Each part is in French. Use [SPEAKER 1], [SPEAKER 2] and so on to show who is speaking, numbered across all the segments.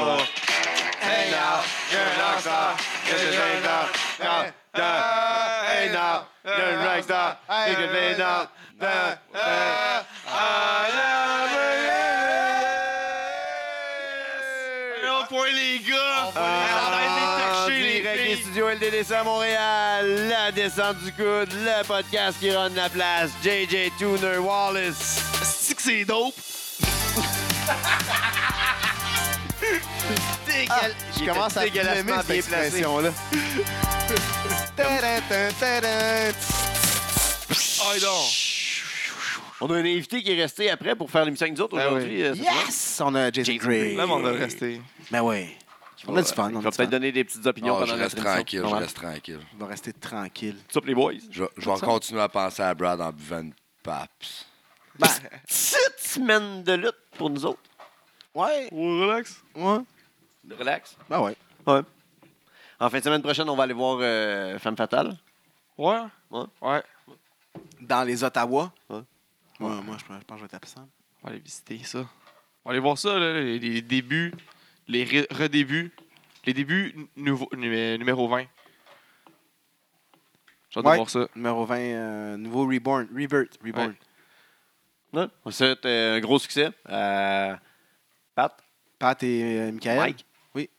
[SPEAKER 1] Hey now, you're a rockstar. You're a rockstar. Now, now, hey now, you're a rockstar. You can be now. Now, now, I love you.
[SPEAKER 2] Allons pour les gars!
[SPEAKER 1] Ah,
[SPEAKER 2] Arrête de les torcher,
[SPEAKER 1] direct des
[SPEAKER 2] les filles!
[SPEAKER 1] studios LDDC à Montréal, la descente du coude, le podcast qui rend la place, JJ Tuner Wallace.
[SPEAKER 2] C'est que c'est dope! Dégueulasse!
[SPEAKER 1] Je commence à aimer cette expression-là.
[SPEAKER 2] Oh non!
[SPEAKER 1] On a un invité qui est resté après pour faire l'émission avec nous autres
[SPEAKER 3] Ah
[SPEAKER 2] Ben
[SPEAKER 1] aujourd'hui.
[SPEAKER 2] oui.
[SPEAKER 1] euh, cette semaine.
[SPEAKER 3] Yes! On a Jason Gray.
[SPEAKER 2] Même on va rester.
[SPEAKER 3] Mais oui. On a du fun.
[SPEAKER 1] Il
[SPEAKER 3] On
[SPEAKER 1] va
[SPEAKER 3] a du
[SPEAKER 1] peut-être
[SPEAKER 3] fun.
[SPEAKER 1] donner des petites opinions
[SPEAKER 3] Ah,
[SPEAKER 4] Non,
[SPEAKER 1] pendant
[SPEAKER 4] Ah, je reste
[SPEAKER 1] notre
[SPEAKER 4] tranquille, je
[SPEAKER 1] émission.
[SPEAKER 4] reste tranquille.
[SPEAKER 3] On va rester tranquille.
[SPEAKER 1] What's up, les boys?
[SPEAKER 4] Je, je vais continuer à penser à Brad en buvant une paps.
[SPEAKER 3] Ben,
[SPEAKER 1] Petite semaine de lutte pour nous autres.
[SPEAKER 3] ouais.
[SPEAKER 2] Relax!
[SPEAKER 3] Ouais.
[SPEAKER 1] De relax.
[SPEAKER 3] Ben ouais.
[SPEAKER 1] Ouais. En fin de semaine prochaine, on va aller voir euh, Femme Fatale.
[SPEAKER 2] Ouais?
[SPEAKER 1] Ouais.
[SPEAKER 2] Ouais.
[SPEAKER 3] Dans les Ottawa.
[SPEAKER 1] Ouais.
[SPEAKER 3] Ouais, moi, je pense je pense que je vais être absent.
[SPEAKER 2] On va aller visiter ça. On va aller voir ça, là, les, les débuts, les re- redébuts, les débuts nu- nouveau- nu- euh, numéro 20. J'ai hâte de
[SPEAKER 3] Ouais.
[SPEAKER 2] voir ça.
[SPEAKER 3] Numéro 20, euh, nouveau Reborn. Rebirth. Reborn.
[SPEAKER 2] Ouais.
[SPEAKER 1] Ouais. On souhaite euh, un gros succès à Pat,
[SPEAKER 3] Pat et euh, Michael.
[SPEAKER 1] Mike.
[SPEAKER 3] Oui.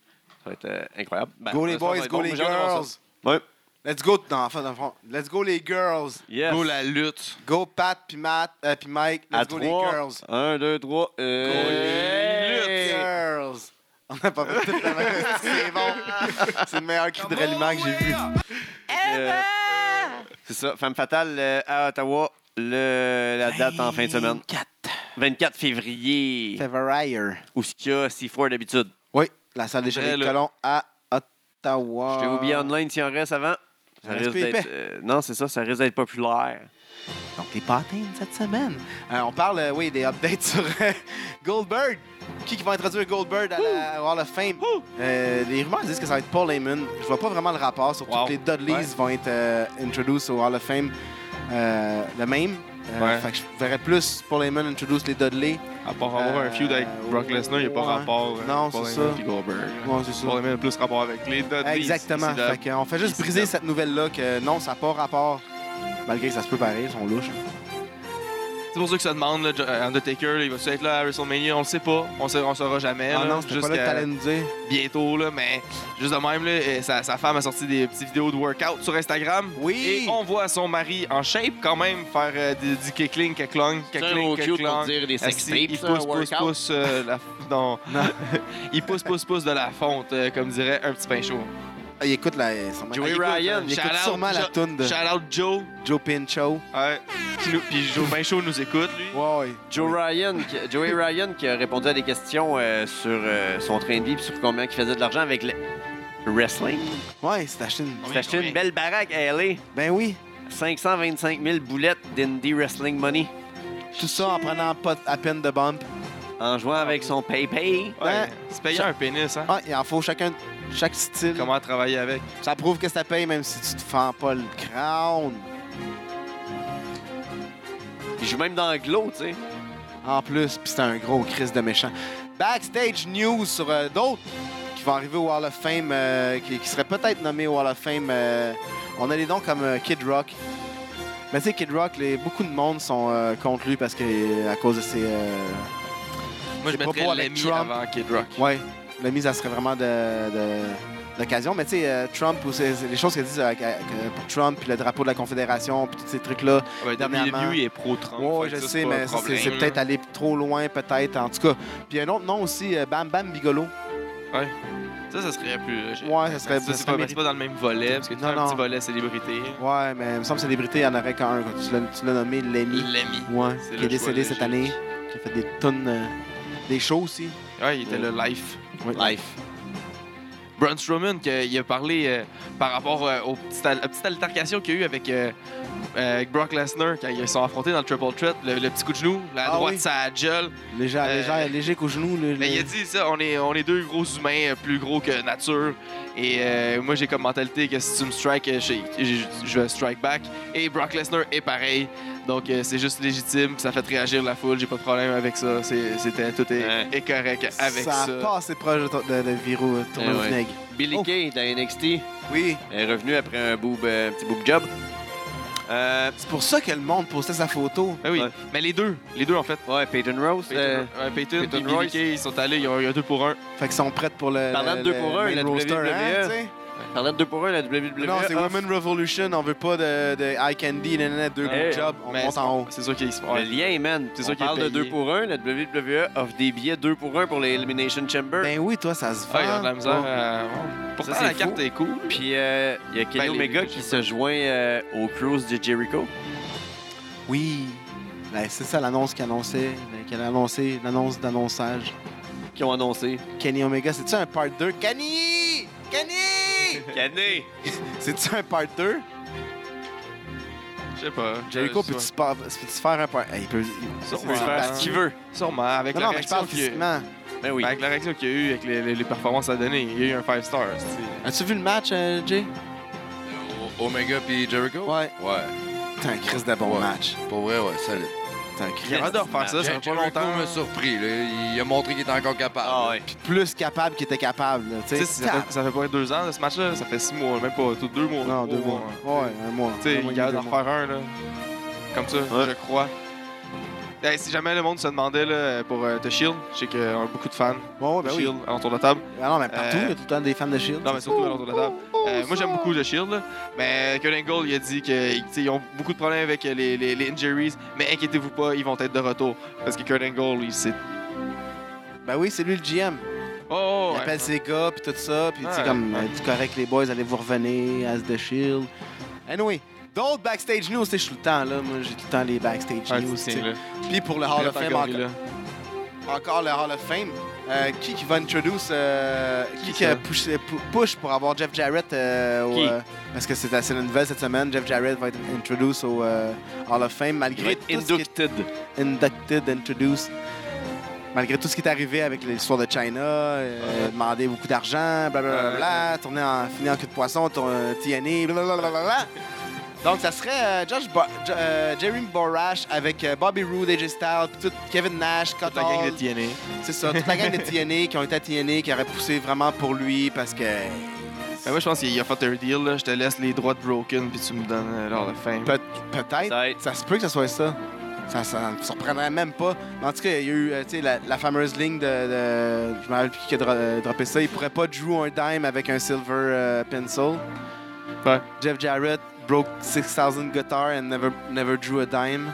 [SPEAKER 1] Ça va être euh, incroyable. Ben,
[SPEAKER 3] Go
[SPEAKER 1] on
[SPEAKER 3] les
[SPEAKER 1] espère que
[SPEAKER 3] boys,
[SPEAKER 1] ça
[SPEAKER 3] go
[SPEAKER 1] va être
[SPEAKER 3] les
[SPEAKER 1] bon. J'ai hâte de voir
[SPEAKER 3] girls.
[SPEAKER 1] ça. Ouais.
[SPEAKER 3] Let's go. Non, enfin, dans le fond. Let's go les girls.
[SPEAKER 1] Yes.
[SPEAKER 2] Go la lutte!
[SPEAKER 3] Go Pat puis Matt euh, puis Mike. Let's
[SPEAKER 1] à
[SPEAKER 3] go
[SPEAKER 1] trois.
[SPEAKER 3] les girls.
[SPEAKER 1] Un, deux, trois.
[SPEAKER 2] Go les
[SPEAKER 1] Euh...
[SPEAKER 3] Girls. On n'a pas fait toute la même. C'est bon. C'est le meilleur cri de ralliement que j'ai vu.
[SPEAKER 1] Euh, C'est ça, Femme Fatale euh, à Ottawa, le, la date en fin de semaine.
[SPEAKER 3] 4
[SPEAKER 1] 24 février,
[SPEAKER 3] février.
[SPEAKER 1] où ce qu'il y a C4 d'habitude.
[SPEAKER 3] Oui, la salle des Chevaliers de
[SPEAKER 2] Belle.
[SPEAKER 3] Colomb à Ottawa.
[SPEAKER 1] Je t'ai oublié online s'il en reste avant. Ça
[SPEAKER 3] Un
[SPEAKER 1] risque
[SPEAKER 3] respect
[SPEAKER 1] d'être. euh, non, c'est ça, ça risque d'être populaire.
[SPEAKER 3] Donc, les patins cette semaine. Euh, on parle, euh, oui, des updates sur euh, Goldberg. Qui, qui va introduire Goldberg à la Hall of Fame? Euh, les rumeurs disent que ça va être Paul Heyman. Je vois pas vraiment le rapport, surtout
[SPEAKER 2] Wow.
[SPEAKER 3] que les Dudleys
[SPEAKER 2] Ouais.
[SPEAKER 3] vont être euh, introduced au Hall of Fame euh, le même. Euh,
[SPEAKER 2] Ouais.
[SPEAKER 3] Fait que je verrais plus Paul Heyman introduce les Dudley.
[SPEAKER 2] À part avoir
[SPEAKER 3] Euh,
[SPEAKER 2] un feud avec Brock Lesnar, il n'y a pas
[SPEAKER 3] ouais.
[SPEAKER 2] rapport. euh,
[SPEAKER 3] Non,
[SPEAKER 2] Paul
[SPEAKER 3] c'est
[SPEAKER 2] Heyman
[SPEAKER 3] ça.
[SPEAKER 2] puis Goldberg.
[SPEAKER 3] Ouais, c'est ça.
[SPEAKER 2] Euh, Paul Heyman a plus rapport avec les Dudleys.
[SPEAKER 3] Exactement.
[SPEAKER 2] C'est de-
[SPEAKER 3] Fait que, euh, on fait juste
[SPEAKER 2] c'est
[SPEAKER 3] briser
[SPEAKER 2] de-
[SPEAKER 3] cette nouvelle-là que non, ça n'a pas rapport. Malgré que ça se peut pareil, ils sont louches.
[SPEAKER 2] C'est pour ça que ça demande, là, Jo- euh, Undertaker, là, il va-tu être là à WrestleMania? On le sait pas. On ne on saura jamais.
[SPEAKER 3] Ah
[SPEAKER 2] là,
[SPEAKER 3] non, c'était pas là que
[SPEAKER 2] jusqu'à
[SPEAKER 3] t'allais nous dire.
[SPEAKER 2] bientôt, là, mais juste de même, là, euh, sa, sa femme a sorti des petites vidéos de workout sur Instagram.
[SPEAKER 3] Oui.
[SPEAKER 2] Et on voit son mari en shape quand même faire euh, du, du kickling, kekling, kekling, kekling.
[SPEAKER 1] dire des
[SPEAKER 2] Il pousse, pousse, pousse, euh, la... non. il pousse, pousse, pousse de la fonte, euh, comme dirait un petit pain chaud.
[SPEAKER 3] Ah, il écoute la. il- sûrement-
[SPEAKER 1] Joey
[SPEAKER 3] il écoute,
[SPEAKER 1] Ryan,
[SPEAKER 3] euh, Il écoute
[SPEAKER 2] shout-out,
[SPEAKER 3] sûrement la
[SPEAKER 2] shout-
[SPEAKER 3] toune de
[SPEAKER 2] Shout out Joe.
[SPEAKER 3] Joe Pincho.
[SPEAKER 2] Ouais. Qui nous- Puis Joe Pain chaud nous écoute, lui.
[SPEAKER 3] Ouais, ouais.
[SPEAKER 1] Joe Ryan, qui- Joey Ryan qui a répondu à des questions euh, sur euh, son train de vie puis sur combien il faisait de l'argent avec le wrestling.
[SPEAKER 3] Ouais, c'est acheté une.
[SPEAKER 1] Il s'est acheté une belle baraque à LA.
[SPEAKER 3] Ben oui.
[SPEAKER 1] 525 000 boulettes d'Indie Wrestling Money
[SPEAKER 3] Tout ça en prenant pas à peine de bump.
[SPEAKER 1] en jouant avec son PayPay.
[SPEAKER 2] Ouais. C'est payant un pénis, hein.
[SPEAKER 3] Ah, il en faut chacun. Chaque style.
[SPEAKER 2] Comment travailler avec.
[SPEAKER 3] Ça prouve que ça paye même si tu te fends pas le crown.
[SPEAKER 1] Il joue même dans Glow, tu sais.
[SPEAKER 3] En plus, puis c'est un gros crise de méchant. Backstage news sur euh, d'autres qui vont arriver au Hall of Fame, euh, qui, qui seraient peut-être nommés au Hall of Fame. euh, on a des noms comme euh, Kid Rock. Mais tu sais, Kid Rock, les- beaucoup de monde sont euh, contre lui parce que euh, à cause de ses. euh,
[SPEAKER 2] Moi, je
[SPEAKER 3] C'est pas pour
[SPEAKER 2] mettrais
[SPEAKER 3] avec
[SPEAKER 2] l'ami
[SPEAKER 3] Trump.
[SPEAKER 2] avant Kid Rock.
[SPEAKER 3] ouais, la mise, ça serait vraiment de. de- d'occasion. mais tu sais, euh, Trump, ou c'est- c'est les choses qu'il dit euh, que- que pour Trump, puis le drapeau de la Confédération, puis tous ces trucs-là,
[SPEAKER 2] Ah Ben,
[SPEAKER 3] Dernièrement.
[SPEAKER 2] WWE est pro-Trump.
[SPEAKER 3] Ouais,
[SPEAKER 2] fait
[SPEAKER 3] ouais, je
[SPEAKER 2] que ça,
[SPEAKER 3] sais,
[SPEAKER 2] pas
[SPEAKER 3] mais
[SPEAKER 2] un
[SPEAKER 3] ça, c'est
[SPEAKER 2] problème,
[SPEAKER 3] c'est
[SPEAKER 2] là.
[SPEAKER 3] peut-être aller trop loin, peut-être, en tout cas. Puis un autre nom aussi, euh, Bam Bam Bigolo.
[SPEAKER 2] Ça, ça serait plus. euh, j'ai-
[SPEAKER 3] Ouais, ça serait-
[SPEAKER 2] c'est-
[SPEAKER 3] ça
[SPEAKER 2] C'est
[SPEAKER 3] serait
[SPEAKER 2] pas, c'est pas dans le même volet, parce que tu as
[SPEAKER 3] Non,
[SPEAKER 2] un
[SPEAKER 3] non.
[SPEAKER 2] petit volet célébrité.
[SPEAKER 3] Ouais, mais il me semble que célébrité, il y en aurait qu'un. quoi. Tu l'as- Tu l'as nommé Lemmy.
[SPEAKER 2] L'ami.
[SPEAKER 3] Ouais,
[SPEAKER 2] Mm. C'est
[SPEAKER 3] qui
[SPEAKER 2] le
[SPEAKER 3] est décédé
[SPEAKER 2] choix
[SPEAKER 3] cette année.
[SPEAKER 2] logique.
[SPEAKER 3] Qui a fait des tonnes, euh, des shows aussi.
[SPEAKER 2] Ouais, il était le life.
[SPEAKER 3] Oui.
[SPEAKER 1] Life.
[SPEAKER 2] Braun Strowman, que- il a parlé euh, par rapport euh, au petit al- à la petite altercation qu'il y a eu avec euh, euh, avec Brock Lesnar, quand ils sont affrontés dans le Triple Threat, le, le petit coup de genou, la
[SPEAKER 3] Ah
[SPEAKER 2] droite,
[SPEAKER 3] oui.
[SPEAKER 2] ça gueule.
[SPEAKER 3] Léger,
[SPEAKER 2] Euh,
[SPEAKER 3] léger, léger qu'au genou. le-
[SPEAKER 2] Mais il
[SPEAKER 1] Mm.
[SPEAKER 2] a
[SPEAKER 3] le-
[SPEAKER 2] dit ça, on est, on est deux gros humains, euh, plus gros que nature. Et euh, moi, j'ai comme mentalité que si tu me strikes, euh, je, je- je vais strike back. Et Brock Lesnar est pareil. Donc, euh, c'est juste légitime, ça fait réagir la foule, j'ai pas de problème avec ça. C'est- C'était tout est,
[SPEAKER 4] Ouais.
[SPEAKER 2] est correct avec
[SPEAKER 3] ça
[SPEAKER 2] ça.
[SPEAKER 3] a pas assez proche de, ton- de, de Viro euh, tourner
[SPEAKER 1] Eh
[SPEAKER 3] au
[SPEAKER 1] ouais.
[SPEAKER 3] vinaigre.
[SPEAKER 1] Billy
[SPEAKER 3] Oh.
[SPEAKER 1] Kay de la NXT
[SPEAKER 3] Oui,
[SPEAKER 1] est revenu après un boob, euh, petit boob job. Euh,
[SPEAKER 3] c'est pour ça que le monde postait sa photo.
[SPEAKER 2] Ah oui,
[SPEAKER 1] Ouais.
[SPEAKER 2] mais les deux, les deux en fait.
[SPEAKER 1] ouais, Peyton Rose.
[SPEAKER 2] Peyton,
[SPEAKER 1] euh,
[SPEAKER 2] ouais, Peyton
[SPEAKER 1] Peyton
[SPEAKER 2] et Billie
[SPEAKER 1] Royce.
[SPEAKER 2] Kay, ils sont allés, ils ont eu un deux pour un.
[SPEAKER 3] Fait qu'ils sont prêts pour le.
[SPEAKER 1] Parlant de
[SPEAKER 3] le-
[SPEAKER 1] deux
[SPEAKER 3] le
[SPEAKER 1] pour un,
[SPEAKER 3] main
[SPEAKER 1] la
[SPEAKER 3] roster,
[SPEAKER 2] E.
[SPEAKER 1] WWE,
[SPEAKER 3] hein, tu sais.
[SPEAKER 1] Parlant de 2 pour 1, la WWE.
[SPEAKER 3] Non, c'est
[SPEAKER 1] offre-
[SPEAKER 3] Women Revolution, on veut pas de, de eye candy, nanana, deux
[SPEAKER 1] Eh,
[SPEAKER 3] good jobs, on
[SPEAKER 2] mais
[SPEAKER 3] monte en haut.
[SPEAKER 2] C'est sûr qu'ils se
[SPEAKER 1] Le lien, man.
[SPEAKER 2] C'est
[SPEAKER 1] C'est
[SPEAKER 2] sûr
[SPEAKER 1] sûr
[SPEAKER 2] qu'il est
[SPEAKER 1] parle de
[SPEAKER 2] payé.
[SPEAKER 1] 2 pour 1. La WWE offre des billets 2 pour 1 pour les Elimination Chamber.
[SPEAKER 3] Ben oui, toi, ça se vend.
[SPEAKER 2] Ah, ils ont de la misère.
[SPEAKER 3] Bon.
[SPEAKER 2] euh, Pourtant,
[SPEAKER 1] c'est
[SPEAKER 2] la
[SPEAKER 1] fou.
[SPEAKER 2] carte est cool.
[SPEAKER 1] Puis euh, il y a Kenny
[SPEAKER 2] Ben, les-
[SPEAKER 1] Omega
[SPEAKER 2] les-
[SPEAKER 1] qui se joint euh, au Cruise de Jericho.
[SPEAKER 3] Oui. Ben, c'est ça l'annonce qu'elle annonçait, qu'elle a annoncé, l'annonce d'annonçage.
[SPEAKER 1] Qui ont annoncé.
[SPEAKER 3] Kenny Omega, c'est-tu un part 2? Kenny! Kenny!
[SPEAKER 1] Kenny!
[SPEAKER 3] c'est-tu un part 2?
[SPEAKER 2] Je sais pas.
[SPEAKER 3] Jericho, peux-tu se pa- peux-tu se faire un part... Eh, il peut...
[SPEAKER 2] Ça,
[SPEAKER 3] il-
[SPEAKER 2] on peut faire ce
[SPEAKER 3] il-
[SPEAKER 2] qu'il
[SPEAKER 1] Qui veut?
[SPEAKER 2] Sûrement, avec
[SPEAKER 3] Non,
[SPEAKER 2] la
[SPEAKER 3] non, mais je
[SPEAKER 2] réaction
[SPEAKER 3] parle
[SPEAKER 2] qu'il y a eu.
[SPEAKER 3] physiquement.
[SPEAKER 1] Ben oui.
[SPEAKER 2] Avec la réaction qu'il y a eu, avec les, les- les performances à donner, il y a eu un 5 stars.
[SPEAKER 3] As-tu vu le match, euh, Jay?
[SPEAKER 1] Omega puis Jericho?
[SPEAKER 3] Ouais.
[SPEAKER 1] Ouais.
[SPEAKER 3] T'as un Chris de bon
[SPEAKER 1] Ouais.
[SPEAKER 3] match.
[SPEAKER 1] Pour vrai, ouais, solide.
[SPEAKER 3] T'as un
[SPEAKER 2] Il
[SPEAKER 3] Chris
[SPEAKER 2] a hâte de refaire ça, ça fait pas longtemps.
[SPEAKER 1] m'a surpris. Il a montré qu'il était encore capable. Ah ouais.
[SPEAKER 3] plus capable qu'il était capable. là,
[SPEAKER 2] Tu
[SPEAKER 3] Tu
[SPEAKER 2] sais,
[SPEAKER 3] sais,
[SPEAKER 2] ça, fait- ça fait pas deux ans de ce match-là, ça fait six mois, même pas tout deux mois.
[SPEAKER 3] Non,
[SPEAKER 2] trois
[SPEAKER 3] deux mois. Ouais, un mois.
[SPEAKER 2] Tu sais,
[SPEAKER 3] Un mois
[SPEAKER 2] il
[SPEAKER 3] et
[SPEAKER 2] y a hâte d'en
[SPEAKER 3] demi, deux mois.
[SPEAKER 2] refaire un, là. Comme ça, je crois. Hey, si jamais le monde se demandait là, pour euh, The Shield, je sais qu'il y a beaucoup de fans.
[SPEAKER 3] Ouais, ouais,
[SPEAKER 2] de
[SPEAKER 3] ben oui.
[SPEAKER 2] Shield, autour de la table.
[SPEAKER 3] Ah non, mais partout,
[SPEAKER 2] Euh,
[SPEAKER 3] il y a tout le temps des fans de Shield.
[SPEAKER 2] Non, mais surtout autour de la table. Euh, moi, j'aime beaucoup The Shield, là, mais Colin Gold il a dit qu'ils ont beaucoup de problèmes avec euh, les, les- les injuries, mais inquiétez-vous pas, ils vont être de retour. Parce que Colin Gold, il s'est.
[SPEAKER 3] Ben oui, c'est lui le GM.
[SPEAKER 2] Oh,
[SPEAKER 3] il
[SPEAKER 2] ouais.
[SPEAKER 3] appelle ses gars, puis tout ça, puis tu sais,
[SPEAKER 2] Ouais,
[SPEAKER 3] comme,
[SPEAKER 2] ouais.
[SPEAKER 3] euh, tu correct les boys, allez vous revenir, As the Shield. Anyway, d'autres backstage news, tu sais, je suis tout le temps là, moi, j'ai tout le temps les backstage
[SPEAKER 2] Ah,
[SPEAKER 3] news,
[SPEAKER 2] tu
[SPEAKER 3] tu
[SPEAKER 2] tiens,
[SPEAKER 3] sais.
[SPEAKER 2] là.
[SPEAKER 3] Puis pour le Hall of Fame,
[SPEAKER 2] Encore,
[SPEAKER 3] encore,
[SPEAKER 2] là.
[SPEAKER 3] encore le Hall of Fame, euh, qui qui va introduce, euh, qui,
[SPEAKER 2] Qui
[SPEAKER 3] qui a
[SPEAKER 2] ça?
[SPEAKER 3] push, pu- push pour avoir Jeff Jarrett euh, au,
[SPEAKER 1] Qui?
[SPEAKER 3] euh, parce que c'est assez une nouvelle cette semaine, Jeff Jarrett va être introduce au euh, Hall of Fame, malgré tout ce qui est
[SPEAKER 1] Inducted.
[SPEAKER 3] inducted, introduced. Malgré tout ce qui est arrivé avec l'histoire de China, euh, demander beaucoup d'argent, blablabla, tourner en, finir en queue de poisson, euh, tourner TNA, blablabla. Donc, ça serait euh, Josh Bo- Jo- euh, Jeremy Borash avec euh, Bobby Roode, AJ Styles, puis tout- Kevin Nash,
[SPEAKER 2] Toute la gang
[SPEAKER 3] Cotton,
[SPEAKER 2] de TNA.
[SPEAKER 3] c'est ça, toute la gang de TNA qui ont été à TNA, qui auraient poussé vraiment pour lui parce que
[SPEAKER 2] Mais Ben, moi, je pense qu'il a fait un deal. Là. Je te laisse les droits de Broken, puis tu me donnes euh, l'heure de fin.
[SPEAKER 3] peut- peut-être
[SPEAKER 1] Peut-être.
[SPEAKER 3] Ça se peut que ce soit ça. Ça, ça me surprendrait même pas. Mais en tout cas, il y a eu euh, tu sais, la, la fameuse ligne de, de- Je me rappelle plus qui a dro- euh, droppé ça. Il pourrait pas Drew un dime avec un silver euh, pencil.
[SPEAKER 2] Ouais.
[SPEAKER 3] Jeff Jarrett broke 6000 guitar and never, never drew a dime.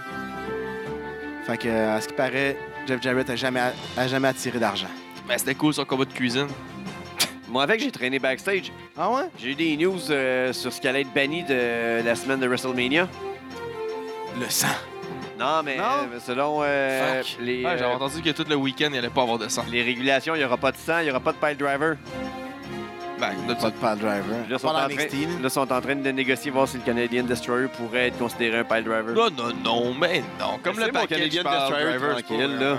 [SPEAKER 3] Fait que, euh, à ce qui paraît, Jeff Jarrett a jamais, a jamais attiré d'argent.
[SPEAKER 2] Mais c'était cool son combat de cuisine.
[SPEAKER 1] Moi, avec, j'ai traîné backstage.
[SPEAKER 3] Ah ouais?
[SPEAKER 1] J'ai eu des news euh, sur ce qui allait être banni de la semaine de WrestleMania.
[SPEAKER 3] Le sang.
[SPEAKER 1] Non, mais
[SPEAKER 3] Non?
[SPEAKER 1] euh, selon euh,
[SPEAKER 3] Fuck.
[SPEAKER 1] les,
[SPEAKER 2] Ouais, J'avais
[SPEAKER 1] euh,
[SPEAKER 2] entendu que tout le week-end, il allait pas avoir de sang.
[SPEAKER 1] les régulations, il n'y aura pas de sang, il n'y aura pas de pile driver.
[SPEAKER 2] Ben, de
[SPEAKER 3] Pas de pile driver.
[SPEAKER 1] Là, ils sont, en
[SPEAKER 3] Pas
[SPEAKER 1] train,
[SPEAKER 3] dans NXT, là.
[SPEAKER 1] là, ils sont en train de négocier voir si le Canadian Destroyer pourrait être considéré un pile driver.
[SPEAKER 2] Non, non, non, mais non. Comme
[SPEAKER 1] Laissez
[SPEAKER 2] le
[SPEAKER 1] mon
[SPEAKER 2] paquet
[SPEAKER 1] Canadian Destroyer tranquille, là.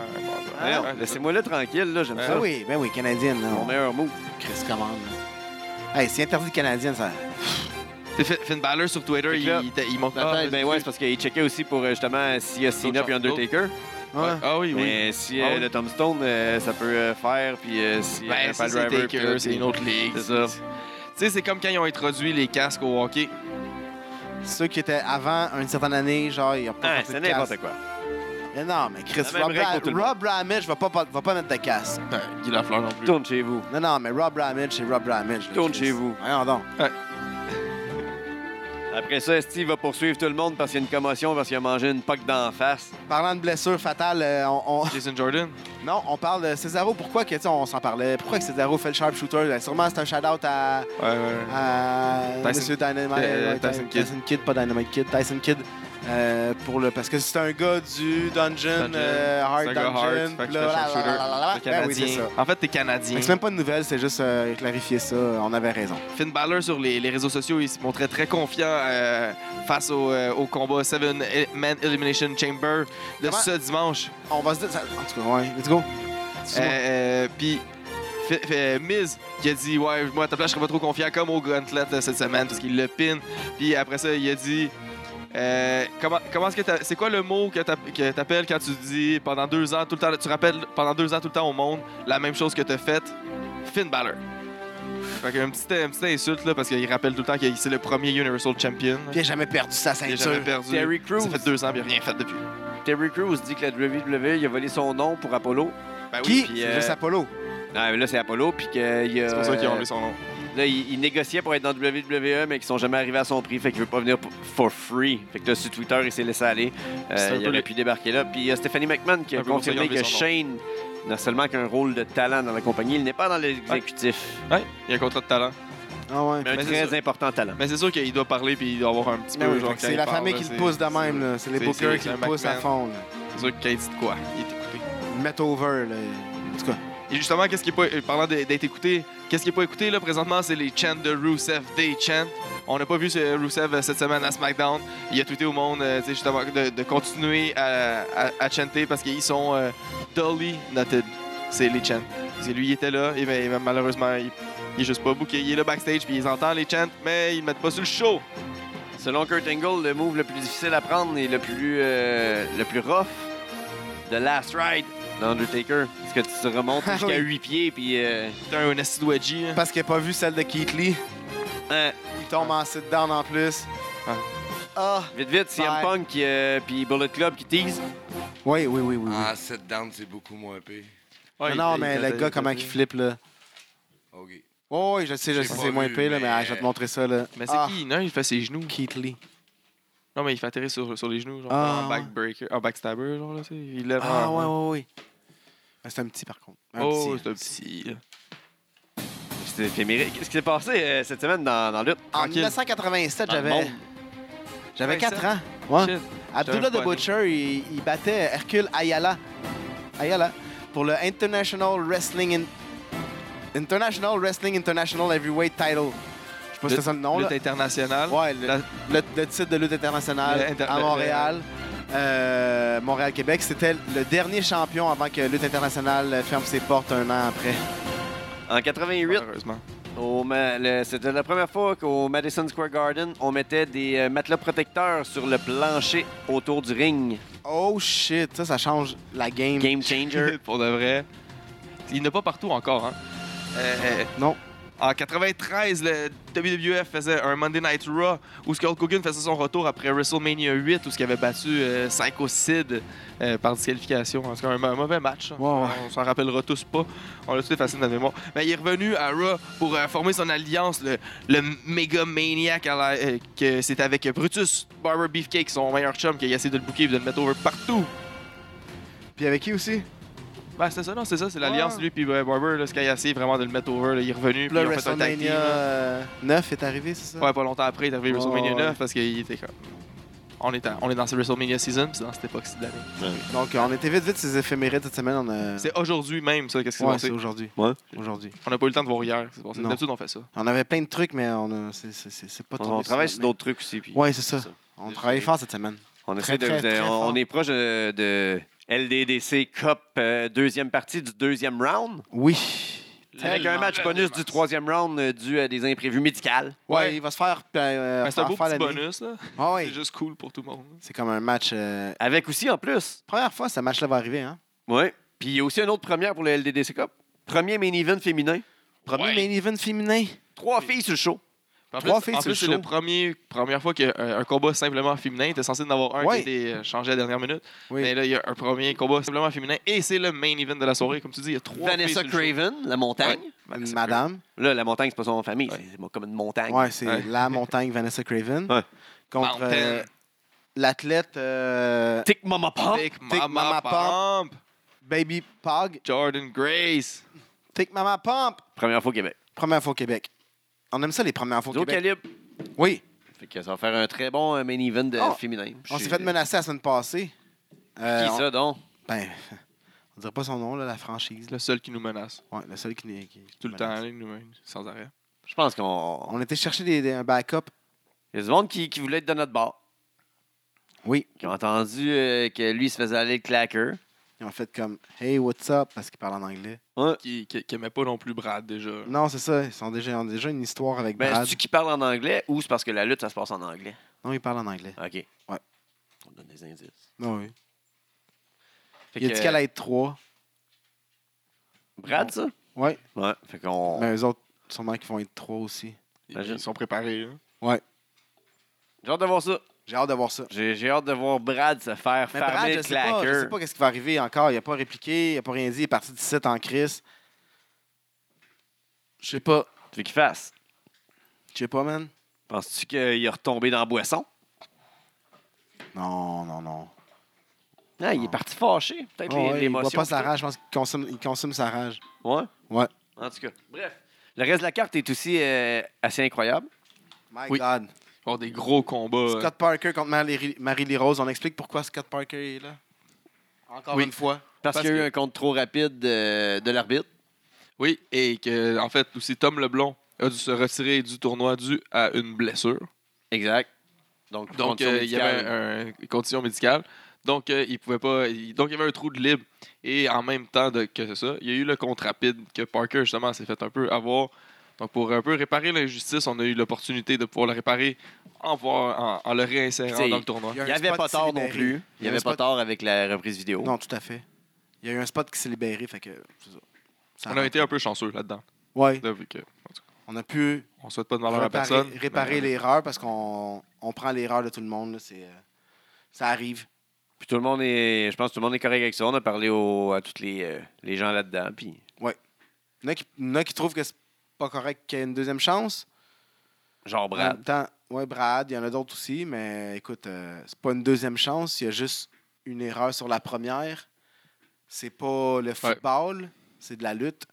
[SPEAKER 1] Voyons, Laissez-moi là tranquille, là, j'aime
[SPEAKER 2] Ben
[SPEAKER 1] ça.
[SPEAKER 3] Ben oui, ben oui, canadienne. là.
[SPEAKER 1] Mon meilleur move.
[SPEAKER 3] Chris commande. là. Hey, c'est interdit canadienne, ça. Ah,
[SPEAKER 2] T'es Finn Finn Balor sur Twitter,
[SPEAKER 1] Fait que
[SPEAKER 2] il,
[SPEAKER 1] là-
[SPEAKER 2] il, t'a- il monte
[SPEAKER 1] Attends,
[SPEAKER 2] Ah,
[SPEAKER 1] ben ouais, c'est parce qu'il checkait aussi pour euh, justement euh, s'il y a Cena
[SPEAKER 2] D'autres
[SPEAKER 1] puis
[SPEAKER 2] choses.
[SPEAKER 1] Undertaker.
[SPEAKER 2] ouais. Ah oui, oui.
[SPEAKER 1] Mais si
[SPEAKER 2] Ah
[SPEAKER 1] euh,
[SPEAKER 2] oui.
[SPEAKER 1] le tombstone, euh, ça peut euh, faire, puis euh, si euh,
[SPEAKER 2] Ben,
[SPEAKER 1] un
[SPEAKER 2] ça,
[SPEAKER 1] pile
[SPEAKER 2] c'est
[SPEAKER 1] driver, puis là,
[SPEAKER 2] Taker, c'est
[SPEAKER 1] puis-
[SPEAKER 2] une autre ligue.
[SPEAKER 1] C'est
[SPEAKER 2] Tu sais, c'est comme quand ils ont introduit les casques au hockey.
[SPEAKER 3] ah. Ceux qui étaient avant une certaine année, genre, ils n'ont pas
[SPEAKER 1] Ah,
[SPEAKER 3] porté
[SPEAKER 1] c'est
[SPEAKER 3] de casque.
[SPEAKER 1] n'importe quoi.
[SPEAKER 3] Mais non, mais Chris,
[SPEAKER 1] La même
[SPEAKER 3] Rob,
[SPEAKER 1] règle pour tout le monde.
[SPEAKER 3] Rob Ramage va pas, va pas mettre de casque.
[SPEAKER 2] Ben, Guy Lafleur non plus.
[SPEAKER 1] Tourne chez vous.
[SPEAKER 3] Non, non, mais Rob Ramage, c'est Rob Ramage. là,
[SPEAKER 1] Tourne
[SPEAKER 3] Chris.
[SPEAKER 1] chez vous.
[SPEAKER 3] Voyons donc.
[SPEAKER 1] Après ça, Steve va poursuivre tout le monde parce qu'il y a une commotion, parce qu'il a mangé une poque d'en face.
[SPEAKER 3] Parlant de blessures fatales, euh, on, on-
[SPEAKER 2] Jason Jordan.
[SPEAKER 3] non, on parle de Cesaro. Pourquoi que, tu sais, on s'en parlait? Pourquoi que Cesaro fait le sharpshooter? Ben, Sûrement, c'est un shout-out à,
[SPEAKER 2] Ouais, ouais.
[SPEAKER 3] à
[SPEAKER 2] Tyson-
[SPEAKER 3] Monsieur Dynamite.
[SPEAKER 2] euh,
[SPEAKER 3] ouais,
[SPEAKER 2] Tyson Kidd.
[SPEAKER 3] Tyson Kidd, pas Dynamite Kid. Tyson Kidd. euh, pour le, parce que c'est un gars du Dungeon,
[SPEAKER 2] Dungeon.
[SPEAKER 3] euh, Hard
[SPEAKER 2] C'est un gars hard,
[SPEAKER 3] Dungeon.
[SPEAKER 2] fait que
[SPEAKER 3] puis
[SPEAKER 2] c'est
[SPEAKER 3] là,
[SPEAKER 2] un
[SPEAKER 3] la, la,
[SPEAKER 2] shooter.
[SPEAKER 3] la, la, la, la.
[SPEAKER 2] Le
[SPEAKER 3] Ben oui, c'est ça.
[SPEAKER 2] Canadien. En fait, t'es Canadien.
[SPEAKER 3] Fait que C'est même pas une nouvelle, c'est juste euh, clarifier ça. On avait raison.
[SPEAKER 2] Finn Balor sur les, les réseaux sociaux, il se montrait très confiant euh, face au, euh, au combat Seven E-, Man Elimination Chamber de
[SPEAKER 3] Comment-
[SPEAKER 2] ce dimanche.
[SPEAKER 3] On va se dire. ça- En tout cas, ouais, let's go.
[SPEAKER 2] Euh, euh, Puis F- F- euh, Miz qui a dit Ouais, moi à ta place, je serais pas trop confiant comme au Gauntlet euh, cette semaine parce qu'il le pin. Puis après ça, il a dit euh, comment, comment est-ce que t'as- c'est quoi le mot que t'app- que t'appelles quand tu dis pendant deux ans tout le temps tu rappelles pendant deux ans tout le temps au monde la même chose que t'as faite Finn Balor. Fait qu'une petite, une petite insulte là parce qu'il rappelle tout le temps qu'il c'est le premier Universal Champion.
[SPEAKER 3] Puis il a jamais perdu
[SPEAKER 2] Il
[SPEAKER 3] sa
[SPEAKER 2] a
[SPEAKER 3] ceinture.
[SPEAKER 2] jamais perdu.
[SPEAKER 1] Terry
[SPEAKER 2] Ça
[SPEAKER 1] Crews.
[SPEAKER 2] fait deux ans, puis il a rien fait depuis.
[SPEAKER 1] Terry Crews dit que la WWE il a volé son nom pour Apollo.
[SPEAKER 2] Ben
[SPEAKER 3] Qui
[SPEAKER 1] puis,
[SPEAKER 3] C'est
[SPEAKER 1] euh,
[SPEAKER 3] juste Apollo.
[SPEAKER 1] Ah, mais là, c'est Apollo, puis qu'il a.
[SPEAKER 2] C'est pour ça qu'ils ont
[SPEAKER 1] euh,
[SPEAKER 2] enlevé son nom.
[SPEAKER 1] Là, il, il négociait pour être dans WWE, mais qu'ils sont jamais arrivés à son prix, fait qu'il veut pas venir pour- for free. Fait que là, sur Twitter, il s'est laissé aller. Euh,
[SPEAKER 2] C'est un
[SPEAKER 1] il
[SPEAKER 2] peu
[SPEAKER 1] aurait
[SPEAKER 2] le-
[SPEAKER 1] pu débarquer là. Puis il y a Stephanie McMahon qui
[SPEAKER 2] Un
[SPEAKER 1] a
[SPEAKER 2] peu pour ça
[SPEAKER 1] confirmé
[SPEAKER 2] qu'ils ont
[SPEAKER 1] que
[SPEAKER 2] enlevé son
[SPEAKER 1] Shane n'a seulement qu'un rôle de talent dans la compagnie, il n'est pas dans l'exécutif,
[SPEAKER 2] Ouais, il y a un contrat de talent.
[SPEAKER 3] Ah ouais.
[SPEAKER 1] mais un
[SPEAKER 2] Mais Ben, c'est
[SPEAKER 1] très
[SPEAKER 2] ça.
[SPEAKER 1] important talent.
[SPEAKER 2] Mais c'est sûr qu'il doit parler puis il doit avoir un petit
[SPEAKER 3] Ben
[SPEAKER 2] peu.
[SPEAKER 3] oui,
[SPEAKER 2] genre,
[SPEAKER 3] fait que
[SPEAKER 2] quand
[SPEAKER 3] c'est
[SPEAKER 2] il
[SPEAKER 3] la
[SPEAKER 2] parle,
[SPEAKER 3] famille
[SPEAKER 2] là,
[SPEAKER 3] qui le
[SPEAKER 2] c'est-
[SPEAKER 3] pousse de même, là. C'est les
[SPEAKER 2] c'est-
[SPEAKER 3] bookers
[SPEAKER 2] c'est-
[SPEAKER 3] qui
[SPEAKER 2] c'est
[SPEAKER 3] le
[SPEAKER 2] un
[SPEAKER 3] poussent à
[SPEAKER 2] Macmillan.
[SPEAKER 3] fond, là.
[SPEAKER 2] C'est sûr que quand il dit de quoi, il est écouté.
[SPEAKER 3] Ils mettent over, là. En tout cas,
[SPEAKER 2] Et justement, qu'est-ce qui est pas, euh, parlant de- d'être écouté, qu'est-ce qui est pas écouté là présentement, c'est les chants de Rusev Day chants. On n'a pas vu ce Rusev euh, cette semaine à SmackDown. Il a tweeté au monde, euh, tu sais, justement, de, de continuer à, à, à chanter parce qu'ils sont euh, dolly noted. C'est les chants. Parce que lui, il était là et ben, ben, malheureusement, il, il est juste pas booké. Il est là backstage puis ils entendent les chants, mais ils le mettent pas sur le show.
[SPEAKER 1] Selon Kurt Angle, le move le plus difficile à prendre et le plus, euh, le plus rough, The Last Ride d'Undertaker. Parce que tu te remontes
[SPEAKER 3] Ah
[SPEAKER 1] jusqu'à
[SPEAKER 3] oui.
[SPEAKER 1] 8 pieds, puis. euh,
[SPEAKER 2] C'est un acid wedgie. hein.
[SPEAKER 3] parce qu'il n'a pas vu celle de Keith Lee,
[SPEAKER 1] hein,
[SPEAKER 3] il tombe en sit-down en plus.
[SPEAKER 2] Ah.
[SPEAKER 3] Ah!
[SPEAKER 1] vite, vite, CM
[SPEAKER 3] Bye.
[SPEAKER 1] Punk euh, puis Bullet Club qui tease.
[SPEAKER 3] Oui, oui, oui, oui. oui.
[SPEAKER 4] Ah, cette down, c'est beaucoup moins pire.
[SPEAKER 2] Ouais,
[SPEAKER 3] Mais
[SPEAKER 2] il-
[SPEAKER 3] non,
[SPEAKER 2] il-
[SPEAKER 3] mais
[SPEAKER 2] il-
[SPEAKER 3] le
[SPEAKER 2] il-
[SPEAKER 3] gars,
[SPEAKER 2] il-
[SPEAKER 3] comment il flippe, là.
[SPEAKER 4] OK.
[SPEAKER 3] Oh, oui, je sais, je
[SPEAKER 4] J'ai
[SPEAKER 3] sais,
[SPEAKER 4] pas
[SPEAKER 3] c'est moins
[SPEAKER 4] vu,
[SPEAKER 3] pire, là, mais
[SPEAKER 4] mais-
[SPEAKER 3] ah, je vais te montrer ça, là.
[SPEAKER 2] Mais c'est
[SPEAKER 3] Ah,
[SPEAKER 2] qui? Non, il fait ses genoux.
[SPEAKER 3] Keith Lee.
[SPEAKER 2] Non, mais il fait atterrir sur, sur les genoux, genre,
[SPEAKER 3] Ah,
[SPEAKER 2] en
[SPEAKER 3] ouais.
[SPEAKER 2] backbreaker, en backstabber, genre, là, tu sais. Il lève
[SPEAKER 3] Ah,
[SPEAKER 2] en-
[SPEAKER 3] ouais, ouais, ouais. Ah, C'est un petit, par contre. Un
[SPEAKER 2] Oh,
[SPEAKER 3] petit.
[SPEAKER 2] c'est un petit. là.
[SPEAKER 1] C'était éphémérique. Qu'est-ce qui s'est passé euh, cette semaine dans, dans la Lutte?
[SPEAKER 3] En
[SPEAKER 2] tranquille.
[SPEAKER 3] 1987,
[SPEAKER 1] Dans le
[SPEAKER 3] j'avais.
[SPEAKER 1] monde.
[SPEAKER 3] J'avais 4 ans.
[SPEAKER 2] 27.
[SPEAKER 3] Ouais.
[SPEAKER 2] Shit.
[SPEAKER 3] Abdullah
[SPEAKER 2] J'avais
[SPEAKER 3] the
[SPEAKER 2] pas né.
[SPEAKER 3] Butcher, il, il battait Hercule Ayala. Ayala. Pour le International Wrestling. In- International Wrestling International Heavyweight Title. Je sais pas si c'est ça le nom, là.
[SPEAKER 2] Lutte internationale.
[SPEAKER 3] Ouais, le,
[SPEAKER 2] La-
[SPEAKER 3] le- le titre de lutte internationale
[SPEAKER 2] Le inter-
[SPEAKER 3] à
[SPEAKER 2] le-
[SPEAKER 3] Montréal. euh, Montréal-Québec, c'était le dernier champion avant que Lutte internationale ferme ses portes un an après.
[SPEAKER 1] En 88,
[SPEAKER 2] Malheureusement.
[SPEAKER 1] au ma- le- c'était la première fois qu'au Madison Square Garden, on mettait des euh, matelas protecteurs sur le plancher autour du ring.
[SPEAKER 3] Oh shit, ça, ça change la game.
[SPEAKER 1] Game changer.
[SPEAKER 2] Pour de vrai. Il n'est pas partout encore, hein. Euh, euh,
[SPEAKER 3] Non.
[SPEAKER 2] en 93, le WWF faisait un Monday Night Raw où ce que Hulk Hogan faisait son retour après WrestleMania 8 où ce qu'il avait battu euh, Psycho Sid euh, par disqualification. En tout cas, un, un mauvais match. hein.
[SPEAKER 3] Ouais, ouais.
[SPEAKER 2] On s'en rappellera tous pas. On l'a tous effacé de notre mémoire. Mais il est revenu à Raw pour euh, former son alliance, le, le méga maniac à la- euh, que c'est avec Brutus, Barber Beefcake, son meilleur chum, qui a essayé de le bouquer et de le mettre over partout.
[SPEAKER 3] Puis avec qui aussi?
[SPEAKER 2] Ben, c'est ça, non, c'est ça, c'est l'alliance,
[SPEAKER 3] Ouais.
[SPEAKER 2] lui, puis euh, Barber, là, ce qu'il a essayé vraiment de le mettre over, là, il est revenu, puis
[SPEAKER 3] Le
[SPEAKER 2] ils ont fait un tag team.
[SPEAKER 3] WrestleMania
[SPEAKER 2] là.
[SPEAKER 3] euh, 9 est arrivé, c'est ça?
[SPEAKER 2] Ouais, pas longtemps après, il est arrivé
[SPEAKER 3] Ouais,
[SPEAKER 2] WrestleMania
[SPEAKER 3] ouais.
[SPEAKER 2] 9 parce qu'il était comme. On est, en- on est dans ce WrestleMania season, puis c'est dans cette époque de l'année.
[SPEAKER 3] Donc, euh, on était vite, vite ces éphémérides cette semaine. On a...
[SPEAKER 2] C'est aujourd'hui même, ça, qu'est-ce qui s'est
[SPEAKER 3] Ouais,
[SPEAKER 2] passé.
[SPEAKER 3] c'est aujourd'hui.
[SPEAKER 1] Ouais.
[SPEAKER 3] Aujourd'hui.
[SPEAKER 2] On n'a pas eu le temps de voir hier, qu'est-ce qui s'est passé.
[SPEAKER 3] Non.
[SPEAKER 2] D'habitude, on fait ça.
[SPEAKER 3] On avait plein de trucs, mais on a... c'est- c'est c'est- c'est pas
[SPEAKER 1] On,
[SPEAKER 3] tombé
[SPEAKER 1] on travaille sur
[SPEAKER 3] notre main.
[SPEAKER 1] d'autres trucs aussi. Puis
[SPEAKER 3] Ouais, c'est ça.
[SPEAKER 1] C'est ça.
[SPEAKER 3] On travaille fort cette semaine.
[SPEAKER 1] On,
[SPEAKER 3] Très,
[SPEAKER 1] essaie de,
[SPEAKER 3] très,
[SPEAKER 1] de-
[SPEAKER 3] très
[SPEAKER 1] on-
[SPEAKER 3] fort.
[SPEAKER 1] on est proche de, de LDDC Cup, euh, deuxième partie du deuxième round.
[SPEAKER 3] Oui.
[SPEAKER 1] Avec un match bonus du troisième round euh, dû à des imprévus médicaux.
[SPEAKER 3] Ouais,
[SPEAKER 2] Ouais.
[SPEAKER 3] il va se faire. euh,
[SPEAKER 2] Ben, c'est un
[SPEAKER 3] faire
[SPEAKER 2] beau
[SPEAKER 3] faire
[SPEAKER 2] petit
[SPEAKER 3] l'année.
[SPEAKER 2] bonus, là.
[SPEAKER 3] Ah
[SPEAKER 2] C'est
[SPEAKER 3] ouais.
[SPEAKER 2] juste cool pour tout le monde.
[SPEAKER 3] C'est comme un match. euh,
[SPEAKER 1] Avec aussi, en plus.
[SPEAKER 3] Première fois, ce match-là va arriver. Hein?
[SPEAKER 1] Oui. Puis il y a aussi une autre première pour le LDDC Cup. Premier main event féminin.
[SPEAKER 3] Premier
[SPEAKER 2] Ouais.
[SPEAKER 3] main event féminin.
[SPEAKER 1] Trois filles sur le show.
[SPEAKER 2] En plus,
[SPEAKER 3] Trois filles
[SPEAKER 2] en
[SPEAKER 3] sur le
[SPEAKER 2] plus, c'est
[SPEAKER 3] show.
[SPEAKER 2] la première fois qu'un un combat simplement féminin était censé en avoir un
[SPEAKER 3] Ouais.
[SPEAKER 2] qui a été euh, changé à la dernière minute.
[SPEAKER 3] Oui.
[SPEAKER 2] Mais là, il y a un premier combat simplement féminin et c'est le main event de la soirée. Comme tu dis, il y a trois
[SPEAKER 1] Vanessa
[SPEAKER 2] filles sur le show.
[SPEAKER 1] Craven, la montagne.
[SPEAKER 2] Vanessa
[SPEAKER 3] Madame.
[SPEAKER 1] Là, la montagne, c'est pas son famille.
[SPEAKER 2] Ouais.
[SPEAKER 1] C'est comme une montagne.
[SPEAKER 3] Ouais, c'est
[SPEAKER 2] Ouais.
[SPEAKER 3] la montagne Vanessa Craven.
[SPEAKER 1] Ouais.
[SPEAKER 3] Contre
[SPEAKER 2] Mountain.
[SPEAKER 3] euh, l'athlète euh,
[SPEAKER 1] Tic Mama Pump.
[SPEAKER 2] Take
[SPEAKER 3] Take
[SPEAKER 2] Mama,
[SPEAKER 3] Mama
[SPEAKER 2] Pump.
[SPEAKER 3] Baby Pog.
[SPEAKER 2] Jordan Grace.
[SPEAKER 3] Take Mama Pump.
[SPEAKER 1] Première fois au Québec.
[SPEAKER 3] Première fois au Québec. On aime ça, les premières fois au
[SPEAKER 1] Gros
[SPEAKER 3] Québec.
[SPEAKER 1] calibre.
[SPEAKER 3] Oui.
[SPEAKER 1] Fait que ça va faire un très bon euh, main event de
[SPEAKER 3] Oh!
[SPEAKER 1] féminin.
[SPEAKER 3] On
[SPEAKER 1] J'ai-
[SPEAKER 3] s'est fait menacer la semaine passée. Euh,
[SPEAKER 1] Qui
[SPEAKER 3] on-
[SPEAKER 1] ça, donc?
[SPEAKER 3] Ben, on dirait pas son nom, là, la franchise. Là.
[SPEAKER 2] Le seul qui nous menace.
[SPEAKER 3] Ouais, le seul qui, n'est- qui- qui
[SPEAKER 2] Tout le
[SPEAKER 3] menace.
[SPEAKER 2] temps, il nous menace sans arrêt.
[SPEAKER 1] Je pense qu'on...
[SPEAKER 3] On était chercher des, des- un backup.
[SPEAKER 1] Il y a du monde qui, qui voulait être de notre bord.
[SPEAKER 3] Oui.
[SPEAKER 1] Qui ont entendu euh, que lui, il se faisait aller le claqueur.
[SPEAKER 3] Ils ont fait comme Hey, what's up? Parce qu'ils parlent en anglais.
[SPEAKER 2] Qui, qui, qui aimait pas non plus Brad déjà.
[SPEAKER 3] Non, c'est ça. Ils sont déjà, ils ont déjà une histoire avec
[SPEAKER 1] Ben,
[SPEAKER 3] Brad.
[SPEAKER 1] c'est-tu qu'il parle en anglais ou c'est parce que la lutte, ça se passe en anglais?
[SPEAKER 3] Non, ils parlent en anglais.
[SPEAKER 1] OK.
[SPEAKER 3] Ouais.
[SPEAKER 1] On donne des indices.
[SPEAKER 3] Non, oui.
[SPEAKER 1] Fait
[SPEAKER 3] il a
[SPEAKER 1] que,
[SPEAKER 3] dit qu'elle allait être trois.
[SPEAKER 1] Brad, ça?
[SPEAKER 3] Ouais.
[SPEAKER 1] Ouais. Fait qu'on...
[SPEAKER 3] Mais eux autres, sûrement qu'ils vont être trois aussi.
[SPEAKER 2] Ils-
[SPEAKER 1] Imagine.
[SPEAKER 2] Ils sont préparés. hein.
[SPEAKER 1] J'ai hâte de voir ça.
[SPEAKER 3] J'ai hâte de voir ça.
[SPEAKER 1] J'ai j'ai hâte de voir Brad se faire
[SPEAKER 3] Mais
[SPEAKER 1] fermer
[SPEAKER 3] Brad, je
[SPEAKER 1] le
[SPEAKER 3] sais pas, je sais
[SPEAKER 1] claqueur.
[SPEAKER 3] pas qu'est-ce qui va arriver encore. Il a pas répliqué, il a pas rien dit. Il est parti de 17 en crise. Je sais pas.
[SPEAKER 1] Tu veux qu'il fasse?
[SPEAKER 3] Je sais pas, man.
[SPEAKER 1] Penses-tu qu'il est retombé dans la boisson?
[SPEAKER 3] Non, non, non.
[SPEAKER 1] Non, Ah, il est parti fâché. Peut-être
[SPEAKER 3] Ah. Oh, Ouais,
[SPEAKER 1] les-
[SPEAKER 3] il
[SPEAKER 1] l'émotion.
[SPEAKER 3] voit pas sa
[SPEAKER 1] peut-être.
[SPEAKER 3] rage. Je pense qu'il consomme, il consomme sa rage.
[SPEAKER 1] Ouais?
[SPEAKER 3] Ouais.
[SPEAKER 1] En tout cas, bref. Le reste de la carte est aussi euh, assez incroyable.
[SPEAKER 3] My
[SPEAKER 2] Oui.
[SPEAKER 3] God.
[SPEAKER 2] Il va y avoir des gros combats. euh,
[SPEAKER 3] Scott Parker contre Marie- Marie-Lee Rose. On explique pourquoi Scott Parker est là. Encore
[SPEAKER 2] Oui.
[SPEAKER 3] une fois.
[SPEAKER 1] Parce,
[SPEAKER 2] Parce
[SPEAKER 1] qu'il y a eu
[SPEAKER 2] que-
[SPEAKER 1] un compte trop rapide euh, de l'arbitre.
[SPEAKER 2] Oui, et que, en fait, aussi Tom Leblon a dû se retirer du tournoi dû à une blessure.
[SPEAKER 1] Exact. Donc,
[SPEAKER 2] Donc,
[SPEAKER 1] condition
[SPEAKER 2] euh, il y avait
[SPEAKER 1] médicale.
[SPEAKER 2] un- une condition médicale. Donc, euh, il pouvait pas. il- donc, il y avait un trou de libre. Et en même temps de, que ça, il y a eu le compte rapide que Parker, justement, s'est fait un peu avoir. Donc, pour un peu réparer l'injustice, on a eu l'opportunité de pouvoir le réparer en, voir- en, en le réinsérant
[SPEAKER 1] T'sais,
[SPEAKER 2] dans le tournoi.
[SPEAKER 3] y a
[SPEAKER 1] Il n'y
[SPEAKER 3] un
[SPEAKER 1] avait
[SPEAKER 3] spot
[SPEAKER 1] pas
[SPEAKER 3] qui s'est
[SPEAKER 1] tort non
[SPEAKER 3] libéré.
[SPEAKER 1] plus. Il n'y avait pas
[SPEAKER 3] spot-
[SPEAKER 1] tort avec la reprise
[SPEAKER 2] Oh.
[SPEAKER 1] vidéo.
[SPEAKER 3] Non, tout à fait. Il y a eu un spot qui s'est libéré, fait que c'est ça. Ça
[SPEAKER 2] On a été un peu chanceux là-dedans.
[SPEAKER 3] Ouais,
[SPEAKER 2] là, vu que- en tout cas,
[SPEAKER 3] on a pu
[SPEAKER 2] on souhaite pas de malheur à
[SPEAKER 3] réparer,
[SPEAKER 2] personne. Ben.
[SPEAKER 3] réparer
[SPEAKER 2] mais-
[SPEAKER 3] l'erreur parce qu'on on prend l'erreur de tout le monde. là, c'est, euh, ça arrive.
[SPEAKER 1] Puis tout le monde est. Je pense que tout le monde est correct avec ça. On a parlé au- à tous les, euh, les gens là-dedans. Puis
[SPEAKER 3] Il y en a qui, il y en a qui trouvent que c'est pas correct qu'il y ait une deuxième chance.
[SPEAKER 1] genre
[SPEAKER 3] En
[SPEAKER 1] Brad.
[SPEAKER 3] même temps, ouais, Brad, il y en a d'autres aussi, mais écoute, euh, c'est pas une deuxième chance. Il y a juste une erreur sur la première. C'est pas le football, c'est de la lutte.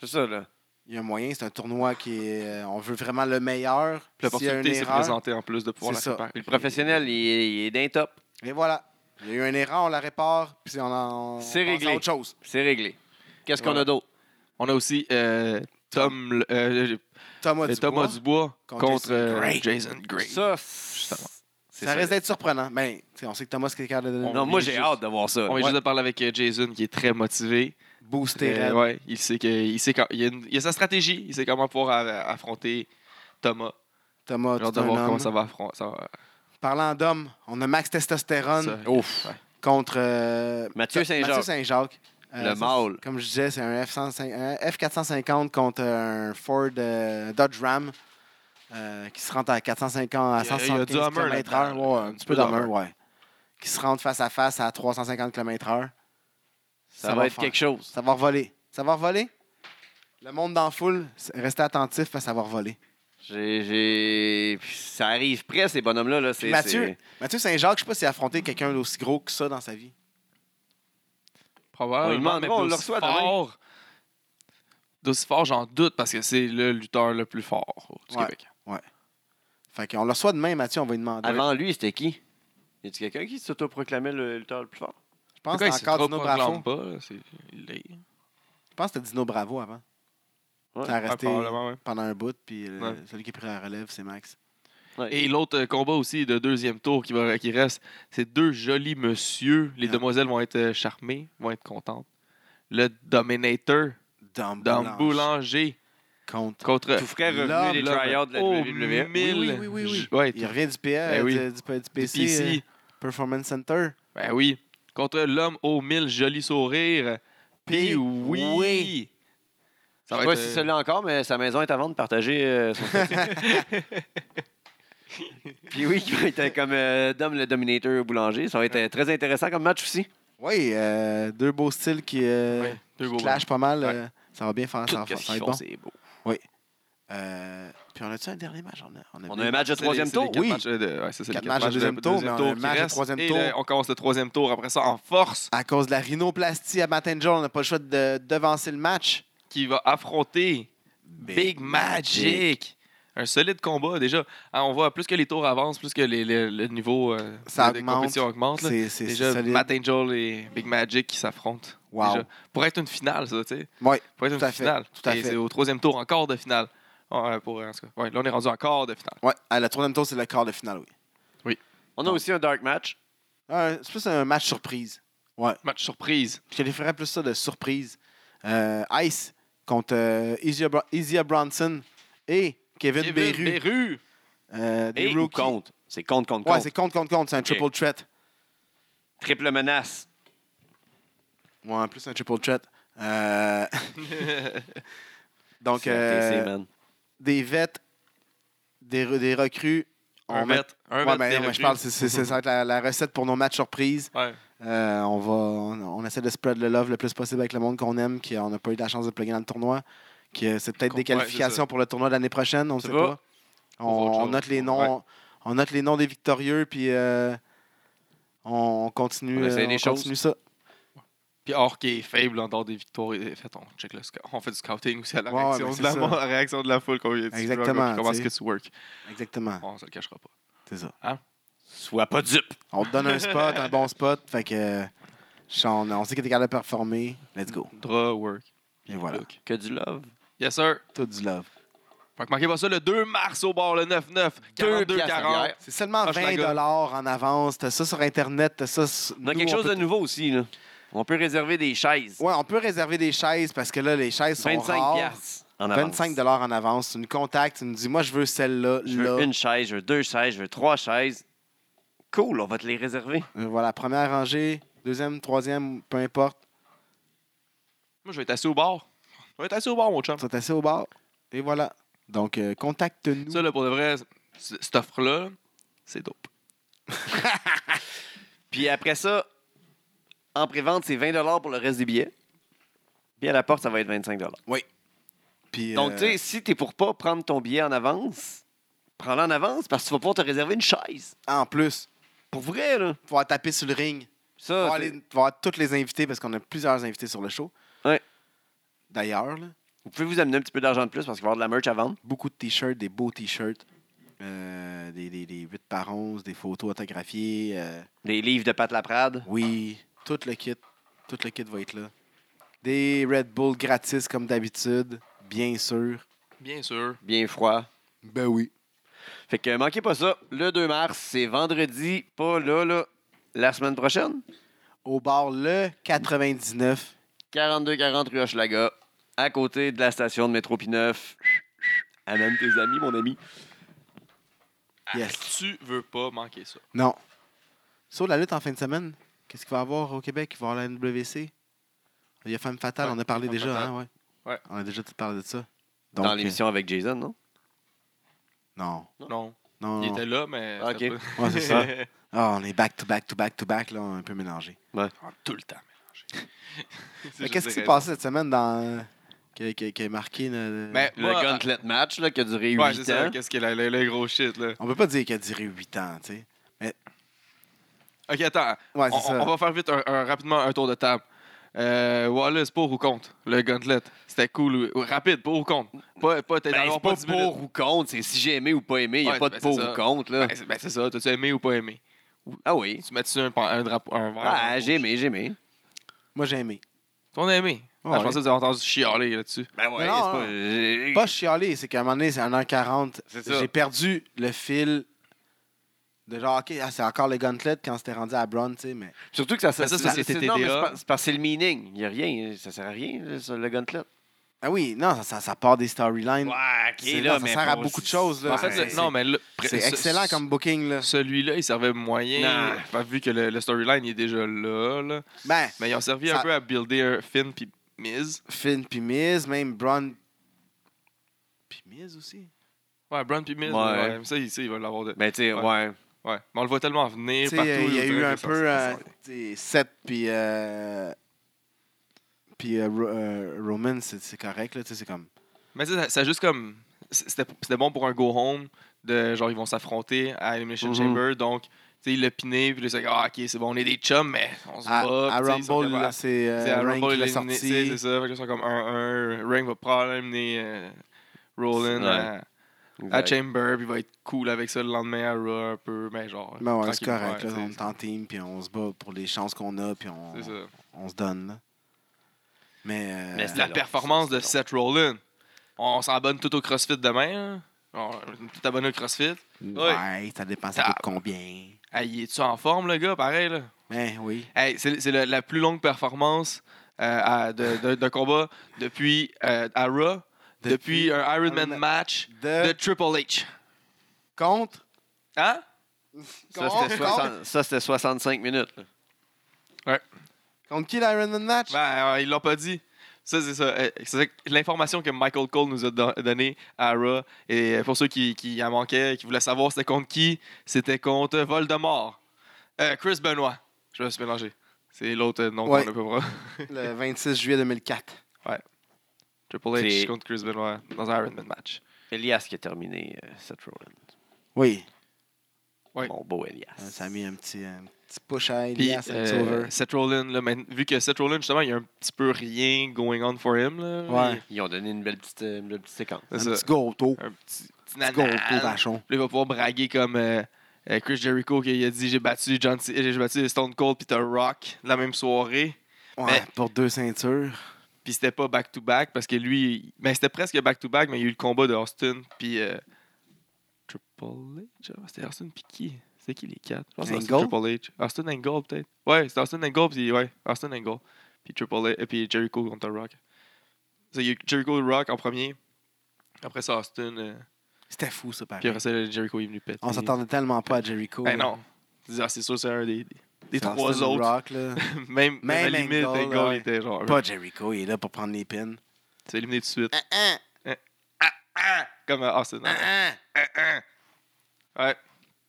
[SPEAKER 1] C'est ça, là.
[SPEAKER 3] Il y a un moyen, c'est un tournoi qui est. euh, On veut vraiment le meilleur.
[SPEAKER 2] Puis
[SPEAKER 3] S'il y a une
[SPEAKER 2] L'opportunité s'est
[SPEAKER 3] erreur-
[SPEAKER 2] présentée en plus de pouvoir
[SPEAKER 3] C'est
[SPEAKER 2] la
[SPEAKER 3] ça.
[SPEAKER 2] réparer.
[SPEAKER 1] Puis le professionnel, il, est- il est d'un top.
[SPEAKER 3] Et voilà. Il y a eu une erreur, on la répare, puis on, en, on
[SPEAKER 1] C'est
[SPEAKER 3] passe à
[SPEAKER 1] réglé.
[SPEAKER 3] autre chose.
[SPEAKER 1] C'est réglé. Qu'est-ce qu'on
[SPEAKER 2] Voilà.
[SPEAKER 1] a d'autre?
[SPEAKER 2] On a aussi euh, Tom, euh,
[SPEAKER 3] Thomas
[SPEAKER 2] euh,
[SPEAKER 3] Dubois,
[SPEAKER 2] Thomas Dubois
[SPEAKER 3] contre
[SPEAKER 2] contre,
[SPEAKER 3] Jason
[SPEAKER 2] euh,
[SPEAKER 3] Gray.
[SPEAKER 2] Jason Gray.
[SPEAKER 1] Ça, c'est-
[SPEAKER 2] Justement.
[SPEAKER 1] c'est
[SPEAKER 3] ça risque d'être surprenant. Mais tu sais, on sait que Thomas, c'est quelqu'un de
[SPEAKER 2] On-
[SPEAKER 1] Non, moi,
[SPEAKER 2] vient
[SPEAKER 1] j'ai
[SPEAKER 2] juste-
[SPEAKER 1] hâte de voir ça.
[SPEAKER 2] On vient
[SPEAKER 1] Ouais.
[SPEAKER 2] juste de parler avec euh, Jason qui est très motivé.
[SPEAKER 3] boosté.
[SPEAKER 2] Euh,
[SPEAKER 3] raide.
[SPEAKER 2] ouais, il sait que il sait quand, il, y a une- il y a sa stratégie, il sait comment pouvoir a- affronter Thomas.
[SPEAKER 3] Thomas,
[SPEAKER 2] Genre
[SPEAKER 3] tout
[SPEAKER 2] de
[SPEAKER 3] un
[SPEAKER 2] voir
[SPEAKER 3] homme.
[SPEAKER 2] comment ça va affronter. Ça va,
[SPEAKER 3] Parlant d'homme, on a Max Testostérone
[SPEAKER 2] ça-
[SPEAKER 1] Ouf.
[SPEAKER 3] contre euh,
[SPEAKER 1] Mathieu
[SPEAKER 3] Th-
[SPEAKER 1] Saint-Jacques.
[SPEAKER 3] Mathieu Saint-Jacques. Euh,
[SPEAKER 1] Le
[SPEAKER 3] ça,
[SPEAKER 1] mâle.
[SPEAKER 3] Comme je disais, c'est un, F105 un F450 contre un Ford euh, Dodge Ram euh, qui se rentre à 450 à
[SPEAKER 2] Il y a- il y a
[SPEAKER 3] 175
[SPEAKER 2] du Hummer
[SPEAKER 3] km/h.
[SPEAKER 2] là-dedans,
[SPEAKER 3] Ouais, un petit peu d'hummer, ouais. Qui se rentre face à face à 350 km/h.
[SPEAKER 1] Ça, va, être
[SPEAKER 3] faire-
[SPEAKER 1] quelque chose.
[SPEAKER 3] Ça va revoler. Ça va revoler? Le monde dans la foule, s- restez attentifs à savoir voler.
[SPEAKER 1] J'ai, j'ai- puis Ça arrive près, ces bonhommes-là. Là. C'est,
[SPEAKER 3] Mathieu,
[SPEAKER 1] c'est-
[SPEAKER 3] Mathieu Saint-Jacques, je sais pas s'il a affronté quelqu'un d'aussi gros que ça dans sa vie.
[SPEAKER 1] On lui
[SPEAKER 2] Probablement.
[SPEAKER 1] demandera,
[SPEAKER 2] mais
[SPEAKER 1] on le
[SPEAKER 2] d'aussi
[SPEAKER 1] reçoit demain.
[SPEAKER 2] fort. D'aussi fort, j'en doute parce que c'est le lutteur le plus fort du
[SPEAKER 3] Ouais.
[SPEAKER 2] Québec.
[SPEAKER 3] Fait qu'on le reçoit demain, Mathieu, on va lui demander.
[SPEAKER 1] Avant lui, c'était qui? Y a-tu quelqu'un qui s'autoproclamait le lutteur le plus fort?
[SPEAKER 3] je pense
[SPEAKER 2] Pourquoi
[SPEAKER 3] que
[SPEAKER 2] il
[SPEAKER 3] c'est
[SPEAKER 2] s'est
[SPEAKER 3] encore Dino Bravo.
[SPEAKER 2] proclame pas là, c'est- il hein, est-
[SPEAKER 3] Je pense que c'était Dino Bravo avant.
[SPEAKER 1] Ouais,
[SPEAKER 3] Ça a
[SPEAKER 2] ouais,
[SPEAKER 3] resté
[SPEAKER 2] probablement, ouais.
[SPEAKER 3] pendant un bout, puis euh,
[SPEAKER 2] Ouais.
[SPEAKER 3] celui qui a pris la relève, c'est Max.
[SPEAKER 2] Et l'autre euh, combat aussi de deuxième tour qui, va, qui reste, c'est deux jolis messieurs. Les
[SPEAKER 3] Ah.
[SPEAKER 2] demoiselles vont être euh, charmées, vont être contentes. Le Dominator,
[SPEAKER 3] Dom
[SPEAKER 2] Dom Boulanger,
[SPEAKER 3] Contre.
[SPEAKER 2] contre
[SPEAKER 1] Tout frais
[SPEAKER 3] l'homme,
[SPEAKER 1] revenu des
[SPEAKER 2] l'homme
[SPEAKER 1] tryouts de la E.
[SPEAKER 2] au
[SPEAKER 1] WWE.
[SPEAKER 2] mille.
[SPEAKER 3] Oui, oui, oui, oui, oui.
[SPEAKER 2] J- ouais,
[SPEAKER 3] Il
[SPEAKER 2] tout-
[SPEAKER 3] revient du, PA,
[SPEAKER 2] Ben oui.
[SPEAKER 3] du, du- du PC,
[SPEAKER 2] du PC.
[SPEAKER 3] euh, Performance Center.
[SPEAKER 2] Ben oui. Contre l'homme aux mille jolis sourires. Puis oui.
[SPEAKER 1] oui.
[SPEAKER 2] Ça
[SPEAKER 1] Je
[SPEAKER 2] va
[SPEAKER 1] sais pas
[SPEAKER 2] être,
[SPEAKER 1] si
[SPEAKER 2] euh,
[SPEAKER 1] celui-là encore, mais sa maison est à vendre, partagez euh, son Puis oui, qui va être euh, comme euh, Dom le Dominator boulanger. Ça va être euh, très intéressant comme match aussi.
[SPEAKER 3] Oui, euh, deux beaux styles qui euh,
[SPEAKER 2] ouais, deux beaux
[SPEAKER 3] clashent pas mal.
[SPEAKER 2] Ouais.
[SPEAKER 3] euh, ça va bien faire, ça va,
[SPEAKER 1] Tout
[SPEAKER 3] faire-
[SPEAKER 1] ce
[SPEAKER 3] ça va
[SPEAKER 1] qu'ils font,
[SPEAKER 3] être bon.
[SPEAKER 1] c'est beau.
[SPEAKER 3] Euh, puis on a-tu un dernier match? On a, on a
[SPEAKER 1] On
[SPEAKER 3] bien-
[SPEAKER 1] a un match de
[SPEAKER 2] C'est les-
[SPEAKER 1] troisième
[SPEAKER 2] c'est les
[SPEAKER 1] tour.
[SPEAKER 2] quatre
[SPEAKER 3] oui.
[SPEAKER 2] matchs, euh, de- ouais, ça, c'est les quatre
[SPEAKER 3] Quatre matchs de
[SPEAKER 2] matchs de
[SPEAKER 3] deuxième tour, mais on a un
[SPEAKER 2] qui
[SPEAKER 3] match de
[SPEAKER 2] restent.
[SPEAKER 3] troisième
[SPEAKER 2] Et
[SPEAKER 3] tour.
[SPEAKER 2] le- on commence le troisième tour. Après ça, en force,
[SPEAKER 3] À cause de la rhinoplastie à Matt Angel, on n'a pas le choix de devancer le match.
[SPEAKER 2] qui va affronter Big Magic. un solide combat déjà. Hein, on voit plus que les tours avancent, plus que les- les- le niveau euh,
[SPEAKER 3] Ça
[SPEAKER 2] de
[SPEAKER 3] augmente.
[SPEAKER 2] compétition augmente. là.
[SPEAKER 3] C'est c'est-
[SPEAKER 2] Déjà,
[SPEAKER 3] c'est solide.
[SPEAKER 2] Matt Angel et Big Magic qui s'affrontent.
[SPEAKER 3] Wow.
[SPEAKER 2] déjà. Pour être une finale, ça, tu sais.
[SPEAKER 3] Ouais,
[SPEAKER 2] Pour être
[SPEAKER 3] tout à
[SPEAKER 2] une
[SPEAKER 3] fait,
[SPEAKER 2] finale.
[SPEAKER 3] tout à
[SPEAKER 2] Et
[SPEAKER 3] fait.
[SPEAKER 2] c'est au troisième tour, en quart de finale. Ah, euh, pour, en tout cas, ouais, là, on est rendu en quart de finale.
[SPEAKER 3] Ouais, à la troisième tour, c'est le quart de finale, oui.
[SPEAKER 1] On a aussi un dark match.
[SPEAKER 3] Un- Ah, C'est plus un match surprise.
[SPEAKER 2] Match surprise.
[SPEAKER 3] Je qualifierais plus ça de surprise. Euh, Ice contre euh, Izzy Bro- Izzy Bronson et Kevin, Beru.
[SPEAKER 2] Beru.
[SPEAKER 3] Euh, des
[SPEAKER 1] Et ou
[SPEAKER 3] rookies.
[SPEAKER 1] contre. C'est contre, contre,
[SPEAKER 3] Ouais,
[SPEAKER 1] contre.
[SPEAKER 3] c'est contre, contre, contre. C'est un triple threat.
[SPEAKER 1] Triple menace.
[SPEAKER 3] Ouais, en plus un triple threat. Euh, donc,
[SPEAKER 1] C'est
[SPEAKER 3] euh,
[SPEAKER 1] TC, man.
[SPEAKER 3] des vets, des, re- des recrues.
[SPEAKER 2] Un
[SPEAKER 3] met-
[SPEAKER 2] bet. Un
[SPEAKER 3] Ouais,
[SPEAKER 2] bet
[SPEAKER 3] ben,
[SPEAKER 2] des
[SPEAKER 3] non, mais je
[SPEAKER 2] recrues.
[SPEAKER 3] parle, c'est- c'est c'est- ça va être la, la recette pour nos matchs surprises.
[SPEAKER 2] Ouais.
[SPEAKER 3] Euh, on, va, on, on essaie de spread le love le plus possible avec le monde qu'on aime, qui on n'a pas eu la chance de plugger dans le tournoi. qui euh, c'est peut-être
[SPEAKER 2] Qu'on-
[SPEAKER 3] des
[SPEAKER 2] ouais, c'est
[SPEAKER 3] qualifications
[SPEAKER 2] ça.
[SPEAKER 3] pour le tournoi de l'année prochaine, on ne
[SPEAKER 1] Ça
[SPEAKER 3] sait
[SPEAKER 1] va?
[SPEAKER 3] pas. On,
[SPEAKER 2] On va autre
[SPEAKER 3] on
[SPEAKER 2] chose.
[SPEAKER 3] note les noms,
[SPEAKER 2] Ouais.
[SPEAKER 3] on note les noms des victorieux, puis euh, on, on continue,
[SPEAKER 1] On
[SPEAKER 3] euh,
[SPEAKER 1] essaie des
[SPEAKER 3] on
[SPEAKER 1] choses.
[SPEAKER 3] continue ça.
[SPEAKER 2] Puis or qui est faible en dehors des victoires, et- fait, on check le sc- on fait du scouting aussi à la,
[SPEAKER 3] Ouais,
[SPEAKER 2] réaction,
[SPEAKER 3] mais c'est
[SPEAKER 2] de la,
[SPEAKER 3] ça.
[SPEAKER 2] la réaction de la foule qu'on vient de
[SPEAKER 3] Exactement,
[SPEAKER 2] Comment est-ce
[SPEAKER 3] tu
[SPEAKER 2] que
[SPEAKER 3] sais.
[SPEAKER 2] tu work
[SPEAKER 3] Exactement,
[SPEAKER 2] On se le cachera pas.
[SPEAKER 3] c'est ça.
[SPEAKER 1] Sois pas dupe.
[SPEAKER 3] On te donne un spot, un bon spot, fait que euh, on, on sait que tu es capable de performer. Let's go.
[SPEAKER 2] Draw, work.
[SPEAKER 3] Et voilà,
[SPEAKER 2] look.
[SPEAKER 1] Que du love.
[SPEAKER 2] Yes, sir.
[SPEAKER 3] tout du love.
[SPEAKER 2] Fait que manquez pas ça le 2 mars au bord, le 9-9.
[SPEAKER 1] Deux
[SPEAKER 2] 42
[SPEAKER 1] piastres à
[SPEAKER 2] 40.
[SPEAKER 1] bière.
[SPEAKER 3] C'est seulement 20
[SPEAKER 2] Hochelaga.
[SPEAKER 3] en avance. T'as ça sur Internet, t'as ça. sur-
[SPEAKER 1] On a
[SPEAKER 3] nous,
[SPEAKER 1] quelque
[SPEAKER 3] on
[SPEAKER 1] chose
[SPEAKER 3] peut
[SPEAKER 1] de nouveau aussi. Là. On peut réserver des chaises.
[SPEAKER 3] Ouais, on peut réserver des chaises parce que là, les chaises sont
[SPEAKER 1] 25
[SPEAKER 3] rares.
[SPEAKER 1] piastres en avance.
[SPEAKER 3] 25 dollars en avance. Tu nous contactes, tu nous dis, moi, je veux celle-là,
[SPEAKER 1] Je veux
[SPEAKER 3] là.
[SPEAKER 1] une chaise, je veux deux chaises, je veux trois chaises. Cool, on va te les réserver.
[SPEAKER 3] Euh, Voilà, première rangée, deuxième, troisième, peu importe.
[SPEAKER 2] Moi, je vais être assis au bord. Je vais être assis au bord, mon chum.
[SPEAKER 3] Tu vas t'asseoir au bar et voilà. Donc, euh, contacte-nous.
[SPEAKER 2] Ça, là, pour de vrai, c- cette offre-là, c'est dope.
[SPEAKER 1] Puis après ça, en pré-vente, c'est 20 pour le reste des billets. Puis à la porte, ça va être 25
[SPEAKER 3] Puis,
[SPEAKER 1] Donc,
[SPEAKER 3] euh,
[SPEAKER 1] tu sais, si t'es pour pas prendre ton billet en avance, prends-le en avance parce que tu vas pouvoir te réserver une chaise.
[SPEAKER 3] En plus,
[SPEAKER 1] Pour vrai, là.
[SPEAKER 3] il faut taper sur le ring. Il
[SPEAKER 1] Ça,
[SPEAKER 3] faut
[SPEAKER 1] c'est-
[SPEAKER 3] aller voir tous les invités parce qu'on a plusieurs invités sur le show.
[SPEAKER 1] Ouais.
[SPEAKER 3] D'ailleurs, là,
[SPEAKER 1] vous pouvez vous amener un petit peu d'argent de plus parce qu'il va y avoir de la merch à vendre.
[SPEAKER 3] beaucoup de t-shirts, des beaux t-shirts, euh, des, des, des 8 par 11, des photos autographiées. euh,
[SPEAKER 1] Des livres de Pat Laprade.
[SPEAKER 3] Oui, tout le kit. Tout le kit va être là. Des Red Bull gratis comme d'habitude, bien sûr.
[SPEAKER 2] Bien sûr.
[SPEAKER 1] Bien froid.
[SPEAKER 3] Ben oui.
[SPEAKER 1] Fait que manquez pas ça. Le 2 mars, c'est vendredi, pas là, là. La semaine prochaine,
[SPEAKER 3] Au bar le 99.
[SPEAKER 1] 42-40 rue Hochelaga, à côté de la station de métro P9. Amène tes amis, mon ami.
[SPEAKER 2] Ah.
[SPEAKER 3] Yes.
[SPEAKER 2] Tu veux pas manquer ça.
[SPEAKER 3] Non. Sur la lutte en fin de semaine, qu'est-ce qu'il va y avoir au Québec? Il va y avoir la NWC. Il y a Femme Fatale,
[SPEAKER 2] Ouais,
[SPEAKER 3] on a parlé
[SPEAKER 2] Femme
[SPEAKER 3] déjà,
[SPEAKER 2] Fatale.
[SPEAKER 3] hein, ouais.
[SPEAKER 2] Ouais.
[SPEAKER 3] On a déjà tout parlé de ça. Donc,
[SPEAKER 1] Dans l'émission avec Jason, non?
[SPEAKER 3] euh, Non.
[SPEAKER 2] Non.
[SPEAKER 3] Non.
[SPEAKER 2] Il
[SPEAKER 3] non.
[SPEAKER 2] était là, mais.
[SPEAKER 1] Ah, ok.
[SPEAKER 3] Ouais, c'est ça. Ah, on est back to back to back to back, là, on est un peu mélangé.
[SPEAKER 2] Ah, Tout le temps mélangé.
[SPEAKER 3] Mais Qu'est-ce qui s'est passé cette semaine dans... euh, qui, a- qui a- qui a marqué euh, notre-
[SPEAKER 2] Mais
[SPEAKER 1] Le
[SPEAKER 2] moi,
[SPEAKER 1] Gauntlet match là, qui a duré 8
[SPEAKER 2] Ouais, c'est ça.
[SPEAKER 1] ans.
[SPEAKER 2] Qu'est-ce que le, le- le gros shit, là.
[SPEAKER 3] On peut pas dire qu'elle dirait 8 ans, tu sais.
[SPEAKER 2] Ok, attends.
[SPEAKER 3] Ouais,
[SPEAKER 2] on,
[SPEAKER 3] c'est ça.
[SPEAKER 2] on va faire vite un- un- rapidement un tour de table. Euh, Wallace, pour ou contre le gauntlet? C'était cool. ou- ou Rapide, pour ou contre? Pas, pas, t'es
[SPEAKER 1] Ben,
[SPEAKER 2] d'avoir
[SPEAKER 1] c'est pas
[SPEAKER 2] 10
[SPEAKER 1] pour
[SPEAKER 2] minutes.
[SPEAKER 1] ou contre, c'est si j'ai aimé ou pas aimé, il n'y a
[SPEAKER 2] Ouais,
[SPEAKER 1] pas
[SPEAKER 2] ben,
[SPEAKER 1] de
[SPEAKER 2] c'est
[SPEAKER 1] pour
[SPEAKER 2] ça.
[SPEAKER 1] ou contre. Là.
[SPEAKER 2] Ben, c'est ben, c'est ça. T'as-tu aimé ou pas aimé?
[SPEAKER 1] ah oui.
[SPEAKER 2] Tu mets-tu un, pan- un drapeau, un verre?
[SPEAKER 1] Ah, j'ai aimé, j'ai aimé.
[SPEAKER 3] Moi, j'ai aimé.
[SPEAKER 2] T'en as aimé? Ah,
[SPEAKER 3] Ouais.
[SPEAKER 2] je pensais que vous avez entendu chialer là-dessus.
[SPEAKER 1] Ben ouais,
[SPEAKER 3] Non, non, non.
[SPEAKER 1] c'est pas.
[SPEAKER 3] Pas chialer, c'est qu'à un moment donné, c'est 1h40.
[SPEAKER 1] C'est ça.
[SPEAKER 3] J'ai perdu le fil de genre, OK, ah, c'est encore le gauntlet quand c'était rendu à Braun, tu sais, mais...
[SPEAKER 1] Surtout que ça, Ben, ça,
[SPEAKER 2] Mais ça,
[SPEAKER 1] ça-
[SPEAKER 2] c'est
[SPEAKER 1] c'est-
[SPEAKER 2] TTDA.
[SPEAKER 1] non, mais c'est pas- c'est parce que c'est le meaning. Il n'y a rien, ça sert à rien, là, ça, le gauntlet.
[SPEAKER 3] Ah oui, non, ça, ça, ça part des storylines.
[SPEAKER 1] Ouais, ok,
[SPEAKER 3] C'est-
[SPEAKER 1] là,
[SPEAKER 3] non, ça
[SPEAKER 1] mais
[SPEAKER 3] sert à
[SPEAKER 1] faut-
[SPEAKER 3] beaucoup de choses, là.
[SPEAKER 2] En
[SPEAKER 1] Ben,
[SPEAKER 2] fait,
[SPEAKER 3] Ouais,
[SPEAKER 2] le-
[SPEAKER 3] Ben, c'est-
[SPEAKER 2] non, mais le-
[SPEAKER 3] C'est
[SPEAKER 2] ce-
[SPEAKER 3] excellent comme booking, là.
[SPEAKER 2] Celui-là, il servait moyen.
[SPEAKER 1] Non.
[SPEAKER 2] Enfin, vu que le, le storyline il est déjà là, là.
[SPEAKER 3] Ben,
[SPEAKER 2] Mais ils ont servi
[SPEAKER 3] Ça-
[SPEAKER 2] un peu à builder un Finn puis Miz.
[SPEAKER 3] Finn puis Miz, même Braun... Puis Miz aussi?
[SPEAKER 2] Ouais, Brown puis Miz.
[SPEAKER 1] Ouais.
[SPEAKER 2] ouais, mais ça, il, ça, il va l'avoir de.
[SPEAKER 1] Ben, tu sais,
[SPEAKER 2] Ouais.
[SPEAKER 1] ouais.
[SPEAKER 2] Ouais. Mais on le voit tellement venir
[SPEAKER 3] Tu sais,
[SPEAKER 2] partout.
[SPEAKER 3] euh, il y a
[SPEAKER 2] on
[SPEAKER 3] eu
[SPEAKER 2] dirait
[SPEAKER 3] un
[SPEAKER 2] que ça- ça-
[SPEAKER 3] peu... euh, tu sais, Seth puis... euh, Puis euh, Ro- euh, Roman, c'est c'est correct, là, tu sais, c'est comme...
[SPEAKER 2] Mais tu sais, ça, ça juste comme. c- C'était c'était bon pour un go-home. de Genre, ils vont s'affronter à Elimination
[SPEAKER 3] Mm-hmm.
[SPEAKER 1] Mhm.
[SPEAKER 2] Chamber. Donc, tu sais, il l'a piné. Puis là, c'est comme, ah, ok, c'est bon, on est des chums, mais on se
[SPEAKER 3] À,
[SPEAKER 2] bat.
[SPEAKER 3] à
[SPEAKER 2] puis tu sais, ils sont
[SPEAKER 3] Rumble,
[SPEAKER 2] capables-
[SPEAKER 3] là, c'est
[SPEAKER 2] C'est à
[SPEAKER 3] euh, Reigns
[SPEAKER 2] Rumble,
[SPEAKER 3] qui l'a
[SPEAKER 2] éliminé, tu sais,
[SPEAKER 3] sorti.
[SPEAKER 2] C'est ça. Fait qu'ils sont comme 1-1. Ring va probablement amener euh, Rollin
[SPEAKER 1] Ouais.
[SPEAKER 2] à, à
[SPEAKER 1] Exact.
[SPEAKER 2] Chamber, puis il va être cool avec ça le lendemain à Raw un peu, mais genre.
[SPEAKER 3] Mais Ben ouais, c'est
[SPEAKER 2] tranquille,
[SPEAKER 3] correct.
[SPEAKER 2] ouais,
[SPEAKER 3] là, on
[SPEAKER 2] c'est-
[SPEAKER 3] est en team, puis on se bat pour les chances qu'on a, puis on,
[SPEAKER 2] C'est ça.
[SPEAKER 3] on se donne. là. Mais, euh,
[SPEAKER 2] Mais c'est la
[SPEAKER 1] long,
[SPEAKER 2] performance
[SPEAKER 1] c'est
[SPEAKER 2] de
[SPEAKER 1] long.
[SPEAKER 2] Seth Rollins. On s'abonne tout au CrossFit demain. hein? On tout abonné au CrossFit.
[SPEAKER 3] ouais, ça dépend, ça
[SPEAKER 2] Ça-
[SPEAKER 3] coûte combien.
[SPEAKER 2] Hey, est tu en forme, le gars? Pareil, là.
[SPEAKER 3] Mais oui.
[SPEAKER 2] Hey, c'est c'est la, la plus longue performance euh, à- de, de- de combat depuis euh, à Raw, depuis, un Iron Man
[SPEAKER 3] Man-
[SPEAKER 2] match
[SPEAKER 3] De,
[SPEAKER 2] de Triple H.
[SPEAKER 3] contre.
[SPEAKER 2] Hein?
[SPEAKER 1] Ça,
[SPEAKER 3] contre,
[SPEAKER 1] c'était
[SPEAKER 3] contre,
[SPEAKER 1] 60 ça, c'était 65 minutes. là.
[SPEAKER 3] contre qui l'Iron Man match?
[SPEAKER 2] Ben, euh, ils l'ont pas dit. Ça, c'est ça. Euh, c'est ça que l'information que Michael Cole nous a don- donnée à Raw. Et pour ceux qui, qui en manquaient, qui voulaient savoir c'était contre qui, c'était contre Voldemort. Euh, Chris Benoit. Je me suis mélangé. C'est l'autre euh, nom
[SPEAKER 3] Ouais.
[SPEAKER 2] qu'on ne peut pas.
[SPEAKER 3] Le 26 juillet 2004.
[SPEAKER 2] Triple H
[SPEAKER 1] C'est-
[SPEAKER 2] contre Chris Benoit dans un Iron Man match.
[SPEAKER 1] Elias qui a terminé euh, Seth Rollins.
[SPEAKER 3] Oui.
[SPEAKER 2] Oui.
[SPEAKER 1] Mon beau Elias.
[SPEAKER 3] Euh, Ça a mis un petit, un petit push à
[SPEAKER 2] Puis,
[SPEAKER 3] Elias
[SPEAKER 2] euh,
[SPEAKER 3] Saver.
[SPEAKER 2] Seth Rollins, là, maintenant- vu que Seth Rollins, justement, il y a un petit peu rien going on for him. Là,
[SPEAKER 3] Ouais.
[SPEAKER 1] Ils ont donné une belle petite, euh, une belle petite séquence.
[SPEAKER 2] Il-
[SPEAKER 3] Un
[SPEAKER 2] c'est
[SPEAKER 3] petit
[SPEAKER 2] ça.
[SPEAKER 3] gâteau.
[SPEAKER 2] Un petit, petit
[SPEAKER 3] Un petit
[SPEAKER 2] nanan.
[SPEAKER 3] gâteau vachon.
[SPEAKER 2] Puis là, il va pouvoir braguer comme euh, euh, Chris Jericho qui a dit j'ai battu John C- j'ai battu Stone Cold puis The Rock la même soirée.
[SPEAKER 3] Ouais, pour deux ceintures.
[SPEAKER 2] Puis c'était pas back to back parce que lui il- ben c'était presque back to back mais il y a eu le combat de Austin puis euh, Triple H, ah, c'était Austin puis qui C'est qui les quatre Je pense que c'est Austin, Triple H. Austin Angle peut-être. Ouais, c'était Austin Angle puis ouais, Austin Angle. Puis Triple H et puis Jericho contre The Rock. Ça, Il y a eu Jericho Rock en premier. Après ça Austin euh,
[SPEAKER 3] C'était fou, ça,
[SPEAKER 2] puis
[SPEAKER 3] pareil.
[SPEAKER 2] après ça Jericho est venu péter.
[SPEAKER 3] On s'attendait tellement pas à Jericho.
[SPEAKER 2] Ben
[SPEAKER 3] là.
[SPEAKER 2] non. Ah, c'est sûr, c'est un des, des- des
[SPEAKER 3] C'est
[SPEAKER 2] trois
[SPEAKER 3] Austin
[SPEAKER 2] autres.
[SPEAKER 3] Rock, là.
[SPEAKER 2] même, même à
[SPEAKER 3] Même
[SPEAKER 2] la limite,
[SPEAKER 3] Angle,
[SPEAKER 2] Angle
[SPEAKER 3] ouais.
[SPEAKER 2] était genre.
[SPEAKER 3] Pas Jericho, il est là pour prendre les pins.
[SPEAKER 2] C'est éliminé tout de suite.
[SPEAKER 3] Ah,
[SPEAKER 2] Ah! Comme euh, Austin.
[SPEAKER 3] ah, ah, ah.
[SPEAKER 2] Ouais.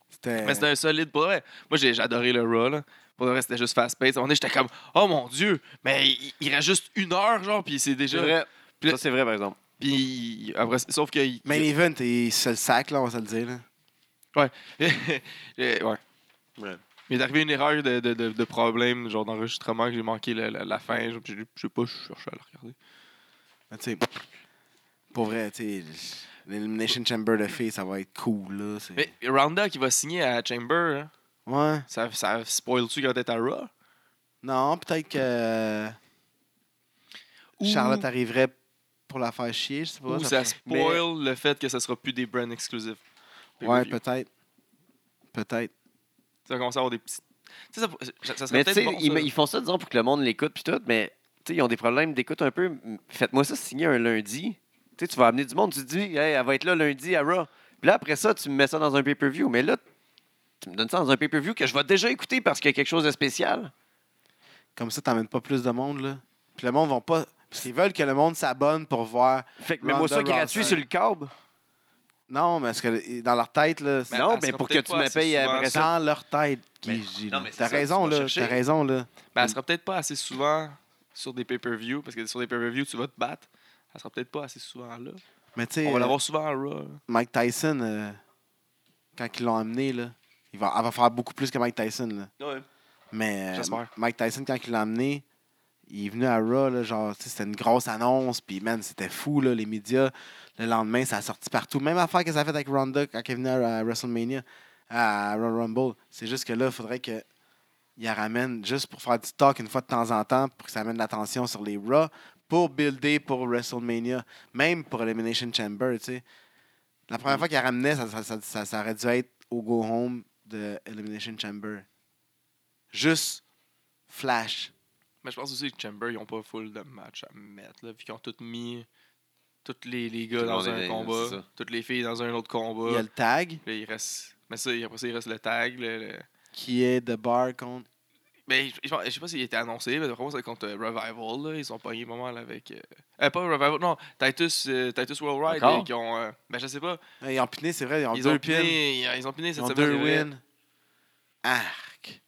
[SPEAKER 3] C'était.
[SPEAKER 2] Mais c'était un solide pour vrai. Moi, j'ai j'ai adoré le Raw. Là. Pour le reste, c'était juste fast-paced. À un moment donné, j'étais comme, oh mon Dieu, mais il, il reste juste une heure, genre, puis c'est
[SPEAKER 1] C'est
[SPEAKER 2] déjà.
[SPEAKER 1] vrai.
[SPEAKER 2] Puis-
[SPEAKER 1] Ça, c'est vrai, par exemple.
[SPEAKER 2] Puis après, sauf que. il-
[SPEAKER 3] Main Event, il se le sac, là, on va se le dire. Là.
[SPEAKER 2] Euh, ouais.
[SPEAKER 1] Ouais.
[SPEAKER 2] Il est arrivé une erreur de, de, de, de problème, genre d'enregistrement, que j'ai manqué la, la, la fin. genre, puis j'ai- Je sais pas, je cherchais à la regarder.
[SPEAKER 3] Mais tu sais, pour vrai, tu sais, l'Elimination Chamber de filles, ça va être cool, là. c'est-
[SPEAKER 2] Mais Ronda qui va signer à Chamber, hein,
[SPEAKER 3] Ouais.
[SPEAKER 2] ça, ça spoil-tu quand t'es à Raw?
[SPEAKER 3] Non, peut-être que
[SPEAKER 2] Ou-
[SPEAKER 3] Charlotte arriverait pour la faire chier, je sais pas.
[SPEAKER 2] Ou
[SPEAKER 3] ça
[SPEAKER 2] ça
[SPEAKER 3] peut-
[SPEAKER 2] spoil le fait que ça sera plus des brands exclusifs.
[SPEAKER 3] Ouais,
[SPEAKER 2] Pay-per-view.
[SPEAKER 3] peut-être. Peut-être.
[SPEAKER 2] Ça va commencer à avoir des petits. Tu sais, ça, ça- ça serait
[SPEAKER 1] Mais tu
[SPEAKER 2] peut-être
[SPEAKER 1] sais,
[SPEAKER 2] bon,
[SPEAKER 1] ils,
[SPEAKER 2] ça.
[SPEAKER 1] ils font ça, disons, pour que le monde l'écoute puis tout, mais tu sais, ils ont des problèmes d'écoute un peu. Faites-moi ça signer un lundi. Tu sais, tu vas amener du monde, tu te dis, hey, elle va être là lundi à Raw. Puis là, après ça, tu me mets ça dans un pay-per-view. Mais là, tu me donnes ça dans un pay-per-view que je vais déjà écouter parce qu'il y a quelque chose de spécial.
[SPEAKER 3] Comme ça, t'emmènes pas plus de monde, là. Puis le monde vont pas. Parce qu'ils veulent que le monde s'abonne pour voir.
[SPEAKER 1] Fait que
[SPEAKER 3] Ronda
[SPEAKER 1] mets-moi ça gratuit
[SPEAKER 3] Rousey.
[SPEAKER 1] sur le câble.
[SPEAKER 3] Non, parce que dans leur tête, là. c'est-
[SPEAKER 2] Mais
[SPEAKER 1] non,
[SPEAKER 2] elle
[SPEAKER 1] mais
[SPEAKER 2] sera
[SPEAKER 1] pour que
[SPEAKER 2] peut-être
[SPEAKER 1] tu
[SPEAKER 2] pas
[SPEAKER 1] me
[SPEAKER 2] assez
[SPEAKER 1] payes
[SPEAKER 2] souvent
[SPEAKER 1] après
[SPEAKER 2] sur-
[SPEAKER 1] ça.
[SPEAKER 3] Dans leur tête,
[SPEAKER 1] Mais-
[SPEAKER 3] Gigi,
[SPEAKER 1] non,
[SPEAKER 3] là.
[SPEAKER 1] mais c'est
[SPEAKER 3] T'as
[SPEAKER 1] ça que
[SPEAKER 3] raison,
[SPEAKER 1] tu vas
[SPEAKER 3] là.
[SPEAKER 1] chercher.
[SPEAKER 3] T'as raison, là.
[SPEAKER 2] Mais elle Ben, sera peut-être pas assez souvent sur des pay-per-view, parce que sur des pay-per-view, tu vas te battre. Elle sera peut-être pas assez souvent là.
[SPEAKER 3] Mais tu sais,
[SPEAKER 2] On va
[SPEAKER 3] euh,
[SPEAKER 2] l'avoir souvent à Raw. là.
[SPEAKER 3] Mike Tyson, euh, quand ils l'ont amené, là, il va, elle va faire beaucoup plus que Mike Tyson, là. Mais euh,
[SPEAKER 2] J'espère.
[SPEAKER 3] Mike Tyson, quand il l'a amené, il est venu à Raw, là, genre, tu sais, c'était une grosse annonce, puis man, c'était fou, là, les médias. Le lendemain, ça a sorti partout. Même affaire que ça a fait avec Ronda quand elle est venue à, à WrestleMania, à Royal Rumble. C'est juste que là, il faudrait que il la ramène juste pour faire du talk une fois de temps en temps, pour que ça amène l'attention sur les Raw, pour builder pour WrestleMania, même pour Elimination Chamber, tu sais. La première fois qu'il la ramenait, ça, ça- ça- ça- ça aurait dû être au Go Home de Elimination Chamber. Juste Flash.
[SPEAKER 2] Mais je pense aussi que Chamber, ils ont pas full de matchs à mettre, là, vu qu'ils ont tout mis. Tous les, les gars
[SPEAKER 1] Tout le monde
[SPEAKER 2] dans
[SPEAKER 1] est
[SPEAKER 2] un
[SPEAKER 1] dans- c'est
[SPEAKER 2] combat,
[SPEAKER 1] ça.
[SPEAKER 2] toutes les filles dans un autre
[SPEAKER 3] Il y
[SPEAKER 2] combat.
[SPEAKER 3] a le tag
[SPEAKER 2] Là, il reste. Mais ça, après ça, il reste le tag. le- le-
[SPEAKER 3] qui est The Bar contre.
[SPEAKER 2] Ben, je, je pense- je sais pas s'il était annoncé, mais vraiment, c'est contre euh, Revival. Là. Ils ont pogné pas mal avec. Euh, euh, pas Revival, non, Titus, euh, Titus Worldwide.
[SPEAKER 1] Encore?
[SPEAKER 2] là, qui ont, euh, ben, je sais pas.
[SPEAKER 3] Ah, Ils ont piné, c'est vrai, ils ont
[SPEAKER 2] ils,
[SPEAKER 3] deux
[SPEAKER 2] ont
[SPEAKER 3] pins.
[SPEAKER 2] piné, ils, ils ont piné
[SPEAKER 3] Ils
[SPEAKER 2] cette
[SPEAKER 3] ont
[SPEAKER 2] semaine. euh,
[SPEAKER 3] deux
[SPEAKER 2] c'est vrai.
[SPEAKER 3] wins. Arc. Tu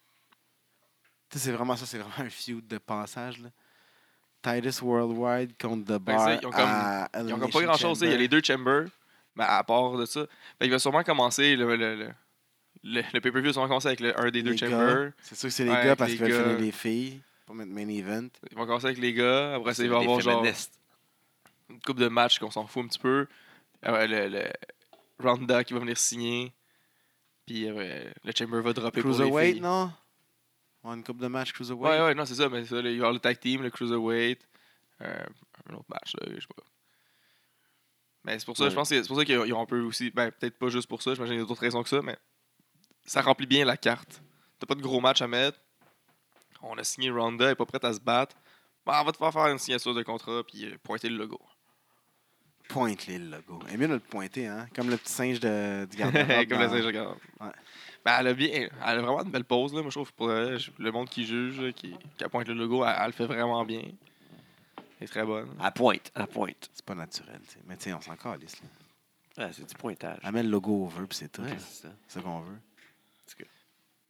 [SPEAKER 3] sais, c'est vraiment ça, c'est vraiment un feud de passage. Là. Titus Worldwide contre The
[SPEAKER 2] Fait que
[SPEAKER 3] Bar.
[SPEAKER 2] Ben, ça, ils ont comme-
[SPEAKER 3] à
[SPEAKER 2] Ils ont
[SPEAKER 3] Elimination
[SPEAKER 2] comme pas grand chose. Il y a
[SPEAKER 3] Chamber.
[SPEAKER 2] les deux Chamber, mais à part de ça. Fait, il va sûrement commencer le. le, le le, le pay-per-view, ils vont commencer avec le, un des deux
[SPEAKER 3] Les
[SPEAKER 2] Chamber.
[SPEAKER 3] gars. C'est sûr que c'est les
[SPEAKER 2] Ouais,
[SPEAKER 3] gars
[SPEAKER 2] avec
[SPEAKER 3] parce
[SPEAKER 2] les
[SPEAKER 3] qu'ils veulent
[SPEAKER 2] gars.
[SPEAKER 3] finir les filles pour mettre main event.
[SPEAKER 2] Ils vont commencer avec les gars. Après ça, il va y
[SPEAKER 1] des
[SPEAKER 2] avoir genre
[SPEAKER 1] féministes.
[SPEAKER 2] une coupe de matchs qu'on s'en fout un petit peu. Euh, le, le, Ronda qui va venir signer. Puis euh, le Chamber va dropper pour les
[SPEAKER 3] Cruiserweight,
[SPEAKER 2] filles.
[SPEAKER 3] non? Ouais, une coupe de match Cruiserweight.
[SPEAKER 2] Ouais, ouais, non, c'est ça. Mais ça, là, il va y avoir le tag team, le cruiserweight, euh, un autre match, là, je sais pas. Mais c'est pour ça,
[SPEAKER 1] Ouais.
[SPEAKER 2] je pense que c'est pour ça qu'ils ont- ils ont un peu aussi. Ben, peut-être pas juste pour ça, j'imagine qu'il y a d'autres raisons que ça, mais ça remplit bien la carte. T'as pas de gros match à mettre. On a signé Ronda, elle est pas prête à se battre. Ben, on va te faire faire une signature de contrat, puis euh, pointer le logo.
[SPEAKER 3] Pointe les logos. Et mieux de le pointer, hein? Comme le petit singe de, du
[SPEAKER 2] Comme
[SPEAKER 3] garde-robe.
[SPEAKER 2] le
[SPEAKER 3] dans-
[SPEAKER 2] singe de garde.
[SPEAKER 3] Ouais.
[SPEAKER 2] Ben, elle a bien. Elle a vraiment une belle pose, là, moi, je trouve. Pour elle. Je- le monde qui juge, là, qui, qui appointe le logo, elle, elle le fait vraiment bien. Elle est très bonne.
[SPEAKER 1] À pointe, à pointe.
[SPEAKER 3] C'est pas naturel, tu sais. Mais tiens, on s'en calisse. là.
[SPEAKER 1] Ah, c'est du pointage.
[SPEAKER 3] Elle met le logo over, puis c'est tout. là.
[SPEAKER 1] Ouais, c'est ça.
[SPEAKER 3] C'est ce qu'on veut.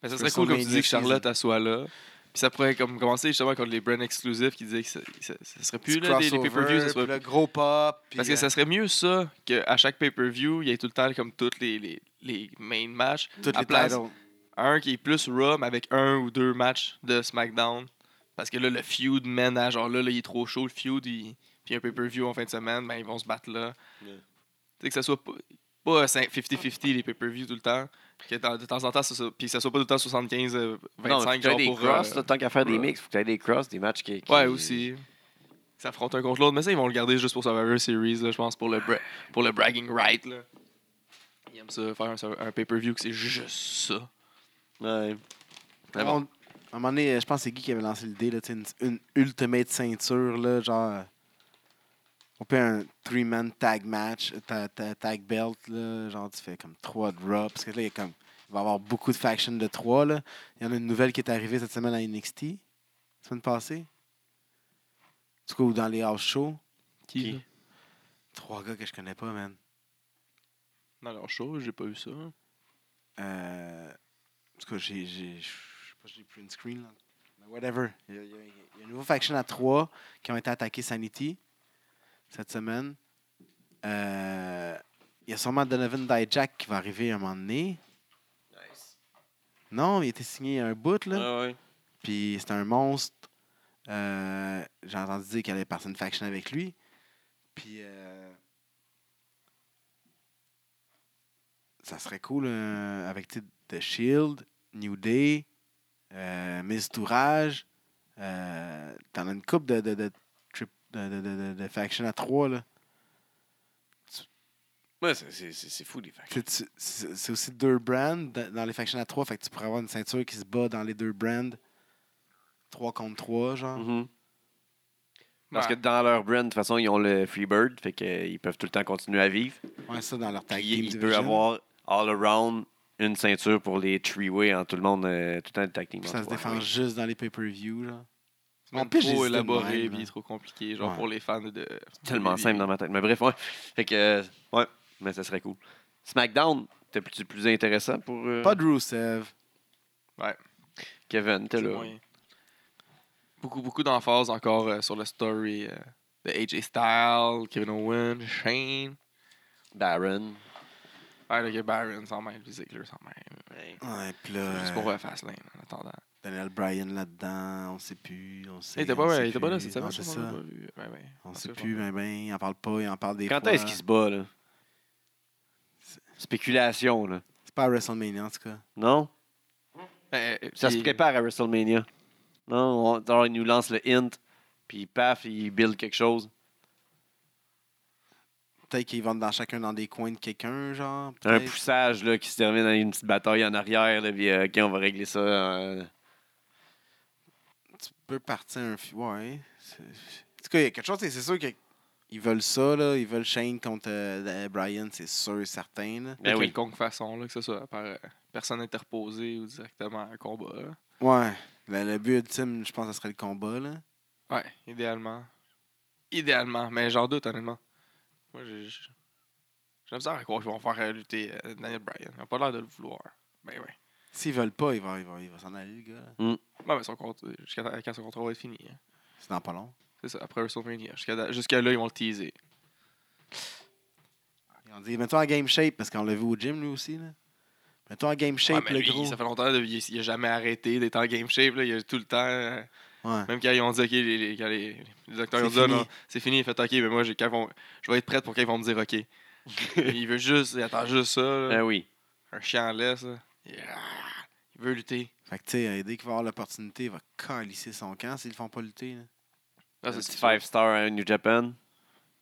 [SPEAKER 2] Mais ça
[SPEAKER 3] Je
[SPEAKER 2] serait
[SPEAKER 3] me
[SPEAKER 2] cool, comme tu
[SPEAKER 3] souviens
[SPEAKER 2] dis, que
[SPEAKER 3] de la
[SPEAKER 2] Charlotte elle soit là. Puis ça pourrait comme commencer justement contre les brands exclusifs qui disaient que ça, ça- ça serait plus
[SPEAKER 3] Petit
[SPEAKER 2] là, les, les
[SPEAKER 3] crossover,
[SPEAKER 2] pay-per-views. ça
[SPEAKER 3] puis
[SPEAKER 2] serait-
[SPEAKER 3] le gros pop. puis,
[SPEAKER 2] Parce que
[SPEAKER 3] euh,
[SPEAKER 2] ça serait mieux ça qu'à chaque pay-per-view, il y ait tout le temps comme toutes les, les, les main matchs.
[SPEAKER 3] toutes
[SPEAKER 2] à
[SPEAKER 3] les
[SPEAKER 2] place,
[SPEAKER 3] titles.
[SPEAKER 2] Un qui est plus Raw, mais avec un ou deux matchs de SmackDown. Parce que là, le feud mène à genre là, là, il est trop chaud, le feud. Il... Puis un pay-per-view en fin de semaine, ben, ils vont se battre là.
[SPEAKER 4] Ouais.
[SPEAKER 2] Tu sais, que ça soit pas pas 5- 50-50 les pay-per-view tout le temps. Que dans- de temps en temps, ça, soit- puis que ça soit pas tout le temps 75-25
[SPEAKER 1] Non, faut que t'aies
[SPEAKER 2] genre
[SPEAKER 1] des
[SPEAKER 2] pour.
[SPEAKER 1] cross,
[SPEAKER 2] euh,
[SPEAKER 1] là, tant qu'à faire des
[SPEAKER 2] ouais.
[SPEAKER 1] mix, faut que tu aies des cross, des matchs qui. qui-
[SPEAKER 2] Ouais, aussi. Ça affronte un contre l'autre, mais ça, ils vont le garder juste pour Survivor Series, là, je pense, pour le, bra- pour le bragging right. Là. Ils aiment ça, faire un, un pay-per-view que c'est juste ça.
[SPEAKER 1] Ouais.
[SPEAKER 2] Mais bon.
[SPEAKER 3] On- À un moment donné, je pense que c'est Guy qui avait lancé l'idée, là, tu sais, une, une ultimate ceinture, là, genre. euh, On peut un three-man tag match, euh, ta- ta- tag belt, là, genre tu fais comme trois de Raw, parce que là, il, y a comme, il va y avoir beaucoup de factions de trois, là. Il y en a une nouvelle qui est arrivée cette semaine à NXT, la semaine passée. Du coup, dans les house shows.
[SPEAKER 2] Qui?
[SPEAKER 1] Qui?
[SPEAKER 3] Trois gars que je connais pas, man.
[SPEAKER 2] Dans leur show, j'ai pas eu ça.
[SPEAKER 3] Euh, en tout cas, j'ai. j'ai- Je sais pas, j'ai print screen. Là. Mais whatever. Il y, a, il y a- il y a un nouveau faction à 3 qui ont été attaqués Sanity cette semaine. Euh, il y a sûrement Donovan Dijak qui va arriver à un moment donné. Non, il était signé un bout, là.
[SPEAKER 1] Ah Ouais, ouais.
[SPEAKER 3] Puis c'est un monstre. Euh, J'ai entendu dire qu'il allait passer une faction avec lui. Puis. euh, ça serait cool euh, avec tu sais, The Shield, New Day, euh, Miss Tourage. Euh, T'en as une coupe de, de, de, trip- de, de, de- de- de faction à trois, là.
[SPEAKER 1] Ouais, c'est- c'est c'est- c'est fou, les facts.
[SPEAKER 3] Tu- tu- C'est c'est aussi deux brands dans dans les factions à trois. Fait que tu pourrais avoir une ceinture qui se bat dans les deux brands. 3 contre 3, genre.
[SPEAKER 1] Mhm. Parce que
[SPEAKER 2] Bah,
[SPEAKER 1] dans leur brand, de toute façon, ils ont le Freebird, fait qu'ils peuvent tout le temps continuer à vivre.
[SPEAKER 3] Ouais, ça dans leur tag
[SPEAKER 1] Puis
[SPEAKER 3] team
[SPEAKER 1] il peut
[SPEAKER 3] division.
[SPEAKER 1] avoir all around une ceinture pour les three-way en tout le monde, euh, tout le temps de tag team.
[SPEAKER 3] Puis
[SPEAKER 1] en
[SPEAKER 3] ça se
[SPEAKER 1] trois.
[SPEAKER 3] défend juste dans les pay-per-view, là.
[SPEAKER 2] C'est même
[SPEAKER 3] En plus,
[SPEAKER 2] trop
[SPEAKER 3] j'hésitais de
[SPEAKER 2] élaboré,
[SPEAKER 3] même,
[SPEAKER 2] puis
[SPEAKER 3] là.
[SPEAKER 2] trop compliqué, genre
[SPEAKER 3] Ouais.
[SPEAKER 2] pour les fans de.
[SPEAKER 1] Tellement simple dans ma tête. Mais bref, ouais. Fait que, euh, ouais, mais ça serait cool. SmackDown, t'es plus, plus intéressant pour euh,
[SPEAKER 3] Pas de Rusev.
[SPEAKER 1] Kevin, t'es
[SPEAKER 2] C'est
[SPEAKER 1] là.
[SPEAKER 2] moyen. Beaucoup, beaucoup d'emphase encore euh, sur le story euh, de AJ Styles, Kevin Owens, Shane.
[SPEAKER 1] Darren.
[SPEAKER 2] Ouais, là, que Baron s'en mêle, puis Ziggler s'en mêle.
[SPEAKER 3] Ouais, puis là,
[SPEAKER 2] Juste pour euh, Fastlane, en attendant.
[SPEAKER 3] Daniel Bryan là-dedans, on sait plus, on sait.
[SPEAKER 2] Il était pas,
[SPEAKER 3] on
[SPEAKER 2] ouais,
[SPEAKER 3] sait
[SPEAKER 2] il était pas là
[SPEAKER 3] plus.
[SPEAKER 2] cette semaine,
[SPEAKER 3] Non,
[SPEAKER 2] je
[SPEAKER 3] c'est
[SPEAKER 2] pense, on l'a
[SPEAKER 3] ça.
[SPEAKER 2] pas vu. Ouais, Ah, ouais.
[SPEAKER 3] On
[SPEAKER 2] Parce
[SPEAKER 3] sait
[SPEAKER 2] que je
[SPEAKER 3] plus, ben ben, il en parle pas, il en parle des
[SPEAKER 1] Quand
[SPEAKER 3] fois.
[SPEAKER 1] est-ce qu'il se bat, là? Spéculation, là.
[SPEAKER 3] C'est pas à WrestleMania, en tout cas.
[SPEAKER 1] Non?
[SPEAKER 2] Ben, euh,
[SPEAKER 1] Ça
[SPEAKER 2] puis-
[SPEAKER 1] se prépare à WrestleMania. Non, on, genre, ils nous lancent le hint, puis paf, ils build quelque chose.
[SPEAKER 3] Peut-être qu'ils vont dans chacun dans des coins de quelqu'un, genre.
[SPEAKER 1] Un
[SPEAKER 3] peut-être.
[SPEAKER 1] poussage là, qui se termine dans une petite bataille en arrière, là, puis euh, OK, on va régler ça. euh,
[SPEAKER 3] Tu peux partir un. fi- Ouais. c'est- En tout cas, il y a quelque chose, c'est c'est sûr qu'ils veulent ça, là. Ils veulent Shane contre euh, Bryan, c'est sûr et certain, là.
[SPEAKER 2] De
[SPEAKER 1] Ben oui.
[SPEAKER 2] quelconque façon, là, que ce soit par euh, personne interposée ou directement un combat. là.
[SPEAKER 3] Ouais. Le, Ben, le but ultime, je pense, que ce serait le combat, là.
[SPEAKER 2] Ouais, idéalement. Idéalement, mais j'en doute, honnêtement. Moi, j'ai. j'ai- J'ai l'impression à croire qu'ils vont faire euh, lutter euh, Daniel Bryan. Ils n'ont pas l'air de le vouloir. Ben ouais.
[SPEAKER 3] S'ils veulent pas, il va, il va, il va s'en aller, le gars. là.
[SPEAKER 2] Ouais, mais son compte, jusqu'à temps- quand son contrat va être fini. hein.
[SPEAKER 3] C'est dans pas long.
[SPEAKER 2] C'est ça, après WrestleMania. Jusqu'à da- jusqu'à là, ils vont le teaser.
[SPEAKER 3] Ils ont dit, mets-toi en game shape, parce qu'on l'a vu au gym, lui aussi. Là. Mets-toi en game
[SPEAKER 2] Ouais,
[SPEAKER 3] shape,
[SPEAKER 2] mais
[SPEAKER 3] le
[SPEAKER 2] lui,
[SPEAKER 3] gros.
[SPEAKER 2] ça fait longtemps, là, il n'a jamais arrêté d'être en game shape. Là, il a tout le temps. euh,
[SPEAKER 3] Ouais.
[SPEAKER 2] Même quand ils ont dit, OK, les, les- quand les, les docteurs
[SPEAKER 3] C'est
[SPEAKER 2] ont dit, Ah,
[SPEAKER 3] fini.
[SPEAKER 2] non, c'est fini, il fait, OK, mais moi, j'ai- quand ils vont- je vais être prête pour qu'ils vont me dire, OK. il veut juste, il attend juste ça. là.
[SPEAKER 1] Ah oui.
[SPEAKER 2] Un chien en lait, ça. Yeah. ah, Il veut lutter.
[SPEAKER 3] Fait que, tu sais, dès qu'il va avoir l'opportunité, il va calisser son camp s'ils le font pas lutter. là.
[SPEAKER 2] Là,
[SPEAKER 1] Un
[SPEAKER 2] ça,
[SPEAKER 1] petit
[SPEAKER 2] c'est
[SPEAKER 1] five star à New Japan.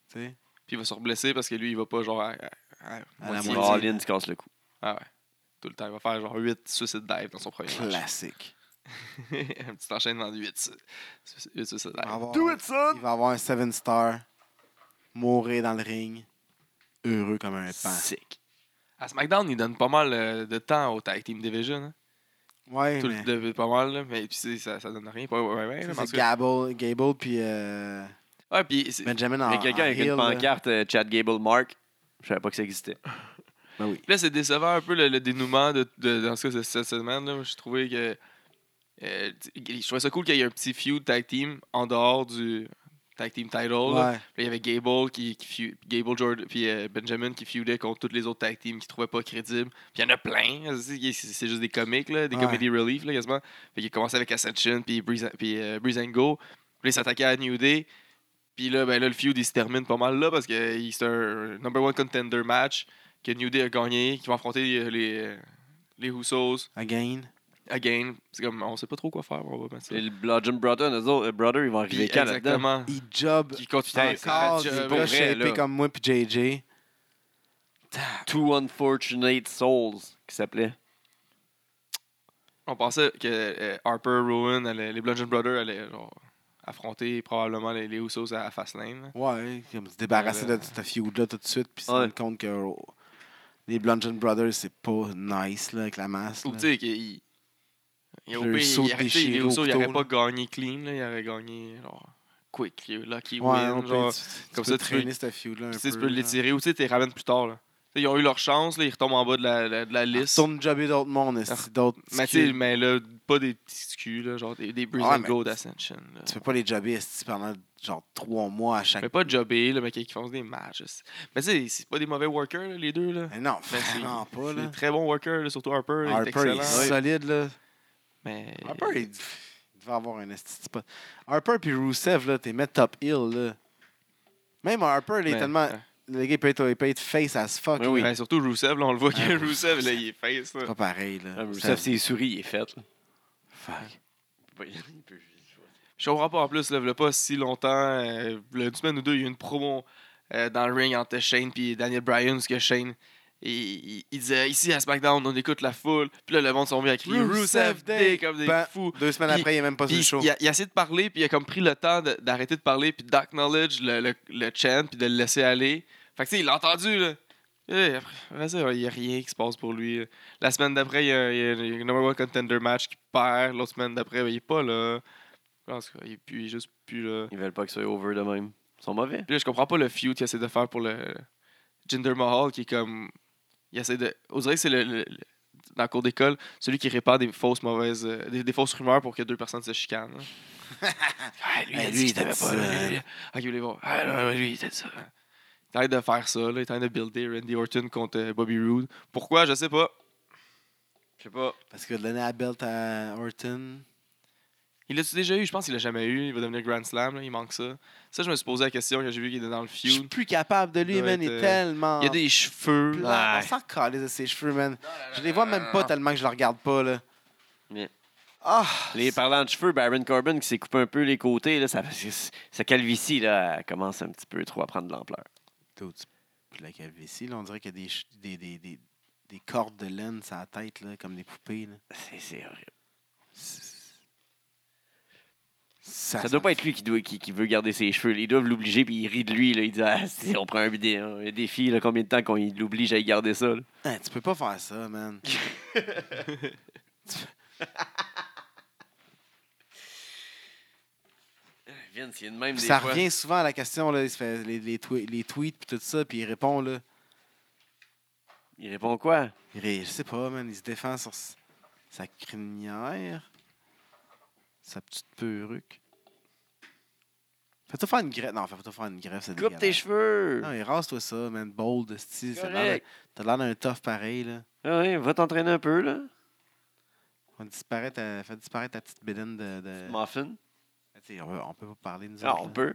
[SPEAKER 3] Tu sais.
[SPEAKER 2] Puis il va se reblesser parce que lui, il va pas genre. à- à- à moitié.
[SPEAKER 3] moitié.
[SPEAKER 1] All in, tu casses le cou.
[SPEAKER 2] Ah ouais. Tout le temps. Il va faire genre 8 suicide dives dans son premier match.
[SPEAKER 3] Classique.
[SPEAKER 2] un petit enchaînement de 8, suicide
[SPEAKER 3] Il va
[SPEAKER 2] dives.
[SPEAKER 3] avoir-
[SPEAKER 1] son!
[SPEAKER 3] Il va avoir un seven star, mourir dans le ring, heureux comme un pan.
[SPEAKER 2] Sick. À SmackDown, il donne pas mal euh, de temps au Tag Team Division. hein.
[SPEAKER 3] Ouais,
[SPEAKER 2] Tout
[SPEAKER 3] mais
[SPEAKER 2] le de- pas mal, là, mais puis c'est- ça, ça donne rien. Pas, ouais, ouais, ouais,
[SPEAKER 3] tu sais,
[SPEAKER 2] mais en
[SPEAKER 3] c'est
[SPEAKER 2] tout cas-
[SPEAKER 3] Gable, Gable puis euh,
[SPEAKER 2] Ouais, puis c'est-
[SPEAKER 3] Benjamin en
[SPEAKER 1] Mais quelqu'un
[SPEAKER 3] en
[SPEAKER 1] avec
[SPEAKER 3] heel,
[SPEAKER 1] une
[SPEAKER 3] là.
[SPEAKER 1] pancarte euh, Chad Gable Mark, je savais pas que ça existait.
[SPEAKER 3] Ben oui.
[SPEAKER 2] là, c'est décevant un peu le, le dénouement de, de- dans ce cas de cette semaine. Là, je trouvais que. euh, tu- je trouvais ça cool qu'il y ait un petit feud tag team en dehors du tag team title. là.
[SPEAKER 3] Ouais.
[SPEAKER 2] Là, il y avait Gable, qui, qui feud- Gable Jordan, puis euh, Benjamin qui feudait contre tous les autres tag teams qu'ils trouvaient pas crédibles. Puis il y en a plein. C'est c'est juste des comiques, là, des
[SPEAKER 3] Ouais.
[SPEAKER 2] comedy relief, là, quasiment. Fait qu'il commençait avec Ascension, puis Breeze, puis, euh, Breeze and Go. Puis là, il s'attaquait à New Day. Puis là, ben, là, le feud, il se termine pas mal là parce que euh, c'est un number one contender match que New Day a gagné, qui va affronter euh, les, les Usos
[SPEAKER 3] Again.
[SPEAKER 2] again. C'est comme, on sait pas trop quoi faire. On va mettre ça.
[SPEAKER 1] Et le Bludgeon Brother, eux autres, euh, Brother, ils vont
[SPEAKER 2] Puis,
[SPEAKER 1] arriver quand là-dedans?
[SPEAKER 2] exactement.
[SPEAKER 3] Il job
[SPEAKER 2] Qui continue
[SPEAKER 1] Putain,
[SPEAKER 2] c'est
[SPEAKER 3] encore
[SPEAKER 2] un
[SPEAKER 3] des
[SPEAKER 2] job.
[SPEAKER 1] pour
[SPEAKER 3] gars
[SPEAKER 1] vrai,
[SPEAKER 3] shapés
[SPEAKER 1] là.
[SPEAKER 3] comme moi puis JJ.
[SPEAKER 1] Two Unfortunate Souls, qui s'appelait.
[SPEAKER 2] On pensait que euh, Harper, Rowan, allait- les Bludgeon Brothers allaient genre, affronter probablement les, les Usos à Fastlane. là.
[SPEAKER 3] Ouais, comme se débarrasser
[SPEAKER 2] Euh,
[SPEAKER 3] de cette feud-là tout de suite, puis se
[SPEAKER 1] Ouais.
[SPEAKER 3] rendre compte que oh, les Bludgeon Brothers, c'est pas nice là, avec la masse.
[SPEAKER 2] Ou
[SPEAKER 3] là.
[SPEAKER 2] tu sais qu'il. Il,
[SPEAKER 3] Le
[SPEAKER 2] au pire, il,
[SPEAKER 3] saut
[SPEAKER 2] il, aurait- tu sais, les
[SPEAKER 3] déchiré au
[SPEAKER 2] Usos, il
[SPEAKER 3] couteau,
[SPEAKER 2] aurait pas gagné clean, là, il aurait gagné genre, quick, lucky
[SPEAKER 3] Ouais,
[SPEAKER 2] win.
[SPEAKER 3] au
[SPEAKER 2] genre.
[SPEAKER 3] pire, tu- tu
[SPEAKER 2] comme
[SPEAKER 3] peux
[SPEAKER 2] ça, tu peux-
[SPEAKER 3] traîner cette feud-là un
[SPEAKER 2] Tu
[SPEAKER 3] peu.
[SPEAKER 2] sais, tu peux
[SPEAKER 3] là.
[SPEAKER 2] l'étirer ou tu sais, tu les ramènes plus tard. Là. Tu sais, Ils ont eu leur chance, là, ils retombent en bas de la, la- de la
[SPEAKER 3] Ah,
[SPEAKER 2] liste.
[SPEAKER 3] Tourne jobber d'autres mondes, esti, d'autres
[SPEAKER 2] Ah, Mais tu sais,
[SPEAKER 3] skills.
[SPEAKER 2] mais là, pas des petits culs, là, genre des, des Breeze
[SPEAKER 3] Ouais,
[SPEAKER 2] and
[SPEAKER 3] mais-
[SPEAKER 2] Go d'Ascension. là.
[SPEAKER 3] Tu peux pas les jobber esti, pendant genre trois mois à chaque.
[SPEAKER 2] Mais pas jobber, là, mais qui qui font des matchs. là. Mais tu sais, c'est pas des mauvais workers, là, les deux. Là.
[SPEAKER 3] Mais non,
[SPEAKER 2] Mais ben, c'est-
[SPEAKER 3] vraiment pas
[SPEAKER 2] C'est
[SPEAKER 3] là.
[SPEAKER 2] un très bon worker, là, surtout Harper. il est
[SPEAKER 3] Harper il est
[SPEAKER 2] excellent.
[SPEAKER 3] solide là.
[SPEAKER 2] Mais...
[SPEAKER 3] Harper il il devait avoir un esti de spot. Harper puis Rusev là, t'es mis top hill là. Même Harper, il est
[SPEAKER 2] mais-
[SPEAKER 3] tellement.
[SPEAKER 2] Ben, ouais.
[SPEAKER 3] Le gars, il peut être, il peut être face as fuck.
[SPEAKER 1] Oui,
[SPEAKER 3] là.
[SPEAKER 1] oui.
[SPEAKER 2] Mais surtout Rusev, là, on le voit que
[SPEAKER 3] Ah,
[SPEAKER 2] Rusev,
[SPEAKER 3] Rusev.
[SPEAKER 2] là, il est face. là.
[SPEAKER 3] C'est pas pareil, là.
[SPEAKER 1] Ah, mais
[SPEAKER 3] Ça-
[SPEAKER 1] Rusev, ses souris, il est fait. là.
[SPEAKER 3] Fuck.
[SPEAKER 1] Il peut-
[SPEAKER 2] Je comprends pas en plus, là, il y a pas si longtemps. euh, il y a une semaine ou deux, il y a eu une promo euh, dans le ring entre Shane et Daniel Bryan, parce que Shane. Il, il- il disait ici à SmackDown, on écoute la foule. Puis là, le monde s'en vient à crier Rusev Day comme des
[SPEAKER 3] Ben,
[SPEAKER 2] fous.
[SPEAKER 3] Deux semaines
[SPEAKER 2] Puis-
[SPEAKER 3] après, il est même pas sur
[SPEAKER 2] Puis
[SPEAKER 3] le show.
[SPEAKER 2] il, a, il a essayé de parler, puis il a comme pris le temps de- d'arrêter de, parler, puis d'acknowledge le, le, le chant, puis de le laisser aller. Fait que tu sais, il l'a entendu, là. Eh, après- après ça, il n'y a rien qui se passe pour lui. là. La semaine d'après, il y a, il y a- il y a un number one contender match qui perd. L'autre semaine d'après, ben, il n'est pas là. En tout cas, il est, plus- il est juste plus là.
[SPEAKER 1] Ils veulent pas que ça soit over de même. Ils sont mauvais.
[SPEAKER 2] Puis là, je comprends pas le feud qu'il essaie de faire pour le Jinder Mahal, qui est comme. Il essaie de. On dirait que c'est le, le- le- dans la cour d'école, celui qui répare des fausses mauvaises. euh, des, des fausses rumeurs pour que deux personnes se chicanent. là. Ah, lui, il a
[SPEAKER 3] Ah,
[SPEAKER 2] dit
[SPEAKER 3] lui,
[SPEAKER 2] qu'il
[SPEAKER 3] il a
[SPEAKER 2] t'aimait
[SPEAKER 3] dit
[SPEAKER 2] pas.
[SPEAKER 3] ça.
[SPEAKER 2] là, lui, là. Ok, vous voulez voir. Ah, non, lui, il a dit ça. Il est en train de faire ça, là. il est en train de builder Randy Orton contre euh, Bobby Roode. Pourquoi Je sais pas. Je sais pas.
[SPEAKER 3] Parce qu'il a donné la belt à Orton.
[SPEAKER 2] Il l'a-tu déjà eu Je pense qu'il l'a jamais eu. Il va devenir Grand Slam, là. il manque ça. Ça, je me suis posé la question quand j'ai vu qu'il était dans le
[SPEAKER 3] Je suis
[SPEAKER 2] feud.
[SPEAKER 3] plus capable de lui,
[SPEAKER 2] Doit être,
[SPEAKER 3] man. Il est
[SPEAKER 2] euh,
[SPEAKER 3] tellement.
[SPEAKER 2] Il y a des cheveux.
[SPEAKER 3] plans.
[SPEAKER 1] Ouais.
[SPEAKER 3] On s'en calisse de ses cheveux, man. Je les vois
[SPEAKER 4] Ah.
[SPEAKER 3] même pas tellement que je le regarde pas, là.
[SPEAKER 1] Mais-
[SPEAKER 3] Ah!
[SPEAKER 1] Les parlant de cheveux, Baron Corbin qui s'est coupé un peu les côtés, là, ça, c'est- sa calvitie là, elle commence un petit peu trop à prendre de l'ampleur.
[SPEAKER 3] Toi, tu- La calvitie, là, on dirait qu'il y a des, ch- des, des, des, des cordes de laine sur la tête, là, comme des poupées, là.
[SPEAKER 1] C'est- C'est horrible.
[SPEAKER 3] Ça,
[SPEAKER 1] Ça doit pas être lui qui, doit, qui, qui veut garder ses cheveux. Ils doivent l'obliger puis il rit de lui. Là. Il dit ah, si on prend un, dé- un défi, là, combien de temps qu'on l'oblige à y garder ça? là?
[SPEAKER 3] Hein, tu peux pas faire ça, man.
[SPEAKER 1] Vince, il est de même
[SPEAKER 3] Puis
[SPEAKER 1] des
[SPEAKER 3] ça
[SPEAKER 1] fois.
[SPEAKER 3] revient souvent à la question, là, il se fait les, les, twi- les tweets puis tout ça, puis il répond, là.
[SPEAKER 1] Il répond quoi?
[SPEAKER 3] Il ré- je sais pas, man, il se défend sur s- sa crinière, sa petite perruque. Fais-toi faire une greffe. Non, fais-toi faire une greffe, c'est
[SPEAKER 1] Coupe tes
[SPEAKER 3] dégueulasse.
[SPEAKER 1] cheveux!
[SPEAKER 3] Non, il rase-toi ça, man, bold, style. T'as l'air
[SPEAKER 1] Correct.
[SPEAKER 3] d'un- t'as l'air d'un tough pareil, là.
[SPEAKER 1] Ah ouais, va t'entraîner un peu, là.
[SPEAKER 3] On disparaît ta, fais disparaître ta petite bédaine de... de...
[SPEAKER 1] Muffin.
[SPEAKER 3] T'sais, On, peut, on peut pas parler, nous
[SPEAKER 1] Ah,
[SPEAKER 3] autres,
[SPEAKER 1] on
[SPEAKER 3] là.
[SPEAKER 1] peut.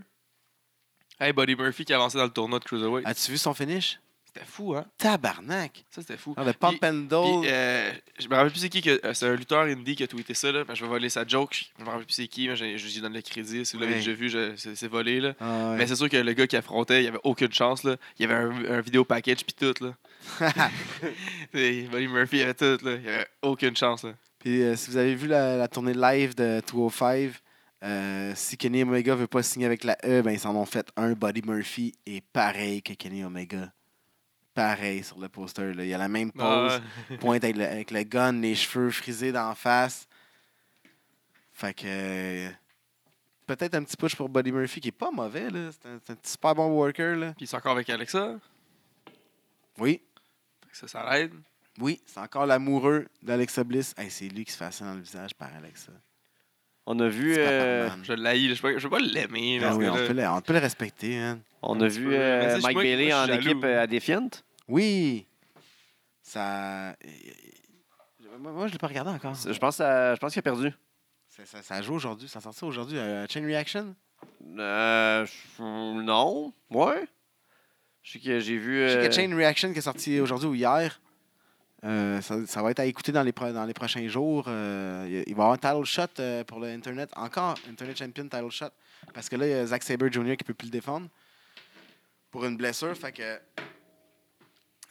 [SPEAKER 3] Ah.
[SPEAKER 2] Hey, Buddy Murphy qui avançait dans le tournoi de Cruiserweight.
[SPEAKER 3] As-tu vu son finish?
[SPEAKER 2] C'était fou, hein?
[SPEAKER 3] Tabarnak!
[SPEAKER 2] Ça, c'était fou.
[SPEAKER 3] Ah, le
[SPEAKER 2] Puis-
[SPEAKER 3] pump and doll.
[SPEAKER 2] Puis, euh, je me rappelle plus c'est qui, que, euh, c'est un lutteur indie qui a tweeté ça, là, parce que je vais voler sa joke. Je me rappelle plus c'est qui, mais je, je lui donne le crédit. Si vous l'avez
[SPEAKER 3] Ouais.
[SPEAKER 2] déjà vu, je- c'est c'est volé. Là.
[SPEAKER 3] Ah, ouais.
[SPEAKER 2] Mais c'est sûr que le gars qui affrontait, il avait aucune chance. Là. Il y avait un, un vidéo package puis tout. Là. Et Buddy Murphy il avait tout. Là. Il avait aucune chance. Là.
[SPEAKER 3] Puis euh, si vous avez vu la, la tournée live de 205, euh, si Kenny Omega veut pas signer avec la E, ben ils s'en ont fait un. Buddy Murphy est pareil que Kenny Omega. Pareil sur le poster. Là. Il a la même
[SPEAKER 2] Ah
[SPEAKER 3] pose, pointe avec le, avec le gun, les cheveux frisés d'en face. Fait que. euh, Peut-être un petit push pour Buddy Murphy qui est pas mauvais. là. C'est un, c'est un petit super bon worker. Là.
[SPEAKER 2] Puis c'est encore avec Alexa.
[SPEAKER 3] Oui,
[SPEAKER 2] Ça, ça l'aide.
[SPEAKER 3] oui, c'est encore l'amoureux d'Alexa Bliss. Hey, c'est lui qui se fait assassiner dans le visage par Alexa.
[SPEAKER 1] On a vu,
[SPEAKER 3] C'est pas
[SPEAKER 1] euh,
[SPEAKER 3] Batman.
[SPEAKER 2] Je l'haïs. là. Je peux- je peux pas l'aimer.
[SPEAKER 3] Ah
[SPEAKER 2] parce
[SPEAKER 3] oui,
[SPEAKER 2] que
[SPEAKER 3] on,
[SPEAKER 2] là-
[SPEAKER 3] peut le, on peut le respecter. Hein.
[SPEAKER 1] on
[SPEAKER 2] Un
[SPEAKER 1] a
[SPEAKER 2] petit
[SPEAKER 1] vu
[SPEAKER 2] peu,
[SPEAKER 1] euh,
[SPEAKER 2] mais c'est juste
[SPEAKER 1] Mike
[SPEAKER 2] moi qui-
[SPEAKER 1] Bailey
[SPEAKER 2] moi,
[SPEAKER 1] en
[SPEAKER 2] je suis jaloux.
[SPEAKER 1] équipe euh, à Defiant.
[SPEAKER 3] Oui. Ça. euh, Moi, moi, je l'ai pas regardé encore.
[SPEAKER 1] Je pense, à- je pense qu'il a perdu.
[SPEAKER 3] Ça, ça- ça joue aujourd'hui. Ça sort ça aujourd'hui. euh, Chain Reaction.
[SPEAKER 1] Euh, je- non. Ouais. Je sais que j'ai vu.
[SPEAKER 3] Je sais
[SPEAKER 1] euh,
[SPEAKER 3] que Chain Reaction qui est sorti aujourd'hui ou hier. euh, ça, ça va être à écouter dans les, pro- dans les prochains jours. euh, il y a- il va y avoir un title shot euh, pour le Internet. Encore Internet Champion title shot. Parce que là, il y a Zack Sabre Jr. qui peut plus le défendre. Pour une blessure. Fait que.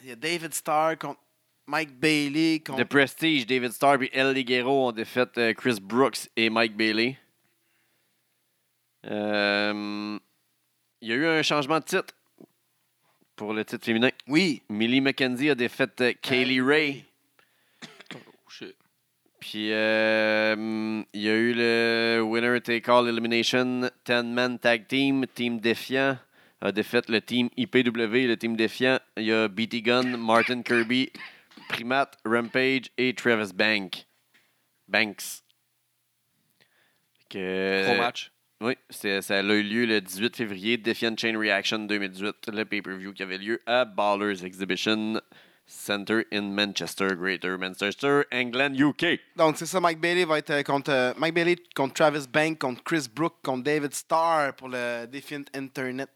[SPEAKER 3] Il y a David Starr contre Mike Bailey. Contre...
[SPEAKER 1] The Prestige, David Starr et El Liguero ont défait euh, Chris Brooks et Mike Bailey. Euh, Il y a eu un changement de titre pour le titre féminin.
[SPEAKER 3] Oui.
[SPEAKER 1] Millie McKenzie a défait euh, Kaylee Ray.
[SPEAKER 2] Oh, shit.
[SPEAKER 1] Puis euh, hum, il y a eu le Winner Take All Elimination 10-man tag team, Team Défiant. A défait le team IPW, le team Défiant. Il y a BT Gun, Martin Kirby, Primate, Rampage et Travis Bank. Banks. Que,
[SPEAKER 2] Gros match.
[SPEAKER 1] Oui, c'est- ça a eu lieu le 18 février, Defiant Chain Reaction 2018, le pay-per-view qui avait lieu à Ballers Exhibition Center in Manchester, Greater Manchester, England, UK.
[SPEAKER 3] Donc, c'est ça, Mike Bailey va être euh, contre euh, Mike Bailey contre Travis Bank, contre Chris Brook, contre David Starr pour le Defiant Internet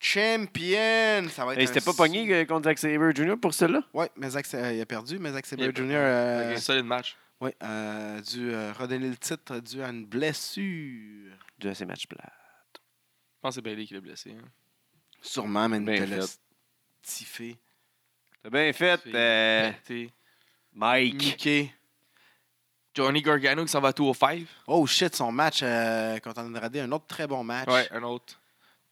[SPEAKER 3] Champion. Ça va être
[SPEAKER 1] Et
[SPEAKER 3] un
[SPEAKER 1] c'était pas
[SPEAKER 3] s-
[SPEAKER 1] pogné euh, contre Zack Sabre Jr. pour cela?
[SPEAKER 3] Ouais, mais Zack, Sa- euh, il a perdu, mais Zack Sabre
[SPEAKER 2] Il a
[SPEAKER 3] Jr.
[SPEAKER 2] perdu.
[SPEAKER 3] euh,
[SPEAKER 2] Un solide match.
[SPEAKER 3] ouais, euh, a dû euh, redonner le titre dû à une blessure.
[SPEAKER 1] Dû à ces matchs plats.
[SPEAKER 2] Je pense que c'est Bailey qui l'a blessé. hein.
[SPEAKER 3] Sûrement, mais
[SPEAKER 1] Bien
[SPEAKER 3] de le
[SPEAKER 1] fait.
[SPEAKER 3] stiffé.
[SPEAKER 1] T'as bien fait,
[SPEAKER 2] C'est-
[SPEAKER 1] euh,
[SPEAKER 2] T'es-
[SPEAKER 1] Mike.
[SPEAKER 3] Mickey.
[SPEAKER 2] Johnny Gargano qui s'en va à 205.
[SPEAKER 3] Oh shit, son match euh, contre Andrade, un autre très bon match.
[SPEAKER 2] Ouais, un autre.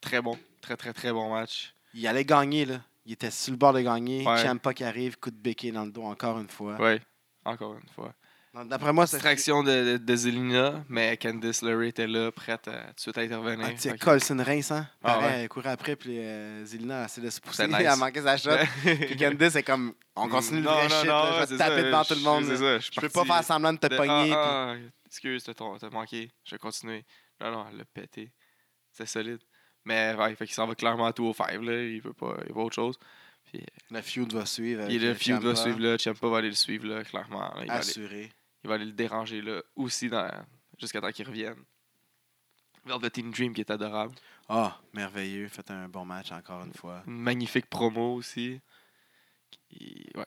[SPEAKER 2] Très bon. Très, très, très bon match.
[SPEAKER 3] Il allait gagner, là. Il était sur le bord de gagner.
[SPEAKER 2] Ouais.
[SPEAKER 3] Ciampa qui arrive, coup de béquet dans le dos encore une fois.
[SPEAKER 2] Ouais. Encore une fois.
[SPEAKER 3] Donc, D'après moi, Ah, ça
[SPEAKER 2] Distraction de, de, de Zelina, mais Candice LeRae était là, prête à tout de suite à intervenir.
[SPEAKER 3] Ah, tu sais,
[SPEAKER 2] Fait que-
[SPEAKER 3] Colson Reiss, hein?
[SPEAKER 2] Ah,
[SPEAKER 3] Pareil,
[SPEAKER 2] ouais.
[SPEAKER 3] elle courait après, puis euh, Zelina a essayé de se pousser,
[SPEAKER 2] C'est nice.
[SPEAKER 3] elle manquait sa shot. puis Candice, c'est comme, on continue le
[SPEAKER 2] Non,
[SPEAKER 3] vrai
[SPEAKER 2] non,
[SPEAKER 3] shit,
[SPEAKER 2] non,
[SPEAKER 3] là,
[SPEAKER 2] ouais,
[SPEAKER 3] je vais
[SPEAKER 2] c'est
[SPEAKER 3] te taper
[SPEAKER 2] ça,
[SPEAKER 3] devant
[SPEAKER 2] je-
[SPEAKER 3] tout le monde.
[SPEAKER 2] c'est
[SPEAKER 3] là.
[SPEAKER 2] ça, suis
[SPEAKER 3] Je peux pas
[SPEAKER 2] parti
[SPEAKER 3] faire semblant de te
[SPEAKER 2] de-
[SPEAKER 3] pogner. puis-
[SPEAKER 2] Ah, ah, excuse, t'as ton- t'as manqué. Je vais continuer. Non, non, elle l'a pété. C'est solide. Mais ouais, fait qu'il s'en va clairement à 205, là. Il veut pas, il veut autre chose.
[SPEAKER 3] Le feud va suivre.
[SPEAKER 2] Puis
[SPEAKER 3] avec
[SPEAKER 2] le
[SPEAKER 3] le
[SPEAKER 2] feud va
[SPEAKER 3] Ciampa,
[SPEAKER 2] suivre là. Ciampa va aller le suivre là, clairement. là. Il va aller-
[SPEAKER 3] Assuré.
[SPEAKER 2] il va aller le déranger là aussi dans- jusqu'à temps qu'il revienne. Velveteen Dream qui est adorable.
[SPEAKER 3] Ah, merveilleux. Faites un bon match encore une fois.
[SPEAKER 2] Une magnifique promo aussi. Il, ouais.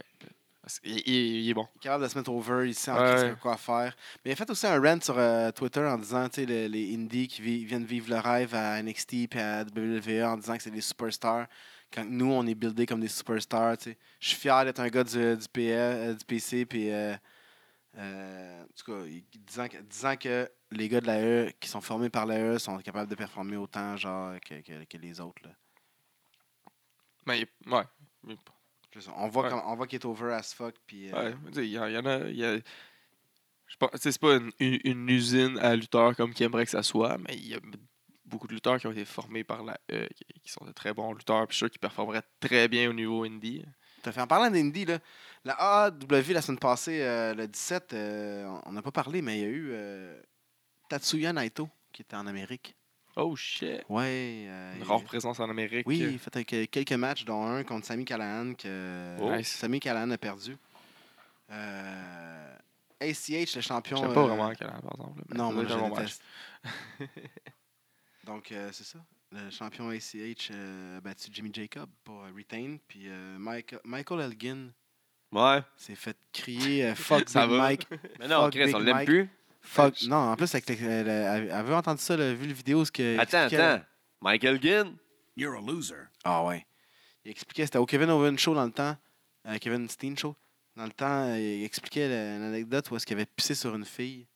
[SPEAKER 2] Parce qu'il- il, il est bon.
[SPEAKER 3] Il est capable de se mettre over, il sait en
[SPEAKER 2] Ouais.
[SPEAKER 3] crise que quoi faire. Mais il a fait aussi un rant sur euh, Twitter en disant, tu sais, les, les indies qui vi- viennent vivre le rêve à NXT et à WWE en disant que c'est des superstars. Quand nous, on est buildés comme des superstars, tu sais. Je suis fier d'être un gars du, du, PL, euh, du PC, puis... euh, euh, en tout cas, il- disant que, disant que les gars de la E qui sont formés par la E sont capables de performer autant genre que, que- que les autres. là.
[SPEAKER 2] Mais il- ouais. Il-
[SPEAKER 3] Je sais, On voit,
[SPEAKER 2] Ouais.
[SPEAKER 3] comme- on voit qu'il est over as fuck. Puis, euh,
[SPEAKER 2] ouais, tu sais, il y, en- il y en a. il y a- je pense, tu sais, c'est pas une, une- une usine à lutteurs comme qu'il aimerait que ça soit, mais il y a beaucoup de lutteurs qui ont été formés par la E, qui, qui sont de très bons lutteurs, puis je suis sûr qu'ils performeraient très bien au niveau indie.
[SPEAKER 3] Tout à fait. En parlant d'Indy, là, la AAW, la semaine passée, euh, le 17, euh, on- on n'a pas parlé, mais il y a eu euh, Tatsuya Naito qui était en Amérique.
[SPEAKER 2] Oh shit!
[SPEAKER 3] Ouais. euh,
[SPEAKER 2] Une
[SPEAKER 3] il-
[SPEAKER 2] rare présence en Amérique.
[SPEAKER 3] oui, il a fait un- que- quelques matchs, dont un contre Sami Callahan que
[SPEAKER 2] Oh.
[SPEAKER 3] Nice. Sami Callahan a perdu. Euh, ACH, le
[SPEAKER 2] Je
[SPEAKER 3] champion.
[SPEAKER 2] sais pas
[SPEAKER 3] euh,
[SPEAKER 2] vraiment quel an, par exemple. là, mais
[SPEAKER 3] Non,
[SPEAKER 2] ça doit
[SPEAKER 3] moi,
[SPEAKER 2] être un bon
[SPEAKER 3] je
[SPEAKER 2] match.
[SPEAKER 3] déteste. Donc, euh, c'est ça. le champion ACH euh, a battu Jimmy Jacob pour euh, retain. Puis euh, Mike- Michael Elgin
[SPEAKER 1] Ouais.
[SPEAKER 3] s'est fait crier euh, Fuck
[SPEAKER 2] Ça
[SPEAKER 3] Big
[SPEAKER 2] va.
[SPEAKER 3] Mike.
[SPEAKER 1] Mais non,
[SPEAKER 3] Fuck
[SPEAKER 1] Chris,
[SPEAKER 3] Big
[SPEAKER 1] on l'aime
[SPEAKER 3] Mike. Euh,
[SPEAKER 1] plus.
[SPEAKER 3] Fuck. Non, en plus, avec le- le- le- avez-vous entendu ça, là, vu la vidéo? ce que
[SPEAKER 1] Attends,
[SPEAKER 3] expliquait-
[SPEAKER 1] attends. Michael Ginn.
[SPEAKER 5] You're a loser.
[SPEAKER 3] Ah ouais. Il expliquait, c'était au Kevin Owen Show dans le temps, euh, Kevin Steen Show. Dans le temps, euh, il expliquait la- l'anecdote où est-ce qu'il avait pissé sur une fille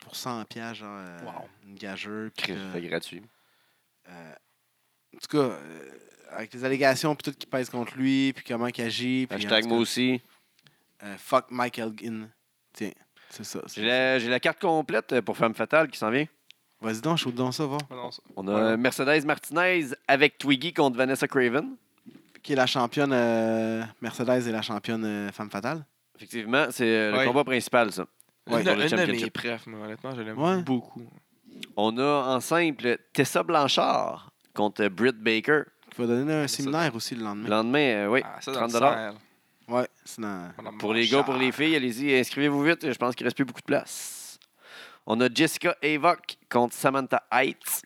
[SPEAKER 3] pour 100 pièges, genre euh, une gageure. puis
[SPEAKER 1] Chris,
[SPEAKER 3] que-
[SPEAKER 1] c'était gratuit.
[SPEAKER 3] euh, en tout cas, euh, avec les allégations, puis tout qui pèse contre lui, puis comment il agit. Puis, en
[SPEAKER 1] Hashtag
[SPEAKER 3] tout
[SPEAKER 1] moi
[SPEAKER 3] cas,
[SPEAKER 1] aussi.
[SPEAKER 3] euh, fuck Michael Ginn. Tiens, c'est ça. c'est-
[SPEAKER 1] J'ai la, j'ai la carte complète pour Femme Fatale qui s'en vient.
[SPEAKER 3] Vas-y donc, chaud donc ça, va.
[SPEAKER 2] Ah non, ça-
[SPEAKER 1] On a Mercedes Martinez avec Twiggy contre Vanessa Craven.
[SPEAKER 3] Qui est la championne, euh, Mercedes est la championne euh, femme fatale.
[SPEAKER 1] Effectivement, c'est euh, le
[SPEAKER 2] Ouais.
[SPEAKER 1] combat principal, ça.
[SPEAKER 2] Une,
[SPEAKER 1] pour le
[SPEAKER 2] une de mes
[SPEAKER 1] championship.
[SPEAKER 2] prefs, moi, honnêtement, je l'aime
[SPEAKER 3] Ouais.
[SPEAKER 2] beaucoup.
[SPEAKER 1] On a en simple Tessa Blanchard contre Britt Baker.
[SPEAKER 3] Qui va donner un
[SPEAKER 2] ça.
[SPEAKER 3] séminaire aussi le lendemain.
[SPEAKER 1] Le lendemain, euh, oui,
[SPEAKER 2] Mm. Ah, ça, dans
[SPEAKER 1] 30
[SPEAKER 2] le sel.
[SPEAKER 3] Ouais, c'est dans-
[SPEAKER 2] Madame
[SPEAKER 1] Pour les gars, pour les
[SPEAKER 2] Blanchard.
[SPEAKER 1] filles, allez-y, inscrivez-vous vite. Je pense qu'il ne reste plus beaucoup de place. On a Jessica Avoc contre Samantha Heights.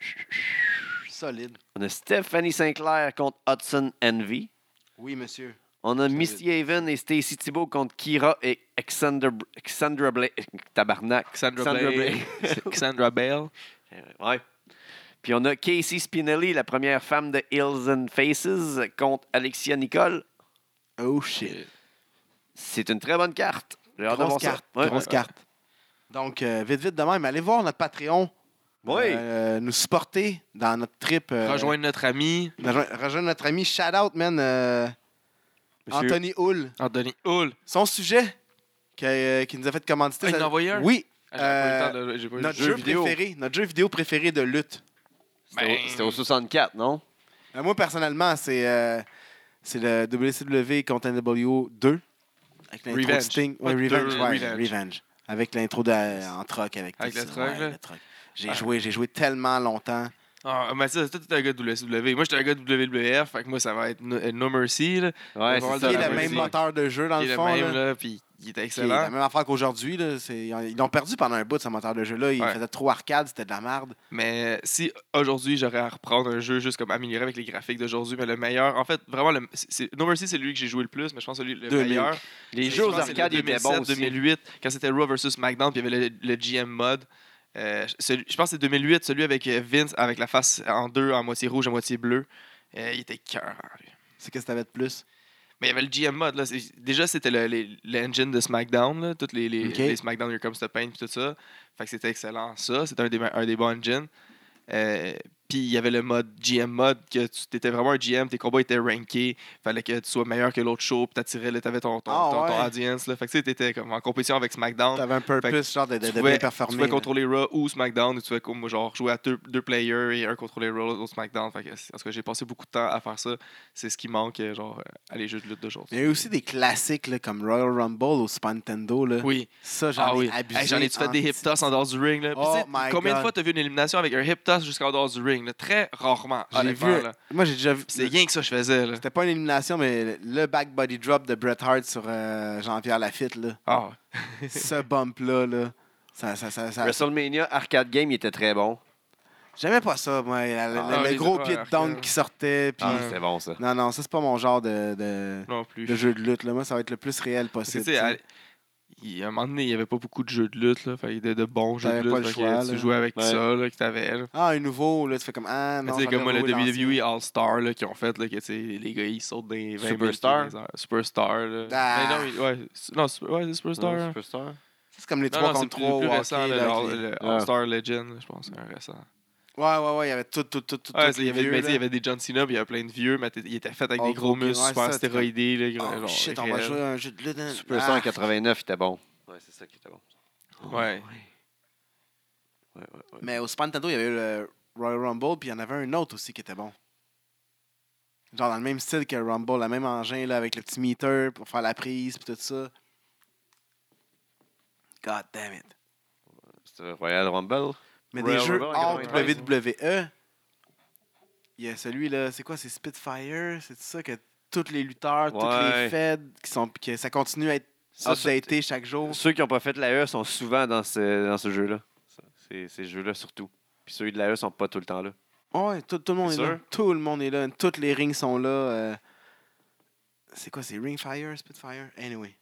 [SPEAKER 3] Solide.
[SPEAKER 1] On a Stephanie Sinclair contre Hudson Envy.
[SPEAKER 3] Oui, monsieur.
[SPEAKER 1] On a
[SPEAKER 2] Ça
[SPEAKER 1] Misty Haven et Stacy Thibault contre Kira et Alexandra, Alexandra Blake. Tabarnak.
[SPEAKER 2] Cassandra
[SPEAKER 1] Cassandra
[SPEAKER 2] Blake. Cassandra Bell.
[SPEAKER 1] Ouais. Puis on a Casey Spinelli, la première femme de Hills and Faces, contre Alexia Nicole.
[SPEAKER 3] Oh shit.
[SPEAKER 1] C'est une très bonne carte. J'ai hâte de
[SPEAKER 3] Grosse
[SPEAKER 1] voir ça.
[SPEAKER 3] carte.
[SPEAKER 1] Ouais.
[SPEAKER 3] Grosse carte. Donc, euh, vite, vite de même, allez voir notre Patreon.
[SPEAKER 1] Oui.
[SPEAKER 3] Euh, nous supporter dans notre trip. euh,
[SPEAKER 2] Rejoindre notre ami
[SPEAKER 3] rejoindre- rejoindre notre ami. Shout out, man. euh,
[SPEAKER 1] Monsieur-
[SPEAKER 3] Anthony Hull.
[SPEAKER 2] Anthony Hull.
[SPEAKER 3] Son sujet que- euh, qui nous a fait commanditer.
[SPEAKER 2] Ah, il
[SPEAKER 3] ça-
[SPEAKER 2] en a envoyé un?
[SPEAKER 3] Oui,
[SPEAKER 2] Ah, j'ai pas eu
[SPEAKER 3] Euh,
[SPEAKER 2] le temps de- j'ai pas eu le-
[SPEAKER 3] notre
[SPEAKER 2] jeu
[SPEAKER 3] jeu,
[SPEAKER 2] vidéo.
[SPEAKER 3] préféré. Notre jeu vidéo préféré de lutte.
[SPEAKER 1] C'était au-
[SPEAKER 2] Ben-
[SPEAKER 1] c'était au 64, non?
[SPEAKER 3] Euh, moi, personnellement, c'est euh, c'est le WCW contre NWO 2. Avec l'intro de
[SPEAKER 2] Revenge.
[SPEAKER 3] Sting.
[SPEAKER 2] Pas
[SPEAKER 3] Ouais,
[SPEAKER 2] deux,
[SPEAKER 3] Revenge, ouais,
[SPEAKER 2] Revenge.
[SPEAKER 3] Revenge. Avec l'intro de, euh, en troc. Avec,
[SPEAKER 2] Avec
[SPEAKER 3] tout
[SPEAKER 2] le
[SPEAKER 3] ça.
[SPEAKER 2] troc,
[SPEAKER 3] Ouais,
[SPEAKER 2] là.
[SPEAKER 3] le troc. J'ai
[SPEAKER 2] Ah.
[SPEAKER 3] joué, j'ai joué tellement longtemps.
[SPEAKER 2] Ah, mais ça, toi, t'es un gars de WCW. Moi, j'étais un gars de WWF. Fait que moi, ça va être No, euh, No Mercy. Là,
[SPEAKER 1] Ouais,
[SPEAKER 2] On va
[SPEAKER 1] c'est
[SPEAKER 2] le
[SPEAKER 3] Qui
[SPEAKER 1] ça.
[SPEAKER 2] dire
[SPEAKER 3] est
[SPEAKER 2] la
[SPEAKER 3] le
[SPEAKER 2] même
[SPEAKER 3] même
[SPEAKER 2] musique.
[SPEAKER 3] moteur de jeu, dans
[SPEAKER 2] qui est
[SPEAKER 3] le
[SPEAKER 2] le
[SPEAKER 3] fond.
[SPEAKER 2] même,
[SPEAKER 3] là.
[SPEAKER 2] là. Puis, il était
[SPEAKER 3] Qui est la
[SPEAKER 2] excellent.
[SPEAKER 3] même affaire qu'aujourd'hui. là. C'est- Ils l'ont perdu pendant un bout, ce moteur de jeu-là. Il
[SPEAKER 2] Ouais.
[SPEAKER 3] faisait trop arcade, c'était de la merde.
[SPEAKER 2] Mais si aujourd'hui, j'aurais à reprendre un jeu juste comme amélioré avec les graphiques d'aujourd'hui, mais le meilleur, en fait, vraiment, le, c'est- c'est- No Mercy, c'est lui que j'ai joué le plus, mais je pense que celui le
[SPEAKER 3] 2000.
[SPEAKER 2] meilleur.
[SPEAKER 1] Les
[SPEAKER 2] C'est-
[SPEAKER 1] jeux
[SPEAKER 2] je
[SPEAKER 1] aux
[SPEAKER 2] pense que c'est le
[SPEAKER 1] arcades, ils étaient bons
[SPEAKER 2] 2007,
[SPEAKER 1] aussi.
[SPEAKER 2] 2008, quand c'était Raw versus SmackDown, puis il y avait le, le GM mode. Euh, celui- je pense que c'est 2008, celui avec euh, Vince, avec la face en deux, en moitié rouge, en moitié bleu. Euh, il était cœur.
[SPEAKER 3] C'est qu'est-ce que t'avais de plus?
[SPEAKER 2] Mais il y avait le GM mode. Là. C'est- Déjà, c'était le- les- l'engine de SmackDown. Là. Toutes les, les,
[SPEAKER 3] Ok.
[SPEAKER 2] les SmackDown, Here Comes the Pain, puis tout ça. Fait que c'était excellent, ça. C'était un des, me- un des bons engines. Euh, puis il y avait le mode GM mode, que tu étais vraiment un GM, tes combats étaient rankés. Fallait que tu sois meilleur que l'autre show, puis t'attirais, là, t'avais ton, ton,
[SPEAKER 3] Ah,
[SPEAKER 2] ton- ton
[SPEAKER 3] ouais.
[SPEAKER 2] audience. Là. Fait que tu sais, t'étais comme en compétition avec SmackDown.
[SPEAKER 3] T'avais un purpose, genre, de, de-
[SPEAKER 2] Tu
[SPEAKER 3] de
[SPEAKER 2] pouvais,
[SPEAKER 3] bien
[SPEAKER 2] tu
[SPEAKER 3] performer.
[SPEAKER 2] pouvais
[SPEAKER 3] là.
[SPEAKER 2] contrôler Raw ou SmackDown, ou tu pouvais comme, genre, jouer à deux, deux players et un contrôler Raw, l'autre SmackDown. Fait que, c'est- en tout cas, j'ai passé beaucoup de temps à faire ça. C'est ce qui manque euh, genre, euh, à les jeux de lutte d'aujourd'hui.
[SPEAKER 3] Il y a eu aussi des classiques là, comme Royal Rumble au Super Nintendo. Là.
[SPEAKER 2] Oui.
[SPEAKER 3] Ça, j'en
[SPEAKER 2] Ah
[SPEAKER 3] ai
[SPEAKER 2] oui.
[SPEAKER 3] abusé.
[SPEAKER 2] Hey, J'en ai-tu fait
[SPEAKER 3] en
[SPEAKER 2] des hip toss en dehors du ring? Là? Puis
[SPEAKER 3] Oh
[SPEAKER 2] tu sais,
[SPEAKER 3] my
[SPEAKER 2] combien
[SPEAKER 3] God.
[SPEAKER 2] de fois t'as vu une élimination avec un hip toss jusqu'en dehors du ring? là? Très rarement.
[SPEAKER 3] J'ai
[SPEAKER 2] honnêtement,
[SPEAKER 3] vu-
[SPEAKER 2] Ah, là.
[SPEAKER 3] Moi, j'ai déjà vu.
[SPEAKER 2] Puis C'est rien que ça que je faisais. Là.
[SPEAKER 3] C'était pas une élimination, mais le back body drop de Bret Hart sur euh, Jean-Pierre Lafitte, là.
[SPEAKER 2] Ah,
[SPEAKER 3] ce bump-là, là, ça, ça, ça, ça-
[SPEAKER 1] WrestleMania Arcade Game, il était très bon.
[SPEAKER 3] J'aimais pas ça, moi. la- la-
[SPEAKER 2] Ah,
[SPEAKER 3] le- le,
[SPEAKER 2] les
[SPEAKER 3] gros
[SPEAKER 2] affaires
[SPEAKER 3] pied de
[SPEAKER 2] arcade.
[SPEAKER 3] down qui sortait. Puis...
[SPEAKER 2] Ah,
[SPEAKER 1] C'était bon, ça.
[SPEAKER 3] Non, non, ça, c'est pas mon genre de, de,
[SPEAKER 2] non plus.
[SPEAKER 3] de jeu de lutte. Là. Moi, ça va être le plus réel
[SPEAKER 2] Parce que,
[SPEAKER 3] possible.
[SPEAKER 2] tu sais,
[SPEAKER 3] tu sais.
[SPEAKER 2] à- il- à un moment donné, il n'y avait pas beaucoup de jeux de lutte. Là. Fait, il y avait de bons jeux de
[SPEAKER 3] T'avais
[SPEAKER 2] lutte.
[SPEAKER 3] pas le
[SPEAKER 2] fait que
[SPEAKER 3] choix,
[SPEAKER 2] tu
[SPEAKER 3] là.
[SPEAKER 2] jouais avec
[SPEAKER 1] Ouais.
[SPEAKER 2] ça là, que t'avais. là.
[SPEAKER 3] Ah, un nouveau, là, tu fais comme Ah,
[SPEAKER 2] Mais
[SPEAKER 3] non.
[SPEAKER 2] tu sais,
[SPEAKER 3] j'en
[SPEAKER 2] comme euh, moi, le
[SPEAKER 3] avais
[SPEAKER 2] WWE
[SPEAKER 3] oublié
[SPEAKER 2] E All-Star là, qu'ils ont fait, là, que, tu sais, les gars, ils sautent des 20
[SPEAKER 1] Superstar.
[SPEAKER 2] minutes, des heures. Superstar. Là.
[SPEAKER 3] Ah.
[SPEAKER 2] Mais non, il- ouais, su- non, super- ouais, c'est Superstar.
[SPEAKER 1] Non,
[SPEAKER 2] hein.
[SPEAKER 1] Superstar.
[SPEAKER 3] l'ancien. C'est comme les
[SPEAKER 2] Non,
[SPEAKER 3] 3
[SPEAKER 2] non, c'est
[SPEAKER 3] contre 3
[SPEAKER 2] plus, plus récent, le- le, le
[SPEAKER 1] Ah.
[SPEAKER 2] All-Star Legend, je pense, c'est un récent.
[SPEAKER 3] Ouais, ouais, ouais, il y avait tout, tout, tout, tout.
[SPEAKER 2] Ouais,
[SPEAKER 3] tout
[SPEAKER 2] c'est- il y avait,
[SPEAKER 3] vieux,
[SPEAKER 2] mais tu sais, il y
[SPEAKER 3] là.
[SPEAKER 2] avait des John Cena, puis il y avait plein de vieux, mais t'es- il était fait avec
[SPEAKER 3] Oh,
[SPEAKER 2] des gros
[SPEAKER 3] ok, ouais,
[SPEAKER 2] musques super
[SPEAKER 3] ça, c'est comme-
[SPEAKER 2] stéroïdés. Là, gros-
[SPEAKER 3] Oh
[SPEAKER 2] genre,
[SPEAKER 3] shit, on va
[SPEAKER 2] réel.
[SPEAKER 3] jouer à un jeu de lutte. hein.
[SPEAKER 1] Superstar en
[SPEAKER 3] Ah.
[SPEAKER 1] 89, il était bon. Ouais, c'est ça qui était bon.
[SPEAKER 2] Ouais.
[SPEAKER 1] Ouais, ouais, ouais.
[SPEAKER 3] Mais au Super Nintendo, il y avait eu le Royal Rumble, puis il y en avait un autre aussi qui était bon. Genre dans le même style que le Rumble, le même engin là, avec le petit meter pour faire la prise, puis tout ça. God damn it.
[SPEAKER 1] C'était Royal Rumble.
[SPEAKER 3] Mais
[SPEAKER 1] Royal
[SPEAKER 3] des jeux
[SPEAKER 1] Rumble en
[SPEAKER 3] hors
[SPEAKER 1] 93,
[SPEAKER 3] WWE, il y a celui-là, c'est quoi, c'est Spitfire, c'est ça que tous les lutteurs, tous
[SPEAKER 1] Ouais. Ah,
[SPEAKER 3] les feds, qui sont, que ça continue à être
[SPEAKER 1] Ça, ça-
[SPEAKER 3] updaté chaque jour.
[SPEAKER 1] Ceux qui n'ont pas fait de la E sont souvent dans ce, dans ce jeu-là. Ça, Ces, ces jeux-là surtout. Puis ceux de la E sont pas tout le temps là.
[SPEAKER 3] Ah Ouais, tout, tout le monde est,
[SPEAKER 2] C'est
[SPEAKER 3] là.
[SPEAKER 2] sûr?
[SPEAKER 3] Tout le monde est là. Toutes les rings sont là. euh. C'est quoi, c'est Ring Fire, Spitfire? Anyway.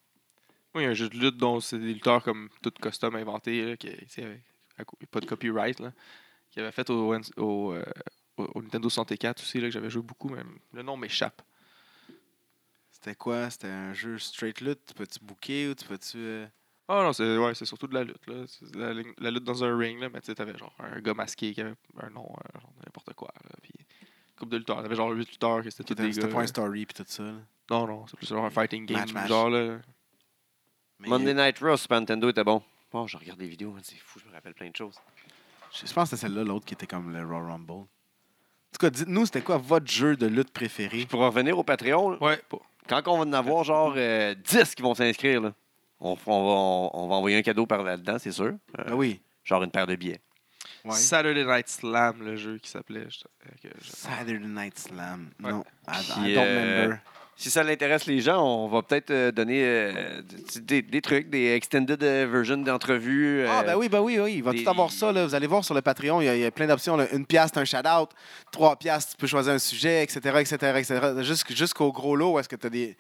[SPEAKER 2] Oui, il y a un jeu de lutte dont c'est des lutteurs comme tout custom inventé, là, qui tu sais, avec- à cou- pas de copyright, là, qui avait fait au, N- au, euh, au- au Nintendo 64 aussi, là, que j'avais joué beaucoup, mais le nom m'échappe.
[SPEAKER 3] C'était quoi? C'était un jeu straight lutte? Tu peux-tu booker ou tu peux-tu... euh,
[SPEAKER 2] Ah non, c'est ouais, c'est surtout de la lutte. Là. C'est de La, ligne- la lutte dans un ring, là, mais tu sais, t'avais genre un gars masqué qui avait un nom, euh, genre n'importe quoi. Là, puis une couple de lutteurs. T'avais genre 8 lutteurs que c'était tous des
[SPEAKER 3] C'était
[SPEAKER 2] gars.
[SPEAKER 3] pas un
[SPEAKER 2] là.
[SPEAKER 3] story pis tout ça. là.
[SPEAKER 2] Non, non, c'est plus genre un fighting game,
[SPEAKER 3] Mad
[SPEAKER 2] du
[SPEAKER 3] Match.
[SPEAKER 2] genre là.
[SPEAKER 3] Mais
[SPEAKER 1] Monday Night Raw, Super Nintendo était bon. Bon, je regarde des vidéos, hein, c'est fou, je me rappelle plein de choses.
[SPEAKER 3] Je je pense que c'était celle-là, l'autre qui était comme le Raw Rumble. En tout cas, dites-nous, c'était quoi votre jeu de lutte préféré?
[SPEAKER 1] Pour revenir au Patreon, là,
[SPEAKER 2] Ouais, pas.
[SPEAKER 1] quand on va en avoir genre euh, 10 qui vont s'inscrire, là, on, f- on va, on, on va envoyer un cadeau par là-dedans, c'est sûr. Euh,
[SPEAKER 3] Ah oui.
[SPEAKER 1] Genre une paire de billets.
[SPEAKER 3] Ouais.
[SPEAKER 2] Saturday Night Slam, le jeu qui s'appelait. je- euh, que je-
[SPEAKER 3] Saturday Night Slam.
[SPEAKER 2] Ouais.
[SPEAKER 3] Non, I, I
[SPEAKER 1] Puis,
[SPEAKER 3] don't
[SPEAKER 1] euh,
[SPEAKER 3] remember.
[SPEAKER 1] Si ça l'intéresse les gens, on va peut-être euh, donner euh, des- des, des trucs, des extended euh, versions d'entrevues.
[SPEAKER 3] Ah,
[SPEAKER 1] euh,
[SPEAKER 3] ben oui, ben oui, oui. Il va
[SPEAKER 1] des-
[SPEAKER 3] tout avoir ça. Là. Vous allez voir sur le Patreon, il y a, il y a plein d'options. là. Une piastre, un shout-out. Trois piastres, tu peux choisir un sujet, etc., etc., etc. Jusqu- Jusqu'au gros lot, où est-ce que tu as,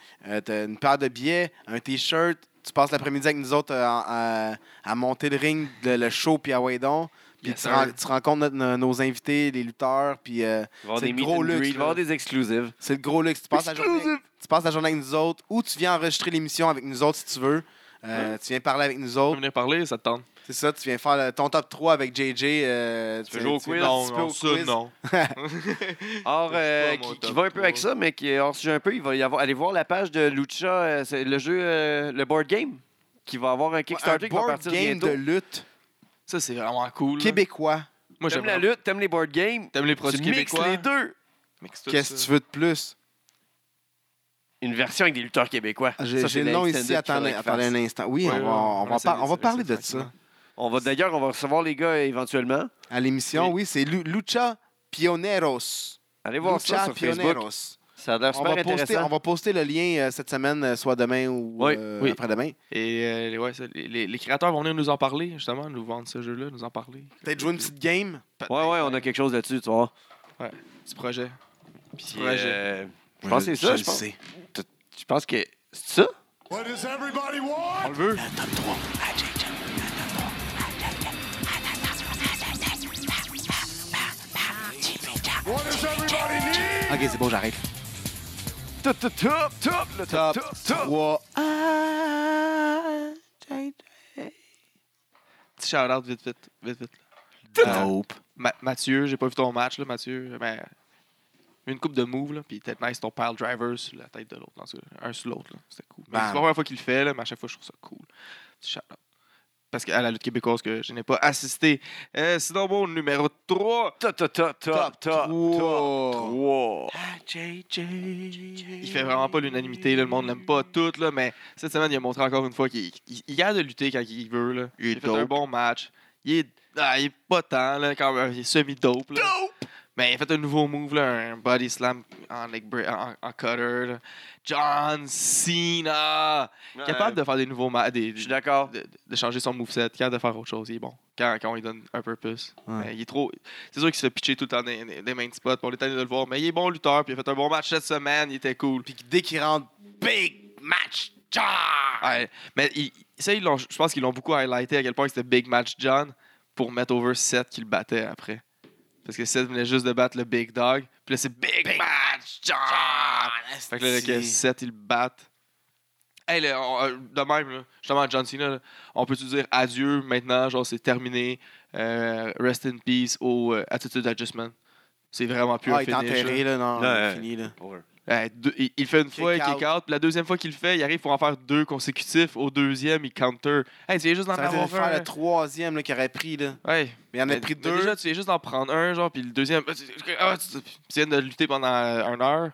[SPEAKER 3] une paire de billets, un T-shirt. Tu passes l'après-midi avec nous autres euh, en- à, à monter le ring, le, le show, puis à Waydon. Puis
[SPEAKER 2] Yes,
[SPEAKER 3] tu,
[SPEAKER 2] sir.
[SPEAKER 3] ren- tu rencontres notre- nos, nos invités, les lutteurs, puis...
[SPEAKER 1] il
[SPEAKER 3] euh,
[SPEAKER 1] va y avoir
[SPEAKER 3] c'est
[SPEAKER 1] des
[SPEAKER 3] le
[SPEAKER 1] meet
[SPEAKER 3] gros
[SPEAKER 1] and
[SPEAKER 3] luxe,
[SPEAKER 1] greet, il va y avoir
[SPEAKER 3] là.
[SPEAKER 1] des exclusives.
[SPEAKER 3] C'est le gros luxe. Tu passes, la journée, tu passes la journée avec nous autres ou tu viens enregistrer l'émission avec nous autres si tu veux. Euh, Tu viens parler avec nous
[SPEAKER 2] Tu veux
[SPEAKER 3] autres.
[SPEAKER 2] venir parler, ça te tente.
[SPEAKER 3] C'est ça, tu viens faire le- ton top 3 avec JJ. euh,
[SPEAKER 2] Tu veux jouer au
[SPEAKER 3] viens
[SPEAKER 2] quiz? Non,
[SPEAKER 3] participer
[SPEAKER 2] non,
[SPEAKER 3] au
[SPEAKER 2] ça,
[SPEAKER 3] quiz.
[SPEAKER 2] non.
[SPEAKER 1] Or,
[SPEAKER 2] C'est
[SPEAKER 1] euh,
[SPEAKER 2] pas mon
[SPEAKER 1] qui, qui
[SPEAKER 2] top
[SPEAKER 1] va un peu
[SPEAKER 2] trois.
[SPEAKER 1] avec ça, mais qui est hors sujet un peu, il va y avoir. Allez voir la page de Lucha, euh, c'est le jeu, euh, le board game, qui va avoir un
[SPEAKER 3] Un
[SPEAKER 1] Kickstarter qui va
[SPEAKER 3] board
[SPEAKER 1] partir
[SPEAKER 3] game de
[SPEAKER 1] bientôt.
[SPEAKER 3] lutte
[SPEAKER 2] Ça, c'est vraiment cool. là.
[SPEAKER 3] québécois.
[SPEAKER 2] Moi, j'aime
[SPEAKER 1] T'aimes la lutte, t'aimes les board games,
[SPEAKER 2] T'aimes les produits
[SPEAKER 1] tu mixes
[SPEAKER 2] québécois?
[SPEAKER 1] les deux.
[SPEAKER 2] Mixe tout
[SPEAKER 3] Qu'est-ce que
[SPEAKER 2] ça.
[SPEAKER 3] tu veux de plus?
[SPEAKER 1] Une version avec des lutteurs québécois.
[SPEAKER 3] Ah, J'ai
[SPEAKER 1] Ça,
[SPEAKER 3] j'ai
[SPEAKER 1] c'est
[SPEAKER 3] le nom
[SPEAKER 1] l'extended qu'il
[SPEAKER 3] ici,
[SPEAKER 1] faudrait
[SPEAKER 3] attendez,
[SPEAKER 1] qu'il
[SPEAKER 3] attendez un
[SPEAKER 1] fasse.
[SPEAKER 3] instant. Oui,
[SPEAKER 2] Ouais,
[SPEAKER 3] on
[SPEAKER 2] ouais,
[SPEAKER 3] va, on
[SPEAKER 2] on
[SPEAKER 3] va,
[SPEAKER 2] essaie
[SPEAKER 3] par-
[SPEAKER 2] de-
[SPEAKER 3] on va
[SPEAKER 2] essaie
[SPEAKER 3] parler
[SPEAKER 2] de
[SPEAKER 3] de
[SPEAKER 2] faire
[SPEAKER 3] ça
[SPEAKER 1] On va d'ailleurs, on va recevoir les gars euh, éventuellement.
[SPEAKER 3] à l'émission.
[SPEAKER 2] Et-
[SPEAKER 3] Oui, c'est Lu- Lucha Pioneros.
[SPEAKER 1] Allez voir ça
[SPEAKER 3] Lucha
[SPEAKER 1] sur Facebook.
[SPEAKER 3] Pioneros.
[SPEAKER 1] Ça a l'air
[SPEAKER 3] On
[SPEAKER 1] super
[SPEAKER 3] va, poster, on
[SPEAKER 1] intéressant.
[SPEAKER 3] va poster le lien euh, cette semaine, euh, soit demain ou
[SPEAKER 1] Oui,
[SPEAKER 3] euh,
[SPEAKER 2] oui.
[SPEAKER 3] après-demain.
[SPEAKER 2] Et euh, les- ouais, ça, les, les- les créateurs vont venir nous en parler, justement, nous vendre ce jeu-là, nous en parler.
[SPEAKER 3] Peut-être jouer une petite game.
[SPEAKER 1] Ouais, ouais, on a quelque chose là-dessus, tu vois.
[SPEAKER 2] Petit projet.
[SPEAKER 1] Puis,
[SPEAKER 2] Ouais, j'ai-
[SPEAKER 1] euh, je pense que c'est ça. Je pense,
[SPEAKER 3] sais.
[SPEAKER 1] je pense que c'est ça.
[SPEAKER 4] What does everybody want?
[SPEAKER 2] On le veut.
[SPEAKER 4] What does everybody need?
[SPEAKER 3] Ok, c'est bon, j'arrête.
[SPEAKER 1] Top, top, top, top, le top,
[SPEAKER 3] Top
[SPEAKER 1] top, top.
[SPEAKER 3] 3.
[SPEAKER 2] Petit shout-out vite, vite, vite, vite.
[SPEAKER 3] Dope.
[SPEAKER 2] Ma- Mathieu, j'ai pas vu ton match, là, Mathieu. Mais une coupe de move, là, puis peut-être nice ton pile driver sur la tête de l'autre. dans ce cas-là. Un sur l'autre, là. C'était cool. Mais
[SPEAKER 3] Bam.
[SPEAKER 2] C'est pas la première fois qu'il le fait, là, mais à chaque fois, je trouve ça cool. Petit shout-out. Parce qu'à la lutte québécoise que je n'ai pas assisté. Euh, sinon, bon, numéro 3.
[SPEAKER 1] Top, top, top, top, top,
[SPEAKER 3] Wow.
[SPEAKER 1] Wow.
[SPEAKER 2] Il fait vraiment pas l'unanimité, là, le monde l'aime pas tout, là, mais cette semaine, il a montré encore une fois qu'il il, il garde de lutter quand il veut. Là.
[SPEAKER 1] Il est
[SPEAKER 2] a fait un
[SPEAKER 1] dope.
[SPEAKER 2] bon match. Il est, ah, il est pas tant, là, quand même, il est semi-dope. là. Mais il a fait un nouveau move, là, un body slam en, leg break- en, en cutter. là. John Cena! Capable de faire des nouveaux matchs,
[SPEAKER 1] Je suis d'accord.
[SPEAKER 2] de, de changer son moveset, capable de faire autre chose. Il est bon. Quand, quand on lui donne un peu plus. Mais il est trop. C'est sûr qu'il se fait pitcher tout le temps des, des, des main spots. puis On est tanné de le voir. Mais il est bon lutteur. Puis il a fait un bon match cette semaine. Il était cool.
[SPEAKER 3] Puis dès qu'il rentre, big match. Jar!
[SPEAKER 2] Ouais, mais il- ça, ils l'ont- je pense qu'ils l'ont beaucoup highlighté à quel point c'était Big Match John pour mettre over Seth qui le battait après. Parce que Seth venait juste de battre le Big Dog. Puis là, c'est Big, Match John! Fait que là, que Seth, il le batte. Hey, là, on- euh, de même, là, justement, John Cena, là, on peut-tu dire adieu maintenant? Genre, c'est terminé. Euh, rest in peace au euh, Attitude Adjustment. C'est vraiment plus
[SPEAKER 3] Ah,
[SPEAKER 2] un
[SPEAKER 3] il est
[SPEAKER 2] finish, là.
[SPEAKER 3] enterré, là, non,
[SPEAKER 1] Ouais.
[SPEAKER 3] c'est fini, là.
[SPEAKER 2] Ouais, Euh, deux- il, il fait une fois, il
[SPEAKER 3] Kick
[SPEAKER 2] kick out. puis La deuxième fois qu'il le fait, il arrive pour en faire deux consécutifs. Au deuxième, il counter. Hey, tu viens juste d'en
[SPEAKER 3] Ça aurait été
[SPEAKER 2] avoir
[SPEAKER 3] de faire
[SPEAKER 2] un.
[SPEAKER 3] le troisième, là, qu'il aurait pris, là.
[SPEAKER 2] Ouais.
[SPEAKER 3] Mais il en a
[SPEAKER 2] Mais-
[SPEAKER 3] pris
[SPEAKER 2] mais
[SPEAKER 3] deux.
[SPEAKER 2] Déjà, tu viens juste d'en prendre un, genre, puis le deuxième. Ah, tu- ah, tu tu viens de lutter pendant euh, une heure.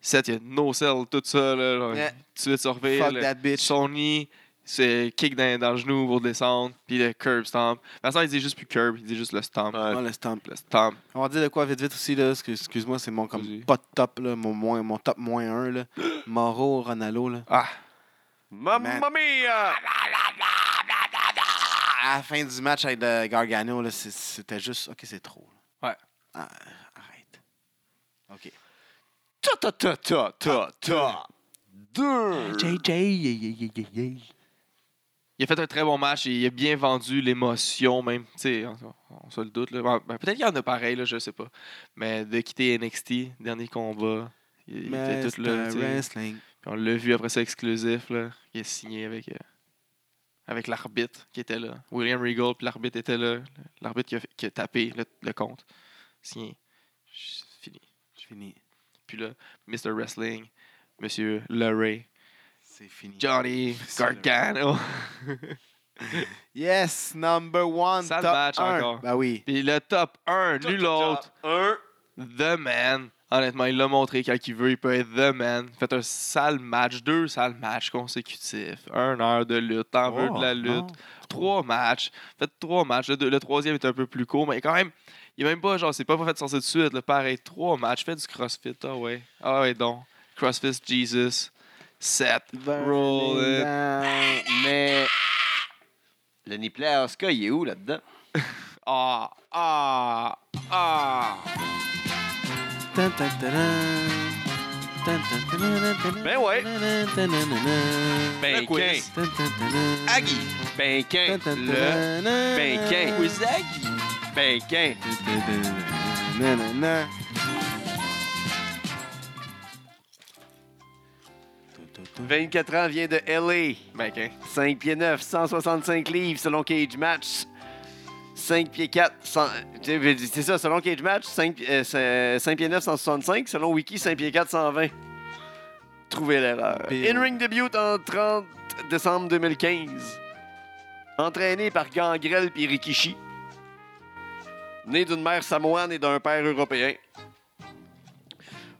[SPEAKER 2] Seth, il y a no sell, tout ça. Là, genre,
[SPEAKER 3] Ouais.
[SPEAKER 2] Tu veux te
[SPEAKER 3] Fuck
[SPEAKER 2] surveiller.
[SPEAKER 3] that bitch.
[SPEAKER 2] Sony, c'est kick dans, dans le genou pour descendre. Puis le curb stomp. De toute façon, il dit juste plus curb, il dit juste le stomp.
[SPEAKER 3] Ah, le stamp.
[SPEAKER 2] Le stomp.
[SPEAKER 3] On va dire de quoi vite vite aussi, là. excuse- Excuse-moi, c'est mon comme
[SPEAKER 2] Vas-y.
[SPEAKER 3] pas de top, là. Mon, moins, mon top moins 1, là. Moro, Ronaldo, là.
[SPEAKER 2] Ah,
[SPEAKER 1] Mamma mia!
[SPEAKER 3] À la fin du match avec le Gargano, là, c'est- c'était juste. Ok, c'est trop. là.
[SPEAKER 2] Ouais.
[SPEAKER 6] Ah, arrête. OK.
[SPEAKER 1] Ta ta ta ta ta ta. Deux.
[SPEAKER 2] Il a fait un très bon match et il a bien vendu l'émotion, même. Tu sais, on, on se le doute. là. Ben, ben, Peut-être qu'il y en a pareil, là, je sais pas. Mais de quitter NXT, dernier combat, il il était tout là. tu sais.
[SPEAKER 6] wrestling.
[SPEAKER 2] Puis on l'a vu après ça exclusif, là, qui est signé avec, euh, avec l'arbitre qui était là. William Regal, puis l'arbitre était là. L'arbitre qui a, qui a tapé le, le compte. Signé. C'est Fini.
[SPEAKER 6] C'est fini.
[SPEAKER 2] Puis là, Mr. Wrestling, Monsieur Luray,
[SPEAKER 6] C'est fini.
[SPEAKER 2] Johnny Gargano.
[SPEAKER 6] Yes, number one.
[SPEAKER 2] Sale
[SPEAKER 6] top
[SPEAKER 2] match
[SPEAKER 6] un.
[SPEAKER 2] encore.
[SPEAKER 6] Ben oui.
[SPEAKER 2] Puis le top 1, nul autre,
[SPEAKER 4] Un.
[SPEAKER 2] The Man. Honnêtement, il l'a montré quand il veut, il peut être The Man. Fait un sale match, deux sales matchs consécutifs. Un heure de lutte, t'en veux de la lutte. trois matchs. Faites trois matchs. Le, deux- le troisième est un peu plus court, mais quand même, il n'est même pas genre, c'est pas fait de sortir de suite. Là, pareil, trois matchs. Faites du CrossFit. Ah ouais. Ah ouais, donc. CrossFit Jesus. Set. Roll it.
[SPEAKER 6] Ben, Mais
[SPEAKER 1] Le Niplay à Oscar, il est où là-dedans?
[SPEAKER 2] Ah, ah, ah.
[SPEAKER 6] Tan, tan, tan, tan, tan, tan, tan, tan, tan,
[SPEAKER 1] Ben ouais.
[SPEAKER 6] tan, tan, tan, tan,
[SPEAKER 1] Ben
[SPEAKER 2] Le quiz.
[SPEAKER 6] tan, tan, tan, tan.
[SPEAKER 1] Agui.
[SPEAKER 6] Tan,
[SPEAKER 1] Benquin.
[SPEAKER 6] tan, tan,
[SPEAKER 1] Ben, Le
[SPEAKER 6] tan, tan,
[SPEAKER 1] Benquin. Benquin.
[SPEAKER 6] tan, tan, tan, tan, tan, tan. Tou, tou, tou.
[SPEAKER 1] 24 ans vient de LA.
[SPEAKER 2] Ben, ok.
[SPEAKER 1] 5 pieds 9, 165 livres selon Cage Match. 5 pieds 4, 100 tu sais, c'est ça, selon Cage Match, 5, pieds 9, 165. Selon Wiki, 5 pieds 4, 120. Trouvez l'erreur.
[SPEAKER 6] Pire.
[SPEAKER 1] In-ring debut en 30 décembre 2015. Entraîné par Gangrel puis Rikishi. Né d'une mère samoane et d'un père européen.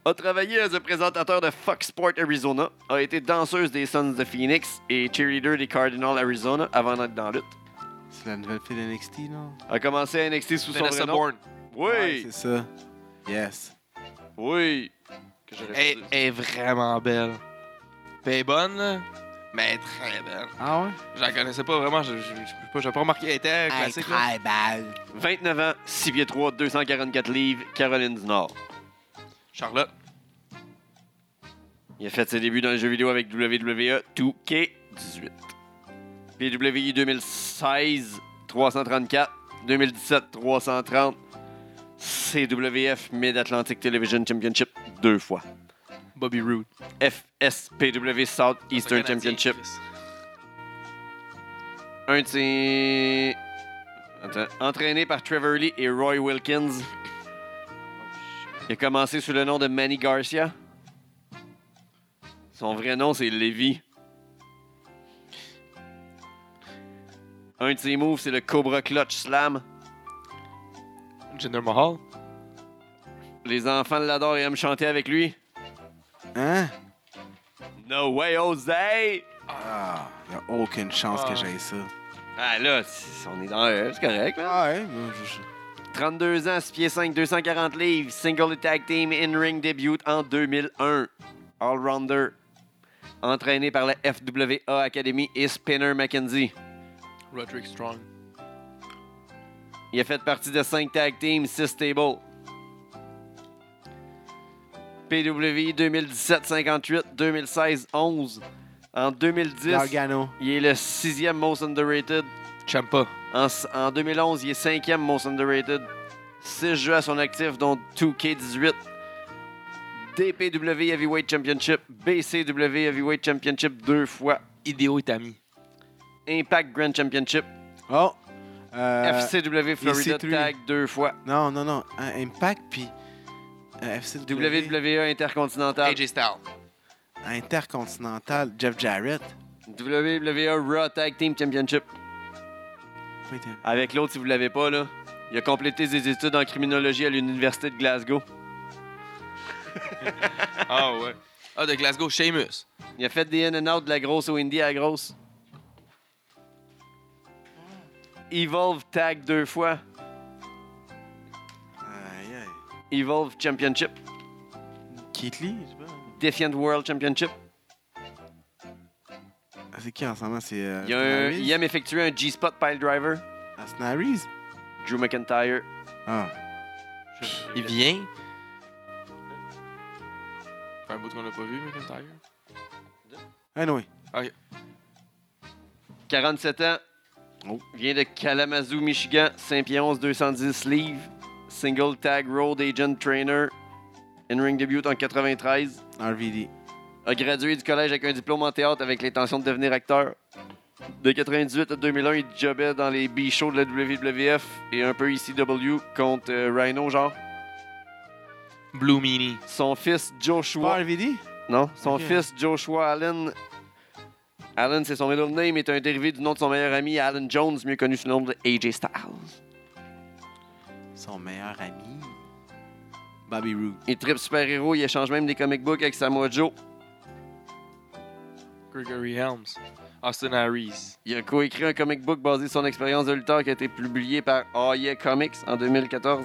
[SPEAKER 1] A travaillé as un présentateur de Fox Sport Arizona. A été danseuse des Suns de Phoenix et cheerleader des Cardinals Arizona avant d'être dans la lutte.
[SPEAKER 6] C'est la nouvelle fille de NXT, non?
[SPEAKER 1] A commencé à NXT sous son
[SPEAKER 2] Vanessa
[SPEAKER 1] vrai nom.
[SPEAKER 2] Bourne.
[SPEAKER 6] Ouais,
[SPEAKER 1] Oui,
[SPEAKER 6] C'est ça. Yes.
[SPEAKER 1] oui.
[SPEAKER 4] Que j'aurais
[SPEAKER 2] Elle
[SPEAKER 4] pas dit.
[SPEAKER 2] elle est vraiment belle. Puis Elle est bonne, là. Mais très belle.
[SPEAKER 6] Ah ouais?
[SPEAKER 2] Je la connaissais pas vraiment. Je n'ai pas, remarqué. Elle était classique. là.
[SPEAKER 1] 29 ans, 6 pieds 3, 244 livres, Caroline du Nord.
[SPEAKER 2] Charlotte.
[SPEAKER 1] Il a fait ses débuts dans le jeu vidéo avec E WWE 2K18. PWI 2016, 334. 2017, 330. CWF Mid-Atlantic Television Championship, deux fois.
[SPEAKER 2] Bobby Roode.
[SPEAKER 1] FSPW South Eastern
[SPEAKER 2] Canadien,
[SPEAKER 1] Championship,
[SPEAKER 2] Chris.
[SPEAKER 1] Un de ses- Attends. Entraîné par Trevor Lee et Roy Wilkins. Il a commencé sous le nom de Manny Garcia. Son vrai nom, c'est Levy. Un de ses moves, c'est le Cobra Clutch Slam.
[SPEAKER 2] Jinder Mahal.
[SPEAKER 1] Les enfants l'adorent et aiment chanter avec lui.
[SPEAKER 6] Hein?
[SPEAKER 1] No way, Jose!
[SPEAKER 6] Ah, y a aucune chance que j'aille ça.
[SPEAKER 1] Ah là, c'est- on est dans euh, c'est correct. là.
[SPEAKER 6] Ah ouais? moi, je- je-
[SPEAKER 1] 32 ans, 6 pieds 5, 240 livres, single et tag team in-ring debut en 2001. All-rounder. Entraîné par la FWA Academy et Spinner McKenzie.
[SPEAKER 2] Roderick Strong.
[SPEAKER 1] Il a fait partie de 5 tag teams, 6 tables. PWI 2017-58, 2016-11. En 2010,
[SPEAKER 6] Gargano.
[SPEAKER 1] il est le 6e most underrated.
[SPEAKER 2] Champa.
[SPEAKER 1] En, en 2011, il est 5e Most Underrated. 6 jeux à son actif, dont 2K18, DPW Heavyweight Championship, BCW Heavyweight Championship deux fois,
[SPEAKER 2] Ideo Itami.
[SPEAKER 1] Impact Grand Championship,
[SPEAKER 6] Oh! Euh,
[SPEAKER 1] FCW Florida
[SPEAKER 6] EC3.
[SPEAKER 1] Tag deux fois,
[SPEAKER 6] Non, non, non. Un Impact, puis euh, FCW.
[SPEAKER 1] WWE E Intercontinental,
[SPEAKER 2] AJ Styles.
[SPEAKER 6] Intercontinental. Jeff Jarrett.
[SPEAKER 1] WWE E Raw Tag Team Championship.
[SPEAKER 6] Pas été-
[SPEAKER 1] Avec l'autre, si vous l'avez pas, là, il a complété ses études en criminologie à l'Université de Glasgow.
[SPEAKER 2] Ah ouais. Ah, de Glasgow, Sheamus.
[SPEAKER 1] Il a fait des in and out de la grosse au indie à la grosse. Evolve Tag deux fois.
[SPEAKER 6] Aïe, aïe.
[SPEAKER 1] Evolve Championship,
[SPEAKER 6] Keith Lee, je sais pas.
[SPEAKER 1] Defiant World Championship.
[SPEAKER 6] Ah, c'est qui en ce moment? C'est. Euh,
[SPEAKER 1] Il, y a un- il aime effectuer un G-Spot Pile Driver.
[SPEAKER 6] Asnaris?
[SPEAKER 1] Drew McIntyre.
[SPEAKER 6] Ah.
[SPEAKER 2] Il vient. Fait un bout qu'on l'a pas vu, McIntyre.
[SPEAKER 3] Anyway.
[SPEAKER 1] 47 ans. Vient de Kalamazoo, Michigan. Saint-Pierre 210 livres. Single Tag Road Agent Trainer. In-ring debut en 93.
[SPEAKER 6] RVD.
[SPEAKER 1] A gradué du collège avec un diplôme en théâtre avec l'intention de devenir acteur. De 98 à 2001, il jobait dans les B-shows de la WWF et un peu ECW contre euh, Rhino, genre.
[SPEAKER 2] Blue Meanie.
[SPEAKER 1] Son fils Joshua.
[SPEAKER 6] Pas RVD?
[SPEAKER 1] Non, son
[SPEAKER 6] Ok.
[SPEAKER 1] fils Joshua Allen. Allen, c'est son middle name, est un dérivé du nom de son meilleur ami Allen Jones, mieux connu sous le nom de AJ Styles.
[SPEAKER 6] Son meilleur ami. Bobby Roode.
[SPEAKER 1] Il tripe super-héros, il échange même des comic books avec Samoa Joe.
[SPEAKER 2] Gregory Helms. Austin Harris.
[SPEAKER 1] Il a coécrit un comic book basé sur son expérience de lutteur qui a été publié par Oh Yeah Comics en 2014.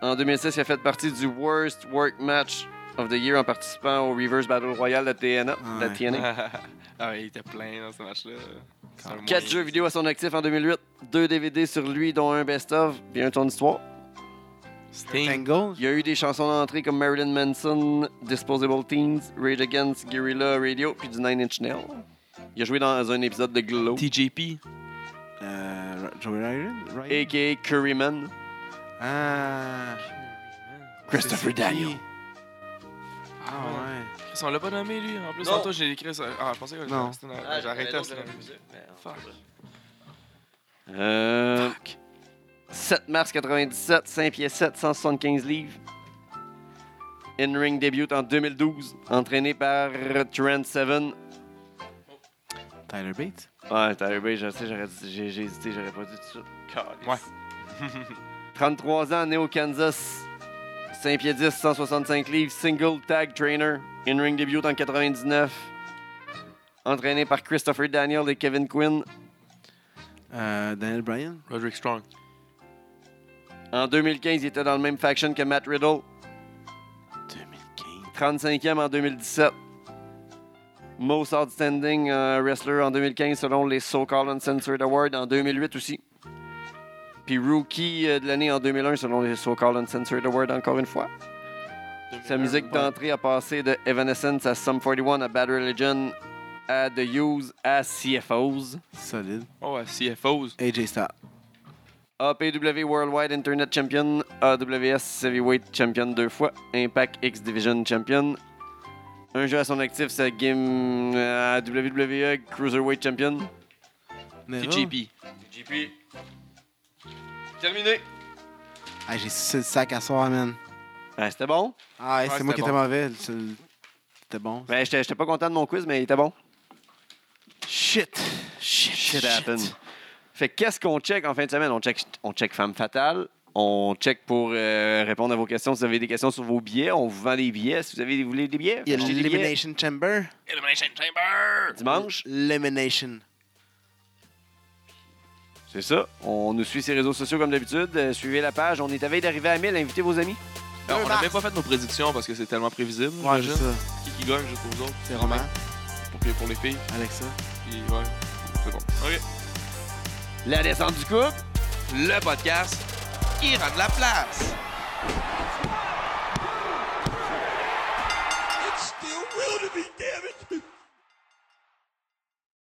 [SPEAKER 1] En 2016, il a fait partie du Worst Work Match of the Year en participant au Reverse Battle Royale de TNA. de la
[SPEAKER 6] Ouais.
[SPEAKER 1] TNA.
[SPEAKER 2] ah ouais, il était plein dans ce match-là. C'est un
[SPEAKER 1] 4
[SPEAKER 2] moyen.
[SPEAKER 1] jeux vidéo à son actif en 2008, 2 DVD sur lui, dont un best-of et un ton d'histoire.
[SPEAKER 2] Sting.
[SPEAKER 6] Tangle?
[SPEAKER 1] Il y a eu des chansons d'entrée comme Marilyn Manson, Disposable Teens, Rage Against Guerrilla Radio, puis du Nine Inch Nails. Il a joué dans un épisode de Glow,
[SPEAKER 2] TJP.
[SPEAKER 6] Euh, Joey Ryan? Ryan?
[SPEAKER 1] a.k.a. Curryman.
[SPEAKER 6] Ah.
[SPEAKER 3] Christopher
[SPEAKER 6] C'est qui?
[SPEAKER 3] Daniel.
[SPEAKER 6] Ah ouais.
[SPEAKER 2] Chris, on l'a pas nommé, lui. En plus,
[SPEAKER 1] Non.
[SPEAKER 2] tantôt, j'ai écrit ça. Ah, je pensais que
[SPEAKER 6] Non.
[SPEAKER 2] Austin Harris. J'ai arrêté Austin Harris. Fuck.
[SPEAKER 1] Euh, 7 mars 97, 5 pieds 7, 175 livres. In-ring débute en 2012, entraîné par Trent Seven.
[SPEAKER 6] Tyler Bates?
[SPEAKER 1] Ouais, Tyler Bay, je sais, j'aurais dit- j'ai j'ai hésité, j'aurais pas dit tout ça. Calisse.
[SPEAKER 2] Ouais.
[SPEAKER 1] 33 ans, né au Kansas. 5 pieds 10, 165 livres, single tag trainer. In-ring debut en 99. Entraîné par Christopher Daniel et Kevin Quinn.
[SPEAKER 6] Euh, Daniel Bryan?
[SPEAKER 2] Roderick Strong.
[SPEAKER 1] En 2015, il était dans le même faction que Matt Riddle.
[SPEAKER 6] 2015.
[SPEAKER 1] 35e en 2017. Most Outstanding euh, Wrestler en 2015 selon les So-Called Uncensored Awards en 2008 aussi. Puis Rookie euh, de l'année en 2001 selon les So-Called Uncensored Awards encore une fois. Sa musique d'entrée a passé de Evanescence à Sum 41 à Bad Religion à The Use à CFOs.
[SPEAKER 6] Solide.
[SPEAKER 2] Oh, ouais, CFOs.
[SPEAKER 6] AJ Styles.
[SPEAKER 1] APW Worldwide Internet Champion, AWS Heavyweight Champion deux fois, Impact X Division Champion. Un jeu à son actif, c'est Game euh, WWE Cruiserweight Champion.
[SPEAKER 6] Nero?
[SPEAKER 2] TJP.
[SPEAKER 1] GP. Terminé.
[SPEAKER 6] Ah, j'ai sucé le sac à soir, man.
[SPEAKER 1] Ah, c'était bon.
[SPEAKER 6] Ah,
[SPEAKER 2] Ouais,
[SPEAKER 6] c'est moi qui
[SPEAKER 2] c'était
[SPEAKER 6] étais mauvais. C'est- C'était bon.
[SPEAKER 1] Ben, j'étais j'étais pas content de mon quiz, mais il était bon.
[SPEAKER 6] Shit! Shit,
[SPEAKER 1] Shit happened. Fait que qu'est-ce qu'on check en fin de semaine? On check, on check Femme Fatale. On check pour euh, répondre à vos questions. Si vous avez des questions sur vos billets, on vous vend des billets. Si vous avez vous voulez des billets,
[SPEAKER 6] Il y a
[SPEAKER 1] achetez des billets.
[SPEAKER 6] l'Elimination Chamber.
[SPEAKER 2] Elimination Chamber.
[SPEAKER 1] Dimanche.
[SPEAKER 6] Elimination.
[SPEAKER 1] C'est ça. On nous suit sur les réseaux sociaux comme d'habitude. Euh, suivez la page. On est à veille d'arriver à 1000. Invitez vos amis.
[SPEAKER 2] Non, on
[SPEAKER 6] mars.
[SPEAKER 2] n'avait pas fait nos prédictions parce que c'est tellement prévisible.
[SPEAKER 6] Ouais,
[SPEAKER 2] j'imagine.
[SPEAKER 6] c'est ça.
[SPEAKER 2] Qui, qui gagne juste aux autres.
[SPEAKER 6] C'est Romain,
[SPEAKER 2] Pour, les- pour les filles.
[SPEAKER 6] Alexa.
[SPEAKER 2] Puis, ouais. C'est bon. OK.
[SPEAKER 1] La descente du couple.
[SPEAKER 2] Le podcast qui rend de la place.
[SPEAKER 7] It's still real to me, damn it!